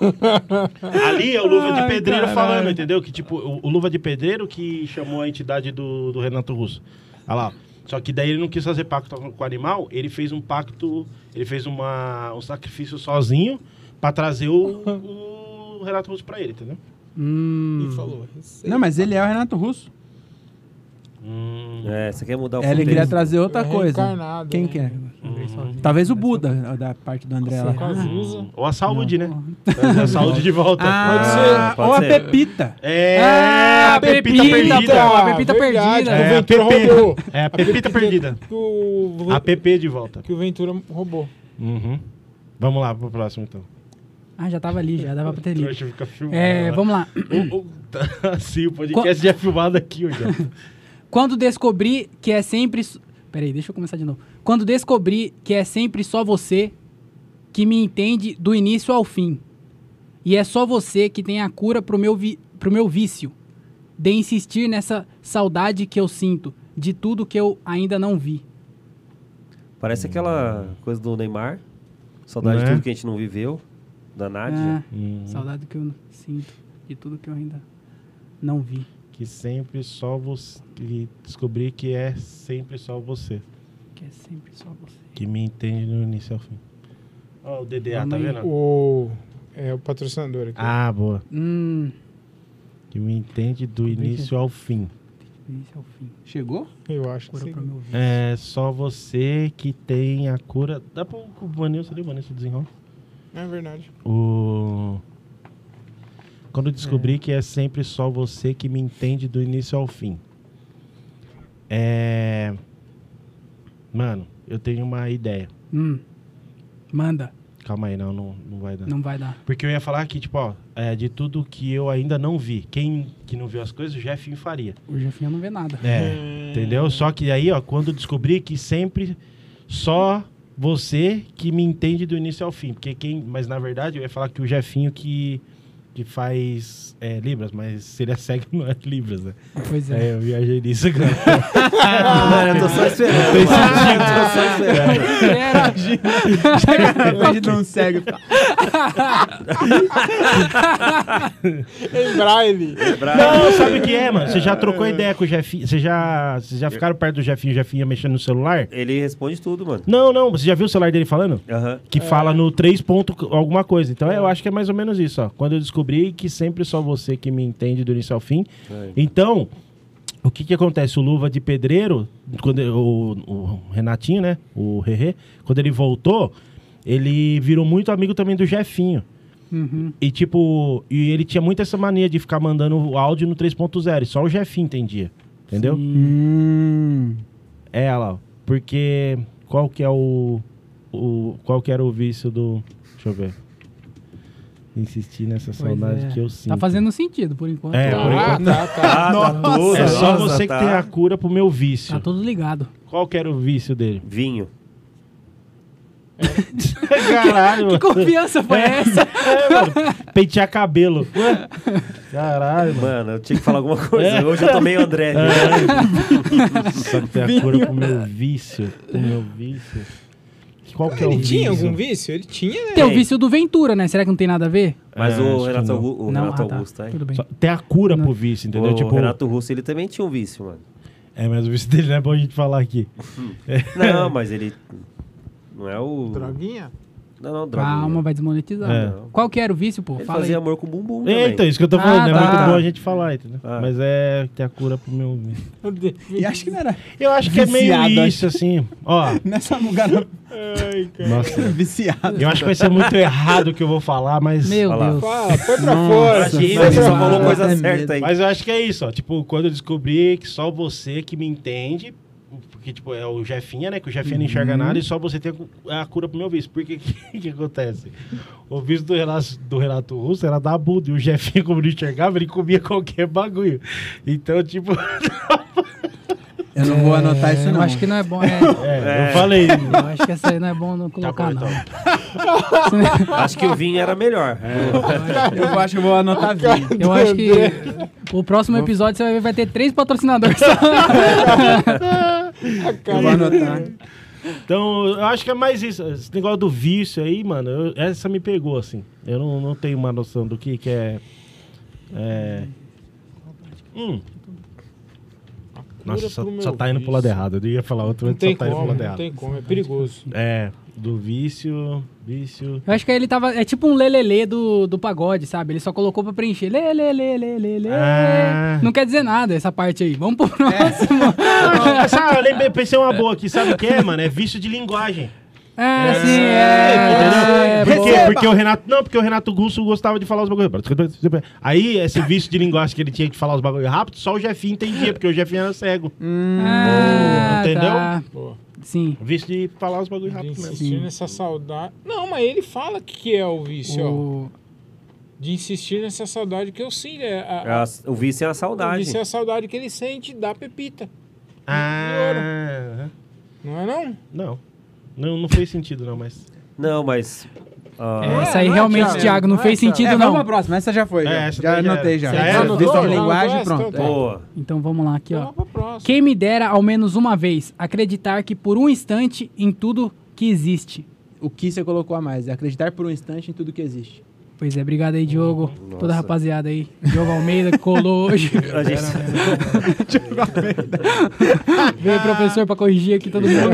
Speaker 1: Ali é o Luva de Pedreiro falando, entendeu? Que tipo, o, o Luva de Pedreiro que chamou a entidade do, do Renato Russo. Olha lá. Só que daí ele não quis fazer pacto com o animal, ele fez um pacto, ele fez uma, um sacrifício sozinho pra trazer o, o Renato Russo pra ele, entendeu?
Speaker 3: Hum.
Speaker 4: E falou. "Receba".
Speaker 3: Não, mas ele é o Renato Russo.
Speaker 1: Hum,
Speaker 5: É, você quer mudar o
Speaker 3: Ele
Speaker 5: contexto.
Speaker 3: queria trazer outra
Speaker 4: É
Speaker 3: coisa.
Speaker 4: reencarnado,
Speaker 3: Quem
Speaker 4: né?
Speaker 3: que é? Talvez o Buda, da parte do André lá.
Speaker 4: Cazuza.
Speaker 1: Ou a saúde, né? Trazer a saúde de volta.
Speaker 3: Ah,
Speaker 5: pode
Speaker 3: ou a
Speaker 5: ser.
Speaker 3: Pepita.
Speaker 1: É,
Speaker 2: Ah,
Speaker 1: a pepita,
Speaker 2: pepita,
Speaker 1: perdida.
Speaker 2: pô.
Speaker 4: Ah,
Speaker 2: a pepita perdida.
Speaker 4: que
Speaker 1: É,
Speaker 4: o
Speaker 1: a
Speaker 4: Ventura
Speaker 1: pepita.
Speaker 4: roubou.
Speaker 1: É, a pepita perdida.
Speaker 4: Que o,
Speaker 1: A PP de volta.
Speaker 4: que o Ventura roubou.
Speaker 1: Uhum. Vamos lá pro próximo, então.
Speaker 2: Ah, já tava ali, já dava pra ter lido.
Speaker 1: Trouxa fica filmando.
Speaker 2: É, vamos lá.
Speaker 1: O, o, tá, sim, o podcast já é filmado aqui, ó.
Speaker 2: Quando descobri que é sempre. s- Peraí, deixa eu começar de novo. Quando descobri que é sempre só você que me entende do início ao fim. E é só você que tem a cura pro meu, vi... pro meu vício. de insistir nessa saudade que eu sinto de tudo que eu ainda não vi.
Speaker 5: Parece aquela coisa do Neymar. Saudade
Speaker 1: Né?
Speaker 5: de tudo que a gente não viveu. Da Nádia.
Speaker 2: É,
Speaker 1: Hum,
Speaker 2: Saudade que eu n- sinto de tudo que eu ainda não vi.
Speaker 1: Que sempre só você. que Descobri que é sempre só você.
Speaker 2: Que é sempre só você.
Speaker 1: Que me entende no início ao fim. Ó, o DDA, tá
Speaker 2: Vamos aí.
Speaker 1: vendo?
Speaker 4: O, é o patrocinador aqui.
Speaker 1: Ah, boa.
Speaker 2: Hum,
Speaker 1: Que me entende do
Speaker 2: é.
Speaker 1: início ao fim.
Speaker 2: esse é o fim.
Speaker 3: Chegou?
Speaker 4: Eu acho que
Speaker 2: Cura
Speaker 4: sim.
Speaker 2: pra meu vício.
Speaker 1: É só você que tem a cura. Dá pra o Vanilson ali, o Vanilson desenrola.
Speaker 4: É verdade.
Speaker 1: O. Quando eu descobri que é sempre só você que me entende do início ao fim. É. Mano, eu tenho uma ideia.
Speaker 2: Hum, manda.
Speaker 1: Calma aí, não, não, não vai dar.
Speaker 2: Não vai dar.
Speaker 1: Porque eu ia falar que, tipo, ó, é, de tudo que eu ainda não vi. Quem que não viu as coisas, o Jefinho faria.
Speaker 2: O Jefinho não vê nada.
Speaker 1: É, entendeu? Só que aí, ó, quando eu descobri que sempre só você que me entende do início ao fim. Porque quem. Mas na verdade eu ia falar que o Jefinho que, que faz é, Libras, mas se ele é cego, não é Libras, né?
Speaker 2: Pois é.
Speaker 1: É, eu viajei nisso, cara.
Speaker 2: Ah.
Speaker 5: Mano, Ah, eu tô só esperando. mano. Eu tô só
Speaker 1: É.
Speaker 5: esperando.
Speaker 2: Era-
Speaker 3: Imagina um cego.
Speaker 4: Em Braille.
Speaker 1: Não, sabe o que é, mano? Você já trocou ideia com o Jefinho? Você já, vocês já ficaram perto do Jefinho, o Jefinho ia mexendo no celular?
Speaker 5: Ele responde tudo, mano.
Speaker 1: Não, não, você já viu o celular dele falando?
Speaker 5: Aham.
Speaker 1: Que fala no 3 ponto c- alguma coisa. Então eu acho que é mais ou menos isso, ó. Quando eu descobri que sempre só você que me entende do início ao fim. Então, o que que acontece? O Luva de Pedreiro, quando eu- o, o Renatinho, né? O Rerê, quando ele voltou, ele virou muito amigo também do Jefinho.
Speaker 2: Uhum.
Speaker 1: E tipo, e ele tinha muito essa mania de ficar mandando o áudio no 3.0. e Só o Jefinho entendia. Entendeu?
Speaker 3: Hum.
Speaker 1: É ela, ó. porque qual que é o, o qual que era o vício do, deixa eu ver. Insistir nessa saudade
Speaker 2: é.
Speaker 1: que eu sinto.
Speaker 2: Tá fazendo sentido por enquanto.
Speaker 1: É,
Speaker 2: tá,
Speaker 1: por
Speaker 4: Ah,
Speaker 1: enquanto.
Speaker 4: tá, tá.
Speaker 5: Ah, tá tudo.
Speaker 1: É só
Speaker 5: Nossa,
Speaker 1: você que
Speaker 5: tá.
Speaker 1: tem a cura pro meu vício.
Speaker 2: tá todo ligado.
Speaker 1: Qual que era o vício dele?
Speaker 5: Vinho.
Speaker 1: Caralho.
Speaker 2: Que confiança foi essa?
Speaker 1: É, mano, pentear cabelo. Ué? Caralho, mano.
Speaker 5: Mano, eu tinha que falar alguma
Speaker 1: É.
Speaker 5: coisa. Hoje eu tô meio André.
Speaker 1: Só que tem a cura pro meu vício. Pro meu vício. Qual que é o
Speaker 4: Ele
Speaker 1: vício?
Speaker 4: tinha algum vício? Ele tinha, né?
Speaker 2: Tem o
Speaker 5: Tem.
Speaker 2: vício do Ventura, né? Será que não tem nada a ver?
Speaker 5: Mas
Speaker 1: É, acho
Speaker 5: o
Speaker 1: que
Speaker 5: Renato,
Speaker 1: não.
Speaker 5: Augu- o
Speaker 2: não,
Speaker 5: Renato
Speaker 2: ah, tá.
Speaker 5: Augusto, é.
Speaker 2: Tudo bem.
Speaker 1: Só- Tem a cura pro vício, entendeu?
Speaker 5: O
Speaker 1: tipo,
Speaker 5: Renato Russo, ele também tinha um vício, mano.
Speaker 1: É, mas o vício dele não é bom a gente falar aqui.
Speaker 2: É.
Speaker 5: Não, mas ele... Não é o...
Speaker 4: Droguinha?
Speaker 5: Não, não, droga.
Speaker 2: Calma, vai desmonetizar.
Speaker 1: É.
Speaker 2: Qual que era o vício, pô?
Speaker 5: Ele
Speaker 2: Fala aí.
Speaker 5: fazia amor com o bumbum também.
Speaker 1: É, então, isso que eu tô
Speaker 2: Ah,
Speaker 1: falando. é
Speaker 2: tá.
Speaker 1: muito bom a gente falar, entendeu?
Speaker 5: Ah.
Speaker 1: Mas é ter a cura pro meu.
Speaker 3: E acho que não era
Speaker 1: Eu acho que é meio
Speaker 3: Viciado,
Speaker 1: isso, assim. Ó,
Speaker 3: nessa lugar não.
Speaker 4: Ai, cara.
Speaker 1: nossa.
Speaker 3: viciado.
Speaker 1: Eu acho que vai ser muito errado o que eu vou falar, mas.
Speaker 2: Meu
Speaker 5: Fala.
Speaker 2: Deus.
Speaker 4: Fala, Ah, põe pra fora.
Speaker 5: Imagina,
Speaker 2: é
Speaker 5: ele só falou coisa
Speaker 3: Nossa,
Speaker 5: certa aí.
Speaker 1: Mas eu acho que é isso, ó. Tipo, quando eu descobri que só você que me entende. Porque, tipo, é o Jefinha, né? Que o Jefinha não enxerga nada e só você tem a cura pro meu vício. Porque o que, que acontece? O vício do relato, do relato russo era da Buda. E o Jefinha, como não enxergava, ele comia qualquer bagulho. Então, tipo,
Speaker 3: Eu não vou anotar isso,
Speaker 2: Eu
Speaker 3: não.
Speaker 2: acho que não é bom. É,
Speaker 1: é,
Speaker 5: É.
Speaker 1: eu falei.
Speaker 2: eu acho que essa aí não é bom não
Speaker 1: Tá bom,
Speaker 2: colocar, não.
Speaker 1: então.
Speaker 5: Acho que o vinho era melhor. É.
Speaker 3: eu acho que eu vou anotar vinho.
Speaker 2: Eu acho que o próximo episódio você vai ver vai ter três patrocinadores.
Speaker 3: Eu vou anotar.
Speaker 1: Então, eu acho que é mais isso. Esse negócio do vício aí, mano, eu- essa me pegou, assim. Eu não, não tenho uma noção do que, que é. É. Hum. Nossa, só,
Speaker 4: pro meu
Speaker 1: só tá indo pro lado
Speaker 4: vício.
Speaker 1: errado. Eu ia falar outro,
Speaker 4: Não
Speaker 1: mas só
Speaker 4: tem
Speaker 1: tá indo pro
Speaker 4: como,
Speaker 1: lado
Speaker 4: não
Speaker 1: errado.
Speaker 4: tem como. É perigoso.
Speaker 1: É, do vício, vício.
Speaker 2: Eu acho que aí ele tava. É tipo um lelele do, do pagode, sabe? Ele só colocou pra preencher. Lelele, lelele.
Speaker 1: Ah.
Speaker 2: Não quer dizer nada essa parte aí. Vamos pro próximo.
Speaker 1: Ah, sabe, eu lembrei, pensei uma boa aqui, sabe o que é, mano? É vício de linguagem.
Speaker 2: É, sim, é. é,
Speaker 1: Entendeu? Por quê?
Speaker 2: boa.
Speaker 1: Porque o Renato. Não, porque o Renato Gusso gostava de falar os bagulhos. Aí, esse vício de linguagem que ele tinha que falar os bagulhos rápido, só o Jefinho entendia, porque o Jefinho era cego.
Speaker 2: Hum. Ah,
Speaker 1: Entendeu?
Speaker 2: tá.
Speaker 4: Boa.
Speaker 2: Sim.
Speaker 1: Vício de falar os bagulhos
Speaker 4: De
Speaker 1: rápido mesmo.
Speaker 4: insistir nessa saudade. Não, mas ele fala que, que é o vício, ó.
Speaker 2: O-
Speaker 4: De insistir nessa saudade que eu sinto. É
Speaker 5: É
Speaker 4: a, a,
Speaker 5: a- o vício é a
Speaker 4: o
Speaker 5: saudade.
Speaker 4: vício é a saudade que ele sente da pepita. é
Speaker 1: Ah.
Speaker 4: Não é não?
Speaker 2: Ah.
Speaker 1: Não. Não, não fez sentido, não, mas.
Speaker 5: Não, mas Ah,
Speaker 2: É, essa
Speaker 4: é,
Speaker 2: aí
Speaker 4: não é,
Speaker 2: realmente,
Speaker 4: Thiago,
Speaker 2: Thiago, não,
Speaker 4: não é,
Speaker 2: fez
Speaker 4: Thiago.
Speaker 2: sentido,
Speaker 3: É,
Speaker 2: não.
Speaker 3: vamos pra próxima. Essa já foi.
Speaker 1: É,
Speaker 3: já
Speaker 1: essa
Speaker 3: já
Speaker 1: daí já
Speaker 3: anotei
Speaker 1: era.
Speaker 3: já.
Speaker 1: Já
Speaker 3: Vista
Speaker 1: era,
Speaker 4: anotou?
Speaker 3: vista de
Speaker 4: Já
Speaker 3: linguagem,
Speaker 4: anotou essa?
Speaker 3: pronto. é.
Speaker 5: Boa.
Speaker 2: Então vamos lá aqui, ó.
Speaker 4: Vamos pro próximo.
Speaker 2: Quem me dera, ao menos uma vez, acreditar que por um instante em tudo que existe.
Speaker 3: O que você colocou a mais? É acreditar por um instante em tudo que existe.
Speaker 2: Pois é, obrigado aí, Diogo. Toda
Speaker 5: nossa.
Speaker 2: a rapaziada aí. Diogo Almeida que colou hoje.
Speaker 5: A gente-
Speaker 2: Veio o professor pra corrigir aqui todo mundo.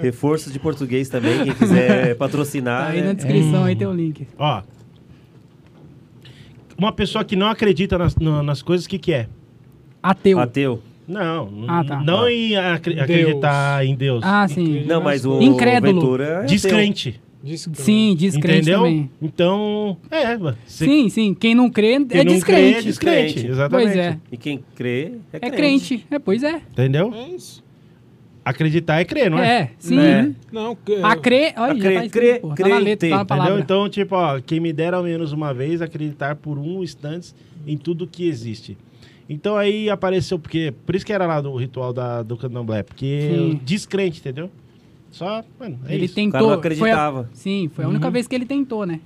Speaker 5: reforço de português também, quem quiser
Speaker 2: Tá
Speaker 5: patrocinar.
Speaker 2: aí na
Speaker 5: né?
Speaker 2: descrição aí tem o link.
Speaker 1: Ó. Uma pessoa que não acredita nas, na- nas coisas, o que, que é?
Speaker 2: Ateu.
Speaker 5: Ateu.
Speaker 1: Não. n-
Speaker 2: Ah, tá.
Speaker 1: Não em acre- acreditar em Deus.
Speaker 2: Ah, sim.
Speaker 5: Não, mas o
Speaker 2: Incrédulo.
Speaker 5: Ventura é ateu.
Speaker 1: Descrente.
Speaker 4: Desculpa.
Speaker 2: Sim, descrente
Speaker 1: entendeu?
Speaker 2: também.
Speaker 1: Então, é, mano. Cê-
Speaker 2: Sim, sim. Quem não crê
Speaker 1: quem
Speaker 2: é
Speaker 1: não crê
Speaker 2: descrente.
Speaker 1: é descrente.
Speaker 5: Pois
Speaker 1: Exatamente.
Speaker 2: Pois é.
Speaker 5: E quem crê é,
Speaker 2: É crente. É, pois é.
Speaker 1: Entendeu?
Speaker 4: É isso.
Speaker 1: Acreditar é crer, não é?
Speaker 2: É, sim.
Speaker 5: Né?
Speaker 4: Não, que-
Speaker 2: A crer, olha,
Speaker 5: A
Speaker 2: já
Speaker 5: crer,
Speaker 2: tá escrito,
Speaker 5: crer,
Speaker 2: porra. Tá na letra,
Speaker 5: crente,
Speaker 2: tá na
Speaker 1: Entendeu?
Speaker 2: palavra.
Speaker 1: Então, tipo, ó, quem me dera ao menos uma vez acreditar por um instante em tudo que existe. Então aí apareceu, porque. Por isso que era lá do ritual da, do candomblé, porque
Speaker 2: Sim.
Speaker 1: eu descrente, entendeu? Só, mano, é
Speaker 2: ele
Speaker 1: isso.
Speaker 5: O
Speaker 2: tentou.
Speaker 5: cara não
Speaker 2: foi a-
Speaker 5: acreditava.
Speaker 2: sim, foi a única vez que ele tentou, né?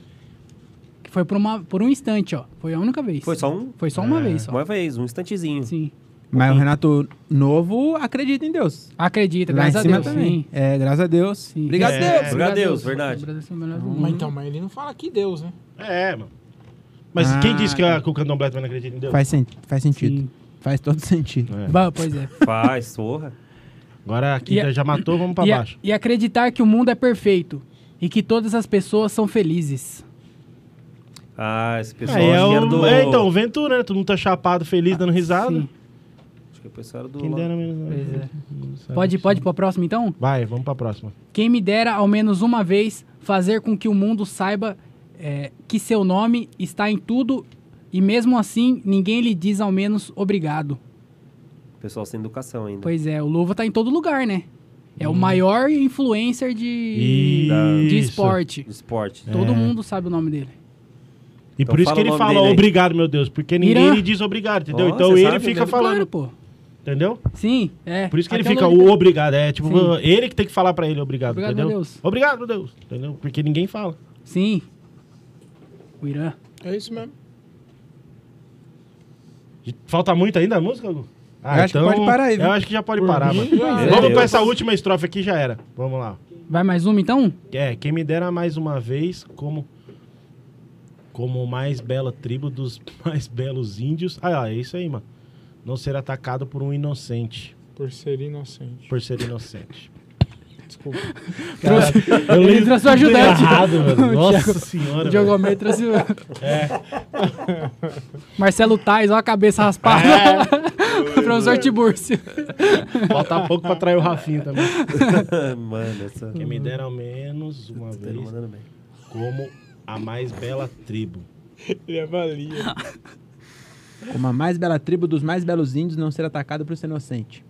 Speaker 2: Que foi por, uma, por um instante, ó. Foi a única vez.
Speaker 5: Foi só um,
Speaker 2: Foi só uma vez, só.
Speaker 5: uma vez, um instantezinho.
Speaker 2: Sim.
Speaker 3: Mas o Renato Novo acredita em Deus.
Speaker 2: Acredita,
Speaker 3: Lá em
Speaker 2: graças a
Speaker 3: cima
Speaker 2: Deus.
Speaker 3: também.
Speaker 2: Sim.
Speaker 3: É, graças a Deus.
Speaker 2: Sim.
Speaker 3: Obrigado,
Speaker 1: É.
Speaker 3: Deus.
Speaker 5: Obrigado a Deus, verdade.
Speaker 2: O Brasil é o melhor do mundo.
Speaker 4: Mas então, mas ele não fala que Deus, né?
Speaker 1: É, mano. Mas
Speaker 3: Ah,
Speaker 1: quem disse que, a, que o candomblé também não acredita em Deus?
Speaker 3: Faz, sen- faz sentido.
Speaker 2: Sim.
Speaker 3: Faz todo sentido.
Speaker 1: É.
Speaker 2: Bah, pois é.
Speaker 5: Faz, porra.
Speaker 1: Agora a quinta
Speaker 2: E-
Speaker 1: já matou, vamos pra
Speaker 2: e, a-
Speaker 1: baixo.
Speaker 2: e acreditar que o mundo é perfeito e que todas as pessoas são felizes.
Speaker 5: Ah, esse pessoal
Speaker 1: Aí é,
Speaker 5: acho que era
Speaker 1: o-
Speaker 5: do...
Speaker 1: é, então, o Ventura, né? Todo mundo tá chapado, feliz, dando risada.
Speaker 2: Ah, Sim.
Speaker 5: Acho que o pessoal era do...
Speaker 1: Quem dera ao menos.
Speaker 2: Pois é.
Speaker 1: Sabe?
Speaker 2: Pode, pode ir pra próxima, então?
Speaker 1: Vai, vamos pra próxima.
Speaker 2: Quem me dera, ao menos uma vez, fazer com que o mundo saiba é, que seu nome está em tudo e mesmo assim ninguém lhe diz ao menos obrigado.
Speaker 5: O pessoal sem educação ainda.
Speaker 2: Pois é, o Luva tá em todo lugar, né? É o maior influencer de, de
Speaker 1: Hum. Isso.
Speaker 2: esporte.
Speaker 5: Do Esporte.
Speaker 2: Todo
Speaker 1: É.
Speaker 2: mundo sabe o nome dele.
Speaker 1: E
Speaker 5: Então
Speaker 1: por isso
Speaker 5: fala
Speaker 1: que
Speaker 5: o
Speaker 1: ele
Speaker 5: nome
Speaker 1: fala
Speaker 5: dele aí.
Speaker 1: obrigado, meu Deus, porque ninguém
Speaker 2: Irã.
Speaker 1: lhe diz obrigado, entendeu?
Speaker 5: Ó,
Speaker 1: então
Speaker 5: cê
Speaker 1: ele
Speaker 5: sabe,
Speaker 1: fica
Speaker 5: né?
Speaker 1: falando,
Speaker 2: Claro, pô.
Speaker 1: entendeu?
Speaker 2: Sim, é.
Speaker 1: Por isso que ele
Speaker 2: Até
Speaker 1: fica
Speaker 2: nome
Speaker 1: o
Speaker 2: dele.
Speaker 1: obrigado, é tipo,
Speaker 2: Sim.
Speaker 1: ele que tem que falar pra ele obrigado,
Speaker 2: Obrigado,
Speaker 1: entendeu?
Speaker 2: meu Deus.
Speaker 1: Obrigado, meu Deus, entendeu? Porque ninguém fala.
Speaker 2: Sim. O Irã.
Speaker 4: É isso mesmo.
Speaker 1: Falta muito ainda a música, Lu? Ah,
Speaker 3: Eu acho que pode parar aí, viu?
Speaker 1: Eu acho que já pode parar, mano.
Speaker 4: já
Speaker 5: é.
Speaker 1: Vamos
Speaker 5: Deus.
Speaker 1: com essa última estrofe aqui, já era. Vamos lá.
Speaker 2: Vai mais uma, então?
Speaker 1: É, quem me dera mais uma vez como como mais bela tribo dos mais belos índios. Ah, é isso aí, mano. Não ser atacado por um inocente,
Speaker 4: Por ser inocente.
Speaker 1: por ser inocente.
Speaker 4: Desculpa.
Speaker 2: Trouxe,
Speaker 1: Eu
Speaker 2: ele
Speaker 1: lembro
Speaker 2: trouxe o ajudante.
Speaker 1: Errado, mano. Nossa
Speaker 2: Thiago-
Speaker 1: senhora.
Speaker 2: O Diogo
Speaker 1: velho.
Speaker 2: Almeida trouxe o...
Speaker 1: É.
Speaker 2: Marcelo Tais, olha a cabeça raspada.
Speaker 1: É.
Speaker 2: Professor Tiburcio.
Speaker 1: Falta pouco pra trair o Rafinha também.
Speaker 2: é.
Speaker 5: Mano, essa...
Speaker 1: Quem me dera ao menos uma
Speaker 5: Tá
Speaker 1: vez
Speaker 5: mandando bem.
Speaker 1: como a mais bela tribo.
Speaker 4: Ele avalia.
Speaker 3: Como a mais bela tribo dos mais belos índios não ser atacado por ser inocente.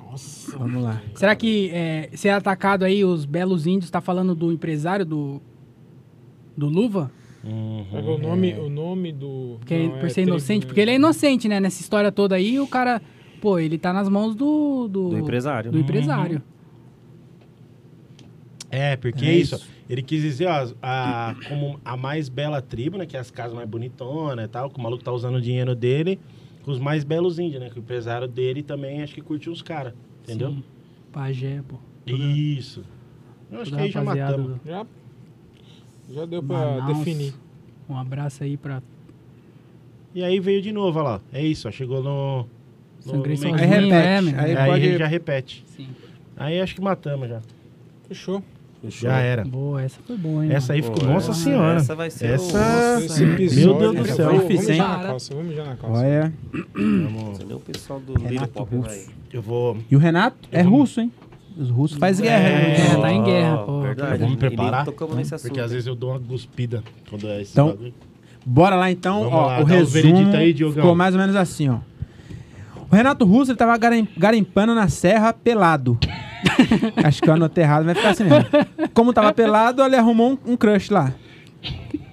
Speaker 4: Nossa.
Speaker 3: Vamos lá.
Speaker 2: Será que é, ser atacado aí, os belos índios, tá falando do empresário do... Do Luva?
Speaker 4: Agora, o nome, o nome do.
Speaker 2: Que é
Speaker 4: não,
Speaker 2: por
Speaker 4: é
Speaker 2: ser
Speaker 4: tribo,
Speaker 2: inocente?
Speaker 4: né?
Speaker 2: Porque ele é inocente, né? Nessa história toda aí, o cara... Pô, ele tá nas mãos do... Do,
Speaker 5: Do Uhum. empresário. né?
Speaker 2: do empresário.
Speaker 1: É, porque é isso. Ele quis dizer, ó, a, como a mais bela tribo, né? Que é as casas mais bonitonas e tal, que o maluco tá usando o dinheiro dele, com os mais belos índios, né? Que o empresário dele também acho que curte uns caras. Entendeu?
Speaker 2: Sim. Pajé, pô.
Speaker 1: Isso. Eu acho que
Speaker 2: Toda a
Speaker 1: aí já
Speaker 2: rapaziada
Speaker 1: matamos.
Speaker 2: do-
Speaker 4: Já, já deu pra
Speaker 2: Manaus.
Speaker 4: definir.
Speaker 2: Um abraço aí pra
Speaker 1: E aí veio de novo, olha lá. É isso, ó, chegou no. no-
Speaker 2: Sangrei
Speaker 1: no
Speaker 2: sozinho.
Speaker 1: meio.
Speaker 3: Aí repete,
Speaker 2: é, meu.
Speaker 3: aí-
Speaker 1: Aí,
Speaker 3: pode-
Speaker 1: ele já repete.
Speaker 2: Sim.
Speaker 1: Aí acho que matamos já.
Speaker 4: Fechou.
Speaker 5: Fechou.
Speaker 1: Já era.
Speaker 2: Boa, essa foi boa, hein?
Speaker 1: Essa aí
Speaker 5: Pô,
Speaker 1: ficou. Nossa
Speaker 5: essa-
Speaker 1: senhora.
Speaker 5: É, Essa vai ser
Speaker 1: Essa-
Speaker 5: o...
Speaker 1: Nossa,
Speaker 4: Esse episódio.
Speaker 1: Meu Deus do
Speaker 4: já
Speaker 1: céu.
Speaker 4: foi. Vamos
Speaker 3: Difícil,
Speaker 4: já
Speaker 2: hein?
Speaker 4: na calça, vamos já na calça.
Speaker 3: Olha.
Speaker 1: Hum.
Speaker 5: Nossa, nem o pessoal do Little Pop vai.
Speaker 1: Eu vou.
Speaker 3: E o Renato é russo, hein? Os russos faz guerra. né?
Speaker 2: É, tá em guerra, pô.
Speaker 5: Verdade.
Speaker 1: Vamos
Speaker 5: E nem
Speaker 1: preparar.
Speaker 5: Tocamos nesse assunto.
Speaker 1: Porque às vezes eu dou uma cuspida quando é esse
Speaker 3: Então,
Speaker 1: bagulho.
Speaker 3: Bora lá então,
Speaker 1: Vamos
Speaker 3: ó,
Speaker 1: lá, dá
Speaker 3: o
Speaker 1: os
Speaker 3: resumo
Speaker 1: veredito aí, Diogão.
Speaker 3: ficou mais ou menos assim, ó. O Renato Russo, ele tava garim- garimpando na serra pelado. Acho que eu anotei errado, vai ficar assim mesmo. Como tava pelado, ele arrumou um, um crush lá.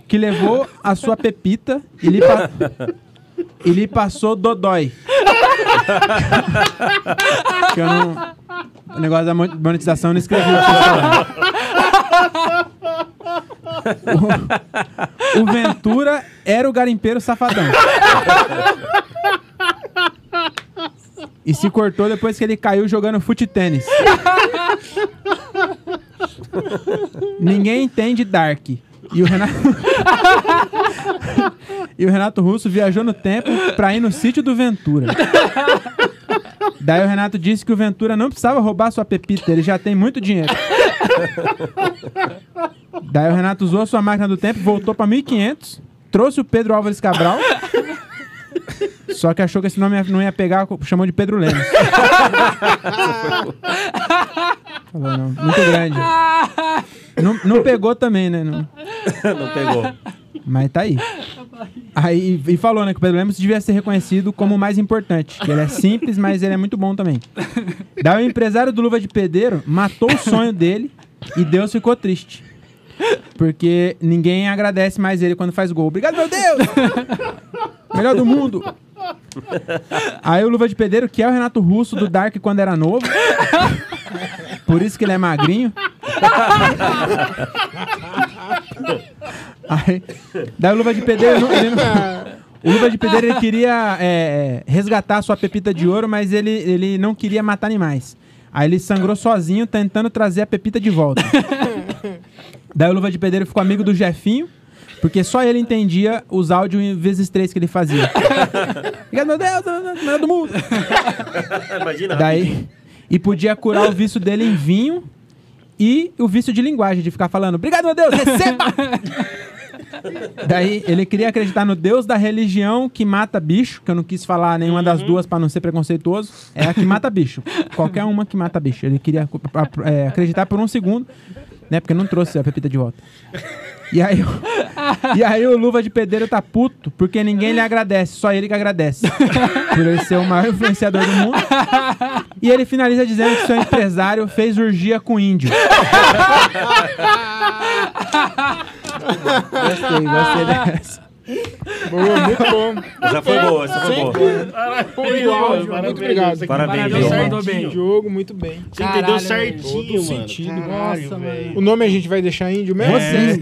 Speaker 3: Que levou a sua pepita e lhe, pa- e lhe passou dodói. que eu não... O negócio da mon- monetização eu não escrevi. o que eu tô falando. O Ventura era o garimpeiro safadão. E se cortou depois que ele caiu jogando fute-tênis. Ninguém entende Dark. E o Renato. e o Renato Russo viajou no tempo pra ir no sítio do Ventura. Daí o Renato disse que o Ventura não precisava roubar sua pepita, ele já tem muito dinheiro. Daí o Renato usou a sua máquina do tempo, voltou pra 1500, trouxe o Pedro Álvares Cabral. só que achou que esse nome ia- não ia pegar, chamou de Pedro Lemos. Falou, não. Muito grande. Não, não pegou também, né? Não-
Speaker 5: Não pegou.
Speaker 3: mas tá aí. aí. E falou, né, que o Pedro Lemos devia ser reconhecido como o mais importante. Que ele é simples, mas ele é muito bom também. Daí o empresário do Luva de Pedreiro matou o sonho dele e Deus ficou triste. Porque ninguém agradece mais ele quando faz gol. Obrigado, meu Deus! Melhor do mundo! Aí o Luva de Pedreiro, que é o Renato Russo do Dark quando era novo. Por isso que ele é magrinho. Aí, daí o Luva de Pedreiro. não- ele não- o Luva de Pedreiro ele queria é, é, resgatar a sua pepita de ouro, mas ele, ele não queria matar animais. Aí ele sangrou sozinho, tentando trazer a pepita de volta. daí o Luva de Pedreiro ficou amigo do Jefinho, porque só ele entendia os áudios em vezes três que ele fazia. Obrigado, meu Deus, meu Deus, meu Deus é do mundo.
Speaker 5: É, Imagina.
Speaker 3: Daí. E podia curar o vício dele em vinho e o vício de linguagem, de ficar falando, obrigado, meu Deus, receba! Daí ele queria acreditar no Deus da religião que mata bicho, que eu não quis falar nenhuma das duas pra não ser preconceituoso. É a que mata bicho. Qualquer uma que mata bicho. Ele queria cu- a- é, acreditar por um segundo, né? Porque não trouxe a pepita de volta. E aí, o- e aí o Luva de Pedreiro tá puto, porque ninguém lhe agradece, só ele que agradece. Por ele ser o maior influenciador do mundo. E ele finaliza dizendo que seu empresário fez urgia com índio. gostei, gostei dessa.
Speaker 4: Boa, muito bom.
Speaker 5: Já foi boa, essa foi boa.
Speaker 4: Foi ótimo, muito obrigado.
Speaker 5: Parabéns,
Speaker 2: Parabéns,
Speaker 5: João.
Speaker 2: João. Bem.
Speaker 4: Jogo, muito bem.
Speaker 1: Você entendeu
Speaker 2: Caralho,
Speaker 1: certinho,
Speaker 4: todo
Speaker 1: mano.
Speaker 4: sentido.
Speaker 1: Caralho,
Speaker 2: Nossa,
Speaker 1: velho.
Speaker 4: O nome a gente vai deixar índio mesmo?
Speaker 3: Vocês,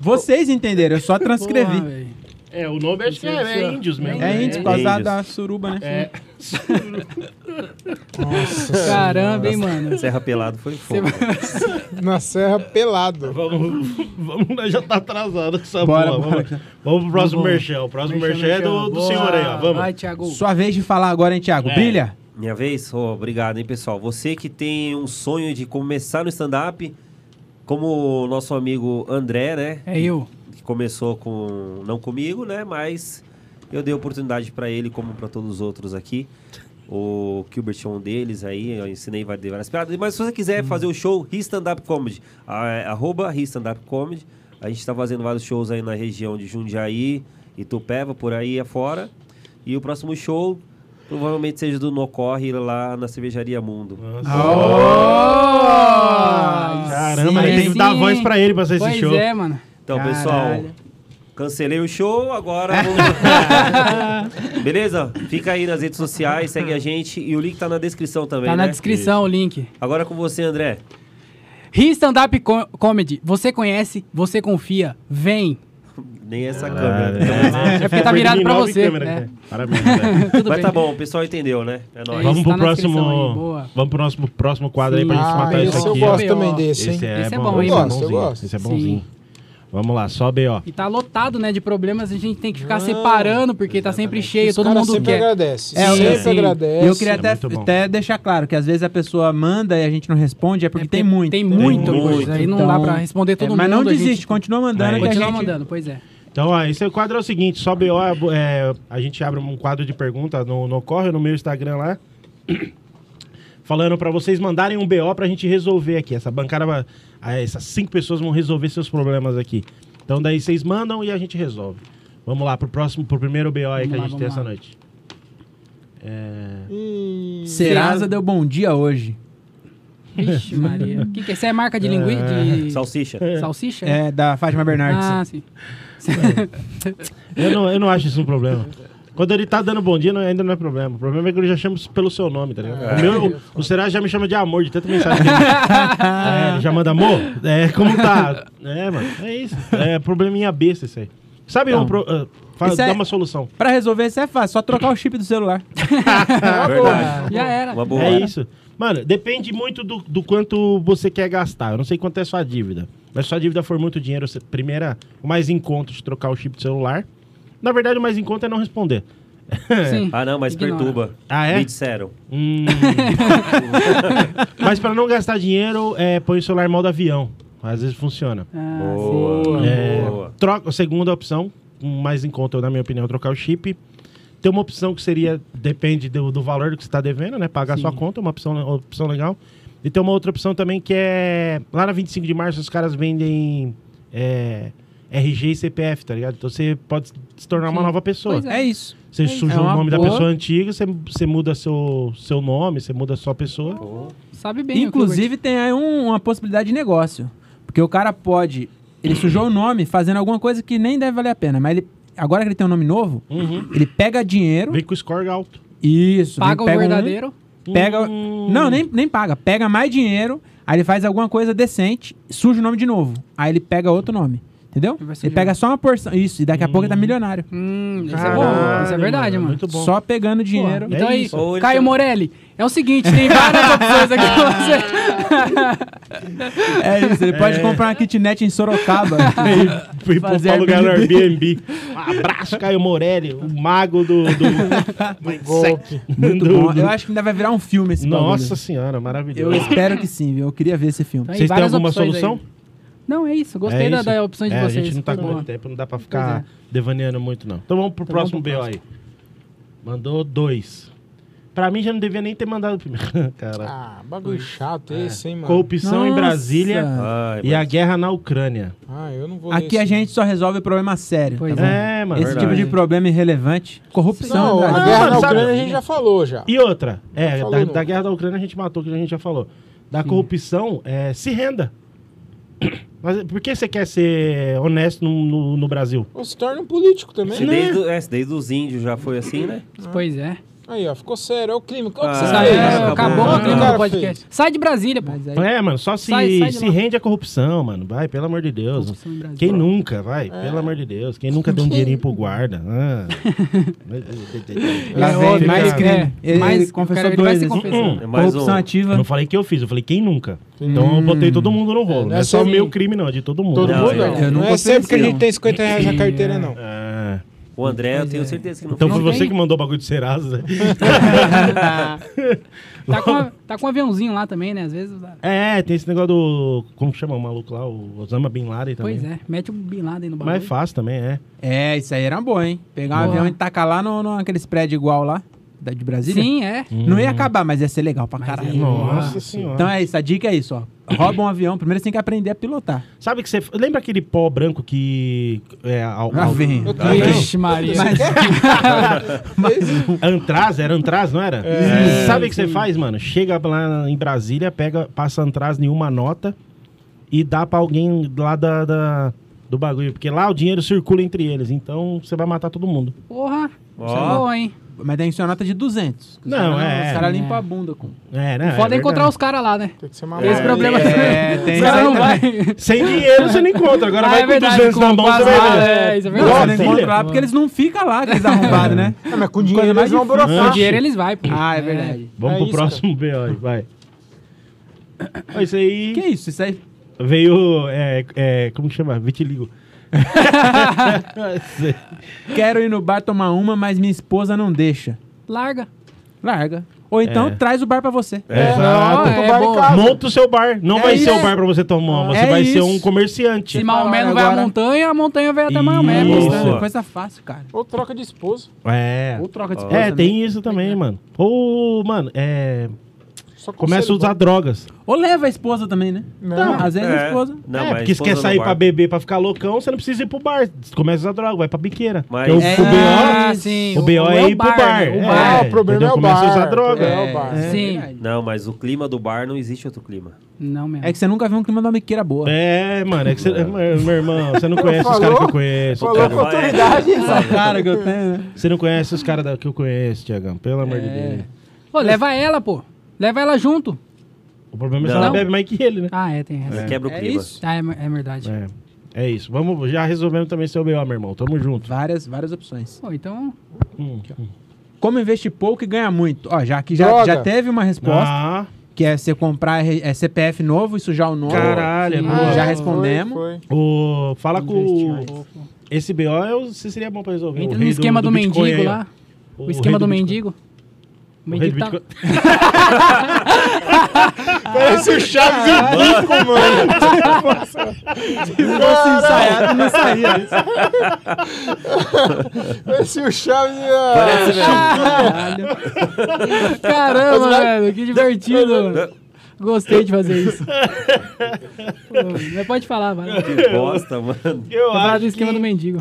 Speaker 3: vocês entenderam, eu só transcrevi.
Speaker 2: Porra, velho.
Speaker 1: É, o nome acho que é, é índios mesmo.
Speaker 3: é índio, por causa da-
Speaker 5: Índios.
Speaker 3: da suruba, né?
Speaker 1: É.
Speaker 2: Caramba, hein, mano.
Speaker 5: Serra Pelado foi fogo.
Speaker 4: Na Serra Pelado.
Speaker 1: Vamos, vamos, nós já tá atrasado com essa
Speaker 3: Bora,
Speaker 1: porra.
Speaker 3: bora.
Speaker 1: Vamos, vamos pro próximo merchan. O próximo merchan, é do, do
Speaker 2: Boa.
Speaker 1: senhor aí, ó. Vamos.
Speaker 2: Vai, Thiago.
Speaker 3: Sua vez de falar agora, hein, Thiago?
Speaker 1: É.
Speaker 3: Brilha?
Speaker 5: Minha vez? Ô, obrigado, hein, pessoal. Você que tem um sonho de começar no stand-up, como o nosso amigo André, né?
Speaker 2: É eu.
Speaker 5: que começou com não comigo, né? Mas eu dei oportunidade para ele, como para todos os outros aqui. O Gilbert é um deles aí, eu ensinei várias várias piadas. Mas se você quiser fazer o show Ri Stand Up Comedy, a- é, arroba Ri Stand Up Comedy. A gente está fazendo vários shows aí na região de Jundiaí, Itupeva, por aí afora. E o próximo show provavelmente seja do Nocorre lá na Cervejaria Mundo.
Speaker 1: Caramba,
Speaker 2: Sim,
Speaker 1: aí tem que dar
Speaker 2: sim.
Speaker 1: voz pra ele pra ser esse
Speaker 2: Pois
Speaker 1: show.
Speaker 2: é, mano.
Speaker 5: Então,
Speaker 3: Caralho.
Speaker 5: pessoal, cancelei o show, agora vamos... Beleza? Fica aí nas redes sociais, segue a gente e o link tá na descrição também,
Speaker 2: Tá
Speaker 5: né?
Speaker 2: na descrição o link.
Speaker 5: Agora é com você, André.
Speaker 2: Ri Stand Up Co- Comedy. Você conhece, você confia. Vem.
Speaker 5: Nem essa
Speaker 1: Caralho,
Speaker 5: câmera. né?
Speaker 1: é.
Speaker 2: É porque tá virado pra você, né?
Speaker 1: Parabéns, velho.
Speaker 2: Tudo
Speaker 5: Mas
Speaker 2: bem.
Speaker 5: tá bom, o pessoal entendeu, né? É nóis.
Speaker 2: Isso,
Speaker 1: Vamos pro
Speaker 2: tá na
Speaker 1: próximo.
Speaker 2: descrição aí, boa.
Speaker 1: Vamos pro nosso próximo quadro aí pra
Speaker 2: Sim.
Speaker 1: gente
Speaker 4: Ah,
Speaker 1: matar isso
Speaker 4: esse eu
Speaker 1: aqui. ó.
Speaker 4: gosto
Speaker 2: ó.
Speaker 4: também desse, hein?
Speaker 1: Esse é,
Speaker 2: Esse é
Speaker 1: bom,
Speaker 2: bom, hein,
Speaker 1: esse é
Speaker 4: mano? Eu
Speaker 1: bonzinho,
Speaker 4: gosto, eu
Speaker 1: Esse é
Speaker 2: gosto.
Speaker 1: bonzinho. Vamos lá, sobe aí, ó.
Speaker 2: E tá lotado, né, de problemas. A gente tem que ficar separando, porque tá sempre cheio,
Speaker 4: Os
Speaker 2: todo
Speaker 4: caras
Speaker 2: mundo
Speaker 4: sempre
Speaker 2: quer.
Speaker 4: agradece.
Speaker 3: É,
Speaker 4: sempre
Speaker 2: sim.
Speaker 3: E
Speaker 4: agradece.
Speaker 3: eu queria
Speaker 1: É
Speaker 3: até,
Speaker 1: muito bom.
Speaker 3: até deixar claro que às vezes a pessoa manda e a gente não responde, é porque
Speaker 2: É,
Speaker 3: tem muito.
Speaker 2: Tem muita
Speaker 5: muito.
Speaker 2: coisa. Aí não dá
Speaker 3: Então,
Speaker 2: pra responder todo
Speaker 3: é,
Speaker 2: mundo.
Speaker 3: mas não
Speaker 2: a gente
Speaker 3: desiste, continua mandando.
Speaker 1: É,
Speaker 3: que a
Speaker 2: Continua
Speaker 3: gente-
Speaker 2: mandando, pois é.
Speaker 1: Então, ó, esse é o quadro é o seguinte, só BO, é, a gente abre um quadro de pergunta no, no Corre, no meu Instagram lá, falando pra vocês mandarem um BO pra gente resolver aqui. Essa bancada, vai- ah, essas cinco pessoas vão resolver seus problemas aqui. Então daí vocês mandam e a gente resolve. Vamos lá, pro próximo, pro primeiro BO aí
Speaker 2: Vamos
Speaker 1: que
Speaker 2: lá,
Speaker 1: a gente
Speaker 2: vamos
Speaker 1: tem
Speaker 2: lá.
Speaker 1: essa noite. É,
Speaker 3: Serasa deu bom dia hoje.
Speaker 2: Vixe, Maria. O que, que é? Isso é marca de linguiça?
Speaker 1: É
Speaker 2: De
Speaker 5: É, Salsicha.
Speaker 2: salsicha?
Speaker 3: É, da Fátima É, Bernardes.
Speaker 2: Ah, sim.
Speaker 1: eu, não, eu não acho isso um problema. Quando ele tá dando bom dia, não- ainda não é problema. O problema é que ele já chama pelo seu nome, tá ligado? O, meu, o, o Será já me chama de amor, de tanta mensagem que ele é, ele já manda amor? É, como tá? É, mano, é isso. É probleminha besta isso aí. Sabe, um pro, ah, fala-
Speaker 3: Isso é-
Speaker 1: dá uma solução.
Speaker 3: Pra resolver isso é fácil, só trocar o chip do celular.
Speaker 5: Verdade.
Speaker 2: Já era.
Speaker 5: Uma boa.
Speaker 1: É isso. Mano, depende muito do, do quanto você quer gastar. Eu não sei quanto é sua dívida. Mas se sua dívida for muito dinheiro, você, primeira, o mais em conta de trocar o chip de celular. Na verdade, o mais em conta é não responder.
Speaker 2: Sim.
Speaker 5: Ah, não, mas
Speaker 2: Ignora.
Speaker 5: perturba.
Speaker 1: Ah, é?
Speaker 5: Me disseram.
Speaker 1: Hum. Mas pra não gastar dinheiro, é, põe o celular em modo avião. Às vezes funciona.
Speaker 2: Ah,
Speaker 5: Boa.
Speaker 2: sim.
Speaker 1: É,
Speaker 5: Boa.
Speaker 1: troca, segunda opção, um mais em conta, na minha opinião, é trocar o chip. Tem uma opção que seria, depende do, do valor que você está devendo, né? Pagar sua conta, uma opção, uma opção legal. E tem uma outra opção também que é. Lá na 25 de março, os caras vendem é, RG e CPF, tá ligado? Então você pode se tornar uma
Speaker 2: Sim.
Speaker 1: nova pessoa.
Speaker 2: Pois
Speaker 3: É isso.
Speaker 1: Você
Speaker 2: é
Speaker 1: suja
Speaker 3: isso. É
Speaker 1: o
Speaker 3: uma
Speaker 1: nome da
Speaker 3: boa.
Speaker 1: pessoa antiga, você, você muda seu, seu nome, você muda a sua pessoa.
Speaker 2: Sabe bem. o
Speaker 3: Inclusive, tem aí um- uma possibilidade de negócio. Porque o cara pode. Ele sujou o nome fazendo alguma coisa que nem deve valer a pena. Mas ele, agora que ele tem um nome novo,
Speaker 1: Uhum.
Speaker 3: ele pega dinheiro.
Speaker 1: Vem com o score alto.
Speaker 3: Isso,
Speaker 2: que paga o
Speaker 3: pega um,
Speaker 2: verdadeiro.
Speaker 3: pega.
Speaker 1: Hum.
Speaker 3: Não, nem, nem paga. Pega mais dinheiro, aí ele faz alguma coisa decente, suja o nome de novo. Aí ele pega outro nome. Entendeu?
Speaker 2: Ele vai sujar.
Speaker 3: Ele pega só uma porção. Isso, e daqui a pouco ele tá milionário.
Speaker 2: Hum, isso é bom.
Speaker 1: Caralho,
Speaker 2: Isso é verdade, mano.
Speaker 1: Uhum. Muito bom.
Speaker 3: Só pegando dinheiro.
Speaker 1: É
Speaker 2: Então aí,
Speaker 1: isso.
Speaker 5: Ou ele um-
Speaker 2: Caio
Speaker 5: chama-
Speaker 2: Morelli, é o seguinte, tem várias opções aqui pra você.
Speaker 3: É isso, ele pode comprar uma kitnet em Sorocaba.
Speaker 1: E fui pra
Speaker 3: Fazer
Speaker 1: um lugar no
Speaker 3: Airbnb.
Speaker 1: Airbnb. Um Abraço, Caio Morelli, o mago do. do, do golpe.
Speaker 3: Muito bom. Eu acho que ainda vai virar um filme esse bagulho.
Speaker 1: Nossa senhora,
Speaker 3: Eu
Speaker 1: maravilhoso.
Speaker 3: espero que sim, viu? Eu queria ver esse filme.
Speaker 2: Então, aí,
Speaker 1: Vocês têm
Speaker 2: várias
Speaker 1: alguma
Speaker 2: opções
Speaker 1: solução?
Speaker 2: aí. Não, é isso. Gostei
Speaker 1: É
Speaker 2: da,
Speaker 1: isso?
Speaker 2: da opção de
Speaker 1: É,
Speaker 2: vocês.
Speaker 1: A gente não tá
Speaker 2: Foi
Speaker 1: com muito
Speaker 2: boa.
Speaker 1: tempo, não dá pra ficar devaneando muito, não. Então vamos pro
Speaker 2: Então
Speaker 1: próximo
Speaker 2: vamos
Speaker 1: BO
Speaker 2: pro
Speaker 1: aí. Mandou dois. Pra mim já não devia nem ter mandado o primeiro. Cara.
Speaker 4: Ah, bagulho chato esse, hein, mano?
Speaker 1: Corrupção em
Speaker 3: Nossa.
Speaker 1: Brasília
Speaker 5: Ai,
Speaker 1: e
Speaker 5: mas-
Speaker 1: a guerra na Ucrânia.
Speaker 4: Ah, eu não vou ler
Speaker 3: Aqui a
Speaker 4: isso.
Speaker 3: gente só resolve problema sério.
Speaker 2: Pois
Speaker 3: tá bom?
Speaker 1: É, mano.
Speaker 3: Esse tipo
Speaker 5: Verdade.
Speaker 3: de problema irrelevante. Corrupção.
Speaker 4: Não,
Speaker 3: né,
Speaker 4: a
Speaker 1: Não,
Speaker 3: Brasil?
Speaker 4: guerra na
Speaker 1: sabe-
Speaker 4: Ucrânia a gente já falou já.
Speaker 1: E outra,
Speaker 3: Tá
Speaker 1: é,
Speaker 4: Falou
Speaker 1: da,
Speaker 4: não.
Speaker 1: da guerra da Ucrânia a gente matou, que a gente já falou. Da corrupção, é, se renda. Mas por que você quer ser honesto no, no- no Brasil?
Speaker 4: Ou se torna um político também.
Speaker 5: Se desde, o- é, se desde os índios já foi assim, né?
Speaker 2: Pois é.
Speaker 4: Aí, ó, ficou sério. Olha o clima. Olha o que
Speaker 5: Ah,
Speaker 4: você
Speaker 2: Sai,
Speaker 4: fez.
Speaker 2: é, acabou
Speaker 5: acabou.
Speaker 2: o clima
Speaker 4: Cara
Speaker 2: do podcast. Sai de Brasília, pô.
Speaker 3: Mas aí-
Speaker 1: É, mano, só se,
Speaker 2: Sai- sai de
Speaker 1: se
Speaker 2: lá.
Speaker 1: rende à corrupção, mano. Vai, pelo amor de Deus.
Speaker 2: Corrupção em Brasília.
Speaker 1: Quem nunca, vai,
Speaker 3: É.
Speaker 1: pelo amor de Deus. Quem nunca deu um dinheirinho pro guarda. Ah.
Speaker 3: Lá
Speaker 2: É,
Speaker 3: vem
Speaker 2: óbvio,
Speaker 3: mais
Speaker 2: cara.
Speaker 3: crime.
Speaker 2: É,
Speaker 3: Ele,
Speaker 2: mais-
Speaker 3: ele confessou
Speaker 2: o cara- ele vai
Speaker 3: dois.
Speaker 2: se
Speaker 3: esse.
Speaker 2: confessar.
Speaker 1: Hum,
Speaker 5: É mais
Speaker 3: Corrupção
Speaker 5: um.
Speaker 1: Eu
Speaker 3: ativa.
Speaker 1: não falei que eu fiz, eu falei quem nunca. Então eu botei todo mundo no rolo.
Speaker 4: É,
Speaker 1: não é
Speaker 4: não
Speaker 1: só
Speaker 4: é
Speaker 1: o meu crime, não, é de todo mundo.
Speaker 4: Todo
Speaker 5: Não,
Speaker 4: mundo
Speaker 5: eu
Speaker 4: não.
Speaker 3: não
Speaker 4: Não, é
Speaker 3: consigo
Speaker 4: sempre que a
Speaker 3: ser,
Speaker 4: gente
Speaker 3: não.
Speaker 4: tem 50 reais na carteira, não.
Speaker 1: Ah,
Speaker 5: O André, eu tenho certeza que não
Speaker 1: então
Speaker 5: foi. assim.
Speaker 1: foi você
Speaker 2: tem.
Speaker 1: que mandou o bagulho de Serasa. né?
Speaker 2: Tá com, a- tá com um aviãozinho lá também, né? Às vezes.
Speaker 1: É, tem esse negócio do. Como que chama o maluco lá? O Osama Bin Laden também.
Speaker 2: Pois é. Mete o Bin Laden no bagulho.
Speaker 1: Mas é fácil também, é.
Speaker 3: É, isso aí era bom, hein? Pegar um
Speaker 2: Boa.
Speaker 3: avião e tacar lá no, no, naqueles prédios igual lá, da- de Brasília.
Speaker 2: Sim, é.
Speaker 1: Hum.
Speaker 3: Não ia acabar, mas ia ser legal pra
Speaker 1: é,
Speaker 3: caralho.
Speaker 1: Nossa senhora.
Speaker 3: Então é isso, a dica é isso, ó. Rouba um avião, primeiro você tem que aprender a pilotar.
Speaker 1: Sabe que você. Lembra aquele pó branco que. É, ao,
Speaker 3: Lá
Speaker 1: ao-
Speaker 3: vem.
Speaker 2: Vixe, Maria.
Speaker 1: é Antraz, era Antraz, não era? É, Sabe o que você faz, mano? Chega lá em Brasília, pega, passa Antraz em uma nota e dá pra alguém lá da, da- do bagulho. Porque lá o dinheiro circula entre eles, então você vai matar todo mundo.
Speaker 2: Porra. Isso é
Speaker 5: Ó.
Speaker 2: bom, hein?
Speaker 3: Mas tem que ser uma nota de 200. que os
Speaker 1: Não,
Speaker 3: cara-
Speaker 1: é.
Speaker 3: Os caras limpam a bunda com.
Speaker 1: É, né?
Speaker 2: Foda
Speaker 1: é
Speaker 2: encontrar
Speaker 1: verdade.
Speaker 2: os caras lá, né?
Speaker 4: Tem que ser uma
Speaker 2: Esse
Speaker 4: merda.
Speaker 2: problema
Speaker 3: É, tem
Speaker 2: Os caras
Speaker 3: isso
Speaker 2: não
Speaker 3: aí
Speaker 2: vai.
Speaker 1: Sem dinheiro você não encontra. Agora
Speaker 2: Ah,
Speaker 1: vai
Speaker 2: é
Speaker 1: com
Speaker 2: verdade,
Speaker 1: 200 na
Speaker 2: com
Speaker 1: mão, você
Speaker 2: as
Speaker 1: vai ver.
Speaker 2: malas, é, isso
Speaker 1: Nossa,
Speaker 3: Você
Speaker 2: é verdade.
Speaker 3: não
Speaker 1: filha.
Speaker 3: encontra lá porque eles não ficam lá, aqueles arrombados, né?
Speaker 4: Ah, mas com dinheiro
Speaker 3: mais
Speaker 4: eles vão
Speaker 3: difícil.
Speaker 4: brotar.
Speaker 2: Com dinheiro eles vai, pô.
Speaker 3: Ah, é verdade.
Speaker 1: Vamos
Speaker 4: É
Speaker 1: pro
Speaker 4: isso,
Speaker 1: próximo B.O. aí, vai. Ó, Isso aí
Speaker 3: Que isso? Isso aí.
Speaker 1: veio. É, é, como que chama? Vitiligo.
Speaker 3: Quero ir no bar tomar uma, mas minha esposa não deixa.
Speaker 2: Larga.
Speaker 3: Larga. Ou então
Speaker 1: É.
Speaker 3: traz o bar pra você.
Speaker 4: É, não,
Speaker 2: Ah,
Speaker 4: tem que
Speaker 2: é
Speaker 4: tomar em
Speaker 2: boa.
Speaker 4: casa.
Speaker 1: Monta o seu bar. Não
Speaker 3: É
Speaker 1: vai ser
Speaker 3: isso.
Speaker 1: o bar pra você tomar, você
Speaker 3: É
Speaker 1: vai ser
Speaker 3: isso.
Speaker 1: um comerciante.
Speaker 2: Se Maomé não vai
Speaker 3: Agora-
Speaker 2: à montanha, a montanha vai até Maomé.
Speaker 1: Isso.
Speaker 2: pô.
Speaker 5: Boa.
Speaker 3: É coisa fácil, cara.
Speaker 4: Ou troca de esposa.
Speaker 1: É.
Speaker 3: Ou troca de esposa.
Speaker 1: É,
Speaker 3: também.
Speaker 1: tem isso também, mano. Ou, mano, é.
Speaker 4: só
Speaker 1: Começa a
Speaker 4: conselho
Speaker 1: usar
Speaker 4: bom.
Speaker 1: drogas.
Speaker 3: Ou leva a esposa também, né?
Speaker 4: Não.
Speaker 3: Às vezes a
Speaker 5: É,
Speaker 3: esposa.
Speaker 5: Não,
Speaker 1: é,
Speaker 5: mas
Speaker 1: porque se
Speaker 5: esposa
Speaker 1: quer
Speaker 5: no
Speaker 1: sair
Speaker 5: bar.
Speaker 1: pra beber, pra ficar loucão, você não precisa ir pro bar. Começa a usar droga, vai pra biqueira.
Speaker 5: Mas-
Speaker 1: Porque o,
Speaker 5: É,
Speaker 1: o BO,
Speaker 2: ah, sim,
Speaker 1: o BO é,
Speaker 2: o
Speaker 1: ir pro bar.
Speaker 2: bar, né? O
Speaker 1: é,
Speaker 2: bar.
Speaker 4: Ah, o problema
Speaker 1: entendeu?
Speaker 4: é o
Speaker 1: Começa a
Speaker 4: bar,
Speaker 1: usar
Speaker 4: o
Speaker 1: droga.
Speaker 4: problema é o bar.
Speaker 3: É
Speaker 2: Sim.
Speaker 3: verdade.
Speaker 5: Não, mas o clima do bar não existe outro clima.
Speaker 2: Não mesmo.
Speaker 3: É que você nunca viu um clima de uma biqueira boa.
Speaker 1: É, mano, é que você, é, meu meu irmão, você não conhece os
Speaker 4: Falou?
Speaker 1: caras que eu conheço.
Speaker 4: Falou
Speaker 1: cara.
Speaker 4: com autoridade.
Speaker 3: Essa cara que eu tenho, né?
Speaker 1: Você não conhece os caras da- que eu conheço, Tiagão, pelo amor de Deus.
Speaker 2: Ô, leva ela, pô. Leva ela junto.
Speaker 1: O problema é que
Speaker 5: Não.
Speaker 1: ela bebe mais que ele, né?
Speaker 2: Ah, é, tem essa.
Speaker 5: Quebra o
Speaker 3: É
Speaker 5: clima.
Speaker 3: isso.
Speaker 2: Ah, é, é verdade.
Speaker 1: É, é isso. Vamos, já resolvemos também seu BO, meu irmão. Tamo junto.
Speaker 3: Várias, várias opções.
Speaker 2: Pô, então.
Speaker 1: Hum.
Speaker 3: Como investir pouco e ganhar muito? Ó, já que já,
Speaker 4: Droga.
Speaker 3: já teve uma resposta,
Speaker 1: Ah,
Speaker 3: que é você comprar R- é CPF novo e sujar o nome.
Speaker 1: caralho. é
Speaker 2: Sim.
Speaker 1: boa.
Speaker 3: Já
Speaker 4: é,
Speaker 3: respondemos.
Speaker 4: foi, foi.
Speaker 1: O, fala com o...
Speaker 2: Pouco.
Speaker 1: Esse BO é o- se seria bom pra resolver.
Speaker 2: Entra
Speaker 1: O
Speaker 2: no
Speaker 1: rei
Speaker 2: esquema do,
Speaker 1: Bitcoin
Speaker 2: mendigo
Speaker 1: aí, ó.
Speaker 2: lá. O,
Speaker 1: rei
Speaker 2: esquema do
Speaker 1: Bitcoin.
Speaker 2: mendigo. O
Speaker 1: O rei
Speaker 2: mendigo
Speaker 1: do
Speaker 2: tá.
Speaker 1: Bitcoin.
Speaker 4: Parece o Chaves e o Bico, mano.
Speaker 3: ensaiado não saía. isso.
Speaker 4: Parece é o Chaves e a...
Speaker 1: é
Speaker 5: Parece mesmo.
Speaker 3: Caralho.
Speaker 1: Tá
Speaker 2: Caramba, velho, que divertido. mano. Gostei de fazer isso. Pô, mas pode falar, vai. lá.
Speaker 5: Que bosta, mano.
Speaker 1: Eu
Speaker 2: Vou falar
Speaker 1: acho
Speaker 2: do esquema do mendigo.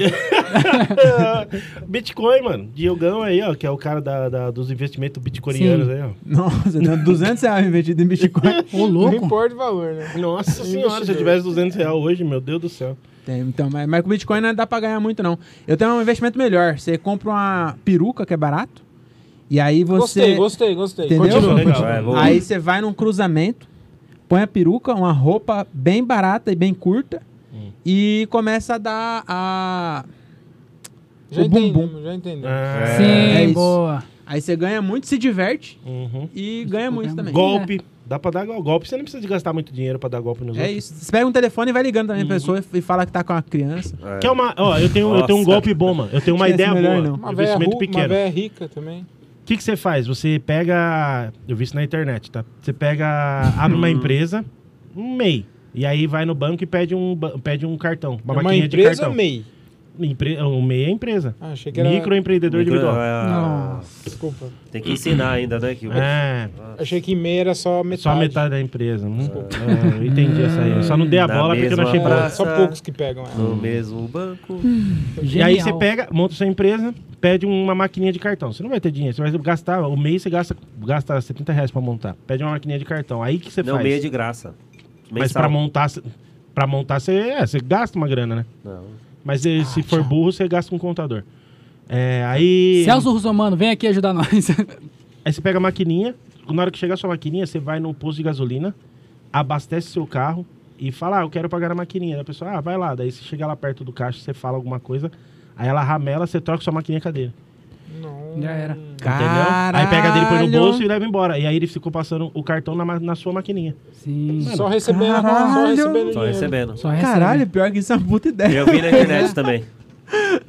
Speaker 1: Bitcoin, mano. Diogão aí, ó, que é o cara da, da- dos investimentos bitcoinianos
Speaker 2: Sim.
Speaker 1: aí, ó.
Speaker 3: Nossa, deu 200 reais investido em Bitcoin.
Speaker 4: Não
Speaker 2: Ô, louco.
Speaker 4: importa o valor, né?
Speaker 1: Nossa senhora, se eu tivesse 200 reais hoje, meu Deus do céu.
Speaker 3: Tem, então, mas, mas com Bitcoin não dá pra ganhar muito, não. Eu tenho um investimento melhor. Você compra uma peruca, que é barato, e aí você...
Speaker 4: Gostei, gostei, gostei.
Speaker 3: Entendeu?
Speaker 4: Continua.
Speaker 1: Legal.
Speaker 5: Vai, vou-
Speaker 3: Aí você vai num cruzamento, põe a peruca, uma roupa bem barata e bem curta,
Speaker 1: Hum.
Speaker 3: e começa a dar a...
Speaker 4: Já
Speaker 3: O bumbum.
Speaker 4: entendemos, já entendemos.
Speaker 1: Ah,
Speaker 3: é
Speaker 2: Sim,
Speaker 3: isso.
Speaker 2: boa.
Speaker 3: Aí você ganha muito, se diverte
Speaker 1: uhum.
Speaker 3: e ganha muito também.
Speaker 1: Golpe. Dá pra dar gol- golpe. Você não precisa de gastar muito dinheiro pra dar golpe nos
Speaker 3: É
Speaker 1: outros.
Speaker 3: isso. Você pega um telefone e vai ligando
Speaker 1: Uhum.
Speaker 3: também a pessoa e- e fala que tá com uma criança.
Speaker 1: Que é uma. Ó, eu tenho, eu tenho um
Speaker 5: Nossa.
Speaker 1: golpe bom, mano. Eu tenho uma
Speaker 3: Tinha
Speaker 2: é
Speaker 1: ideia
Speaker 3: esse melhor,
Speaker 1: boa.
Speaker 3: não.
Speaker 4: Uma velha
Speaker 1: Investimento
Speaker 4: ru- uma
Speaker 1: pequeno.
Speaker 4: véia rica também.
Speaker 1: O que, que você faz? Você pega. Eu vi isso na internet, tá? Você pega. abre
Speaker 4: Uhum.
Speaker 1: uma empresa, um MEI. E aí vai no banco e pede um, ba- pede um cartão. Uma,
Speaker 4: É Uma, uma
Speaker 1: maquininha de
Speaker 4: empresa
Speaker 1: cartão.
Speaker 4: MEI.
Speaker 1: Empre... O MEI é empresa.
Speaker 4: Ah, achei que era...
Speaker 1: Microempreendedor individual.
Speaker 5: Ah,
Speaker 4: Desculpa.
Speaker 5: Tem que ensinar ainda, né? Que...
Speaker 1: É.
Speaker 4: Achei que MEI era só metade.
Speaker 1: Só a metade da empresa. Hum, é, eu entendi essa aí. Eu só não dei a
Speaker 5: Na
Speaker 1: bola porque eu não achei
Speaker 5: mesma
Speaker 1: bola.
Speaker 5: praça.
Speaker 4: É, Só poucos que pegam é. ela.
Speaker 5: No mesmo banco.
Speaker 4: Hum.
Speaker 1: E aí você
Speaker 2: Genial.
Speaker 1: pega, monta sua empresa, pede uma maquininha de cartão. Você não vai ter dinheiro, você vai gastar. O MEI você gasta, gasta 70 reais pra montar. Pede uma maquininha de cartão. Aí que você
Speaker 5: Não, é
Speaker 1: faz.
Speaker 5: meia de graça.
Speaker 1: Mas
Speaker 5: Mensal.
Speaker 1: pra montar, cê- pra montar você, é, você gasta uma grana, né?
Speaker 5: Não.
Speaker 1: Mas eh,
Speaker 3: Ah,
Speaker 1: se for burro, você gasta com um contador. É, aí,
Speaker 2: Celso Russomano, vem aqui ajudar nós.
Speaker 1: aí você pega a maquininha, na hora que chegar a sua maquininha, você vai num posto de gasolina, abastece seu carro e fala, ah, eu quero pagar a maquininha. Aí a pessoa, ah, vai lá. Daí você chega lá perto do caixa, você fala alguma coisa, aí ela ramela, você troca sua maquininha cadeira.
Speaker 4: Não.
Speaker 2: Já era.
Speaker 1: Entendeu? Aí pega dele, põe no
Speaker 3: Caralho.
Speaker 1: bolso e leva embora. E aí ele ficou passando o cartão na, ma- na sua maquininha.
Speaker 2: Sim.
Speaker 1: Hum.
Speaker 4: Só recebendo, só
Speaker 3: Caralho.
Speaker 4: recebendo
Speaker 5: Só
Speaker 4: dinheiro.
Speaker 5: recebendo.
Speaker 2: Só recebe.
Speaker 3: Caralho, pior que isso é uma puta ideia.
Speaker 5: Eu vi na internet também.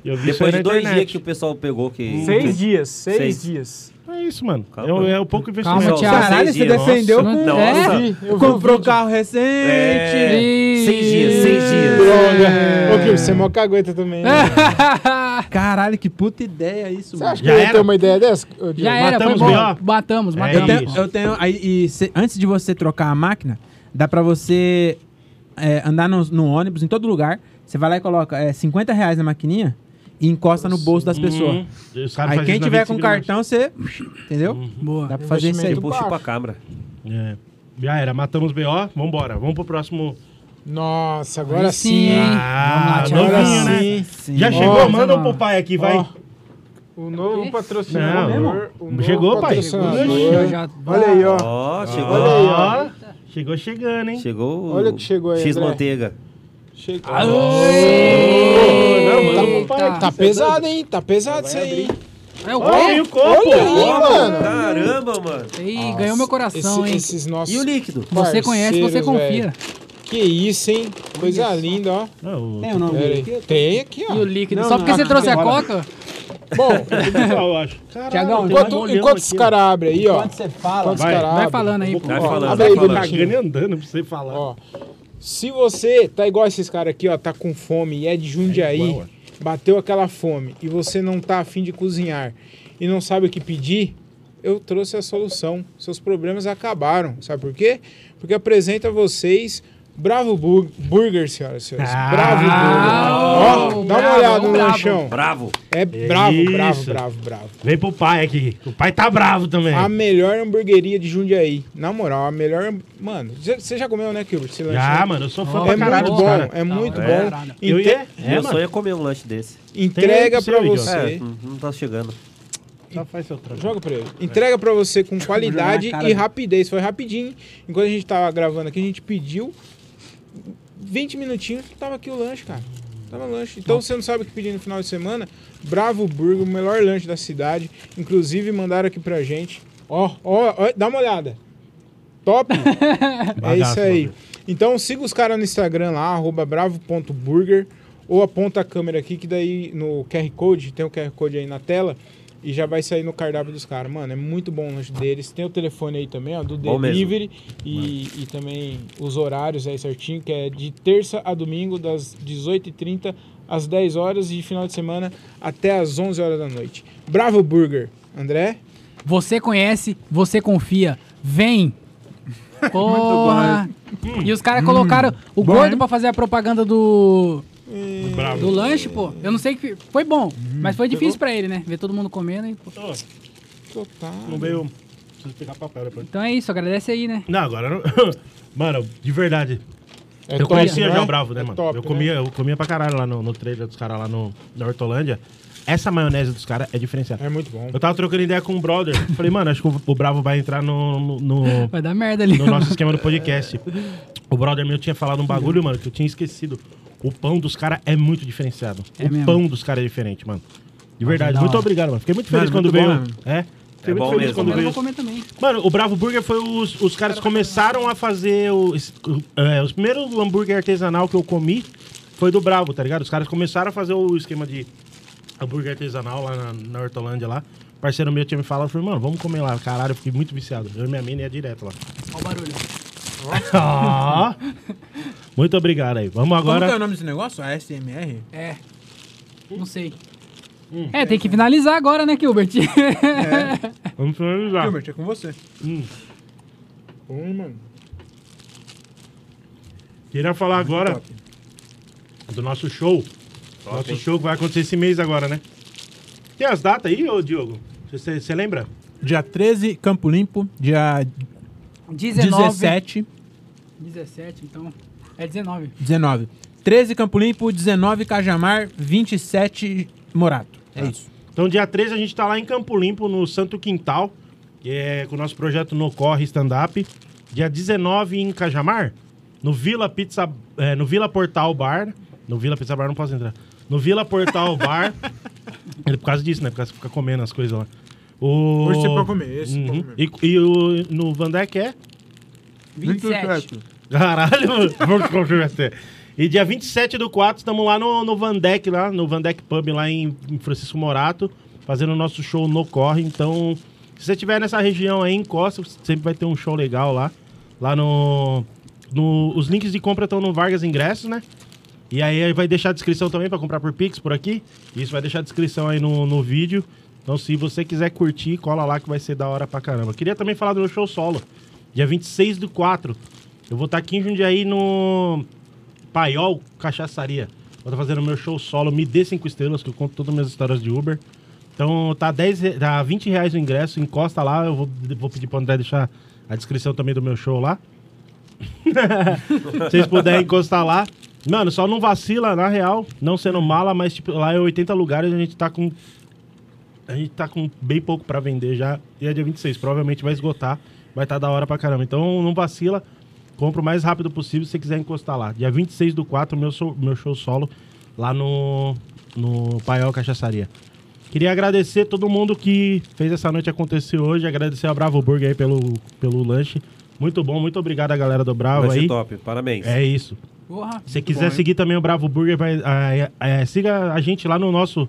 Speaker 1: Eu vi isso aí
Speaker 5: Depois
Speaker 1: na
Speaker 5: de dois
Speaker 1: internet.
Speaker 5: dias que o pessoal pegou que.
Speaker 4: Seis dias, seis,
Speaker 5: Seis.
Speaker 4: dias.
Speaker 1: É isso, mano.
Speaker 5: Calma.
Speaker 1: É, o- é o pouco
Speaker 2: Calma,
Speaker 1: investimento.
Speaker 2: Thiago.
Speaker 3: Caralho,
Speaker 5: seis
Speaker 3: você
Speaker 5: dias.
Speaker 3: defendeu
Speaker 2: Nossa.
Speaker 3: com...
Speaker 5: Não,
Speaker 2: É?
Speaker 5: nossa.
Speaker 4: Vi, eu vi o
Speaker 3: Comprou
Speaker 4: vídeo.
Speaker 3: carro recente.
Speaker 5: É, Seis dias, seis dias.
Speaker 4: Droga. Ô, Kim, você é mó cagueta também. Né?
Speaker 3: Caralho, que puta ideia isso,
Speaker 4: Você
Speaker 3: mano.
Speaker 4: acha que
Speaker 1: É. Já
Speaker 4: eu
Speaker 1: era.
Speaker 4: ia ter uma ideia dessa? ô, Diogo?
Speaker 2: Já era, foi
Speaker 1: Matamos o
Speaker 2: bom.
Speaker 1: B.O.
Speaker 2: Matamos,
Speaker 1: É
Speaker 3: Eu
Speaker 2: matamos.
Speaker 3: tenho, eu tenho aí, e cê- antes de você trocar a máquina, dá pra você é, andar no, no ônibus, em todo lugar. Você vai lá e coloca é, 50 reais na maquininha e encosta no bolso
Speaker 4: Uhum.
Speaker 3: das pessoas.
Speaker 1: Hum, os caras
Speaker 3: Aí
Speaker 1: fazem
Speaker 3: quem
Speaker 1: isso na
Speaker 3: tiver
Speaker 1: 25
Speaker 3: com
Speaker 1: de
Speaker 3: cartão, você. Entendeu?
Speaker 4: Uhum.
Speaker 2: Boa.
Speaker 3: Dá pra fazer isso aí.
Speaker 4: Investimento.
Speaker 5: Puxa pra câmera.
Speaker 1: março. É. Já era, matamos BO, vambora. Vamos pro próximo.
Speaker 4: Nossa, agora
Speaker 2: Aí
Speaker 4: sim.
Speaker 2: sim,
Speaker 4: hein?
Speaker 2: hein?
Speaker 1: Ah,
Speaker 2: Vamos lá, Thiago.
Speaker 1: novinho,
Speaker 4: Agora
Speaker 1: né?
Speaker 4: sim.
Speaker 1: Já
Speaker 4: Ó,
Speaker 1: chegou,
Speaker 2: vamos
Speaker 1: manda
Speaker 2: lá.
Speaker 1: um pro pai aqui, vai.
Speaker 4: Ó, o novo
Speaker 1: Não,
Speaker 4: patrocinador. o novo
Speaker 1: chegou, pai.
Speaker 4: patrocinador.
Speaker 1: Chegou,
Speaker 2: já, já.
Speaker 4: Olha aí, ó.
Speaker 5: Ó, chegou.
Speaker 1: Ó, Chegou chegando, hein?
Speaker 5: Chegou o
Speaker 4: Olha o que chegou aí,
Speaker 5: X
Speaker 4: André.
Speaker 5: manteiga.
Speaker 4: Chegou.
Speaker 1: Não, manda
Speaker 2: Eita.
Speaker 1: pro pai aqui.
Speaker 4: Tá pesado, hein? Tá pesado isso aí. hein?
Speaker 2: É o
Speaker 1: Ó, e
Speaker 2: quê?
Speaker 1: o copo?
Speaker 4: Olha aí,
Speaker 1: Ó,
Speaker 4: mano.
Speaker 5: Caramba, mano.
Speaker 2: Ih, ganhou meu coração,
Speaker 4: Esse-
Speaker 2: hein?
Speaker 4: Esses nossos...
Speaker 5: E o líquido?
Speaker 2: Você conhece, você
Speaker 4: parceiros,
Speaker 2: confia.
Speaker 4: Que isso, hein? Coisa linda, ó.
Speaker 1: Ah, o-
Speaker 3: Tem um o nome
Speaker 4: Pera
Speaker 3: dele
Speaker 4: aí.
Speaker 3: aqui?
Speaker 4: Tem aqui,
Speaker 2: E o
Speaker 4: ó.
Speaker 2: líquido.
Speaker 3: Não,
Speaker 2: Só
Speaker 3: não,
Speaker 2: porque você
Speaker 3: não,
Speaker 2: trouxe a
Speaker 3: não,
Speaker 2: coca?
Speaker 4: Bom,
Speaker 1: o pessoal, um, eu acho. Caralho, tem
Speaker 2: Tiagão,
Speaker 1: um
Speaker 4: enquanto,
Speaker 1: olhão
Speaker 4: enquanto os
Speaker 1: aqui, ó.
Speaker 4: caras abrem aí, ó.
Speaker 3: Quando você fala.
Speaker 4: Quantos
Speaker 1: Vai,
Speaker 4: caras
Speaker 2: Vai
Speaker 4: abrem?
Speaker 2: falando aí, pô.
Speaker 5: Vai
Speaker 4: Ó,
Speaker 5: falando,
Speaker 4: abre
Speaker 5: vai
Speaker 4: aí do
Speaker 1: Tá
Speaker 5: falando.
Speaker 1: cagando e andando pra você falar.
Speaker 4: Ó, se você tá igual esses caras aqui, ó, tá com fome e é de Jundiaí,
Speaker 1: É igual,
Speaker 4: bateu aquela fome e você não tá afim de cozinhar e não sabe o que pedir, eu trouxe a solução. Seus problemas acabaram. Sabe por quê? Porque apresenta a vocês Bravo Bur- Burger, senhoras e senhores.
Speaker 1: Ah,
Speaker 4: Bravo Burger. Ó, dá uma
Speaker 2: bravo,
Speaker 4: olhada no
Speaker 2: bravo.
Speaker 4: lanchão.
Speaker 5: Bravo.
Speaker 4: É bravo, bravo,
Speaker 1: Isso.
Speaker 4: bravo, bravo.
Speaker 1: Vem pro pai aqui. O pai tá bravo também.
Speaker 4: A melhor hamburgueria de Jundiaí. Na moral, a melhor. Mano, você já comeu, né, Kilbert? Esse lanche,
Speaker 1: Já,
Speaker 4: né?
Speaker 1: mano, eu sou fã
Speaker 2: Ó,
Speaker 1: pra
Speaker 4: É
Speaker 1: caralho
Speaker 4: muito
Speaker 1: dos
Speaker 4: bom,
Speaker 1: caras.
Speaker 4: é muito bom.
Speaker 5: é.
Speaker 1: Eu
Speaker 4: Inte-
Speaker 1: ia- é,
Speaker 5: Meu
Speaker 1: mano.
Speaker 5: sonho é comer um lanche desse.
Speaker 4: Entrega
Speaker 1: Tem
Speaker 4: pra
Speaker 1: aí pro seu,
Speaker 4: você.
Speaker 5: É, não não tá chegando.
Speaker 1: Só faz seu trampo.
Speaker 4: Joga pra ele. Entrega pra você com qualidade
Speaker 2: Jogar na cara
Speaker 4: e
Speaker 2: dele.
Speaker 4: rapidez. Foi rapidinho. Enquanto a gente tava gravando aqui, a gente pediu 20 minutinhos, tava aqui o lanche, cara. Tava o lanche. Então você não sabe o que pedir no final de semana? Bravo Burger, o melhor lanche da cidade. Inclusive mandaram aqui pra gente. Ó, ó, ó, dá uma olhada. Top! é
Speaker 1: Bagaço,
Speaker 4: isso aí.
Speaker 1: bagulho.
Speaker 4: Então siga os caras no Instagram lá, arroba bravo.burger, ou aponta a câmera aqui, que daí no QR Code, tem o QR Code aí na tela, e já vai sair no cardápio dos caras. Mano, é muito bom o lanche deles. Tem o telefone aí também, ó, do
Speaker 5: Bom mesmo.
Speaker 4: delivery, e, e também os horários aí certinho, que é de terça a domingo, das 18h30 às 10 horas e de final de semana até às 11 horas da noite. Bravo Burger, André?
Speaker 2: Você conhece, você confia. Vem! Porra! e os caras colocaram o
Speaker 3: Bom,
Speaker 2: gordo
Speaker 3: hein?
Speaker 2: pra fazer a propaganda do,
Speaker 1: Bravo.
Speaker 2: do lanche, pô. Eu não sei que. Foi bom, mas foi difícil pra ele, né? Ver todo mundo comendo. E, pô.
Speaker 1: Ô,
Speaker 4: Total.
Speaker 1: Não veio. Preciso pegar papel depois.
Speaker 2: Então é isso, agradece aí, né?
Speaker 1: Não, agora não. Mano, de verdade.
Speaker 4: É
Speaker 1: eu
Speaker 4: top,
Speaker 1: conhecia
Speaker 4: né?
Speaker 1: já o Bravo, né,
Speaker 4: É
Speaker 1: mano?
Speaker 4: top,
Speaker 1: eu,
Speaker 4: né?
Speaker 1: comia, eu comia pra caralho lá no, no trailer dos caras lá no, na Hortolândia. Essa maionese dos caras é diferenciada.
Speaker 4: É muito bom.
Speaker 1: Eu tava trocando ideia com um brother. Falei, mano, acho que o- o Bravo vai entrar no, no, no-
Speaker 2: Vai dar merda ali.
Speaker 1: no nosso esquema do podcast. O brother meu tinha falado um bagulho, mano, que eu tinha esquecido. O pão dos caras é muito diferenciado.
Speaker 2: É
Speaker 1: o
Speaker 2: mesmo.
Speaker 1: pão dos caras é diferente, mano. De verdade.
Speaker 2: da
Speaker 1: Muito
Speaker 2: hora.
Speaker 1: obrigado, mano. Fiquei muito feliz
Speaker 3: Mano,
Speaker 1: quando
Speaker 3: muito
Speaker 1: veio.
Speaker 3: bom, né?
Speaker 1: é. Fiquei
Speaker 5: É
Speaker 1: muito
Speaker 5: bom
Speaker 1: feliz
Speaker 5: mesmo,
Speaker 1: quando
Speaker 5: né?
Speaker 2: Eu
Speaker 1: veio.
Speaker 2: vou comer também.
Speaker 1: Mano, o Bravo Burger foi os, os caras começaram a fazer os, é, os primeiros hambúrguer artesanal que eu comi foi do Bravo, tá ligado? Os caras começaram a fazer o esquema de hambúrguer artesanal lá na, na Hortolândia lá. O parceiro meu tinha me falado, eu falei, mano, vamos comer lá. Caralho, eu fiquei muito viciado. Eu e minha mina ia direto lá.
Speaker 2: Olha o barulho.
Speaker 1: Ó. muito obrigado aí. Vamos
Speaker 3: Como que é
Speaker 1: agora.
Speaker 3: o nome desse negócio? ASMR?
Speaker 2: É. Não sei.
Speaker 1: Hum.
Speaker 2: é, tem que finalizar agora, né, Gilbert?
Speaker 1: Vamos finalizar.
Speaker 3: Gilbert, é com você.
Speaker 4: Bom, mano.
Speaker 1: Queria falar agora do nosso show. nosso show que vai acontecer esse mês agora, né? Tem as datas aí, ô Diogo? Você você lembra?
Speaker 3: Dia 13, Campo Limpo. Dia
Speaker 2: 19.
Speaker 3: 17.
Speaker 2: 17, então. É 19.
Speaker 3: 19. 13, Campo Limpo. 19, Cajamar. 27, Morato. É isso.
Speaker 1: Então, dia 13, a gente tá lá em Campo Limpo, no Santo Quintal, que é com o nosso projeto No Corre Stand-Up. Dia 19, em Cajamar, no Vila Pizza... eh, no Vila Portal Bar. No Vila Pizza Bar não posso entrar. No Vila Portal Bar. É por causa disso, né? Por causa que fica comendo as coisas lá. O...
Speaker 6: Hoje você pode comer, esse você pode
Speaker 1: Uhum.
Speaker 6: comer.
Speaker 1: E, e o, no Vandeck é...
Speaker 2: 27.
Speaker 1: Caralho, mano. Vamos conferir até. E dia 27 do 4, estamos lá no, no Vandeck, lá, no Vandeck Pub, lá em, em Francisco Morato, fazendo o nosso show no Corre. Então, se você estiver nessa região aí, encosta, sempre vai ter um show legal lá. Lá no. no os links de compra estão no Vargas Ingressos, né? E aí vai deixar a descrição também para comprar por Pix por aqui. Isso vai deixar a descrição aí no, no vídeo. Então, se você quiser curtir, cola lá que vai ser da hora pra caramba. Queria também falar do meu show solo. Dia 26 do 4. Eu vou estar aqui em Jundiaí no Paiol Cachaçaria. Vou estar fazendo meu show solo. Me dê 5 estrelas, que eu conto todas as minhas histórias de Uber. Então tá, 10, re- tá 20 reais o ingresso, encosta lá, eu vou, vou pedir pro André deixar a descrição também do meu show lá. Se vocês puderem encostar lá. Mano, só não vacila, na real, não sendo mala, mas tipo, lá é 80 lugares, a gente tá com. A gente tá com bem pouco pra vender já. E é dia 26, provavelmente vai esgotar. Vai estar da hora pra caramba. Então não vacila. Compra o mais rápido possível se você quiser encostar lá. Dia 26 do 4, meu, so- meu show solo lá no, no Paiol Cachaçaria. Queria agradecer todo mundo que fez essa noite acontecer hoje. Agradecer a Bravo Burger aí pelo, pelo lanche. Muito bom, muito obrigado a galera do Bravo
Speaker 5: Lanche
Speaker 1: aí.
Speaker 5: top, parabéns.
Speaker 1: É isso.
Speaker 2: Porra.
Speaker 1: Se quiser seguir também o Bravo Burger, vai, ah, é, é, siga a gente lá no nosso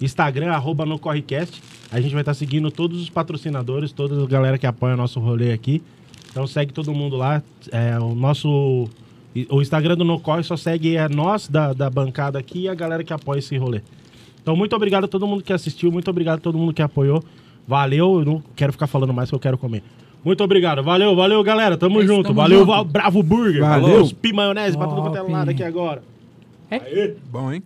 Speaker 1: Instagram, arroba no Correcast. A gente vai estar seguindo todos os patrocinadores, toda a galera que apoia o nosso rolê aqui. Então segue todo mundo lá. É, o nosso. e- O Instagram do No Corre só segue a nós da, da bancada aqui e a galera que apoia esse rolê. Então, muito obrigado a todo mundo que assistiu, muito obrigado a todo mundo que apoiou. Valeu, eu não quero ficar falando mais que eu quero comer. Muito obrigado. Valeu, valeu, galera. Tamo
Speaker 2: É isso,
Speaker 1: junto.
Speaker 2: tamo
Speaker 1: valeu,
Speaker 2: junto.
Speaker 1: Val- Bravo Burger.
Speaker 3: Valeu.
Speaker 1: Valeu. Pi maionese pra tudo quanto é
Speaker 2: Top.
Speaker 1: lado aqui agora.
Speaker 2: É?
Speaker 1: Aê.
Speaker 3: Bom, hein?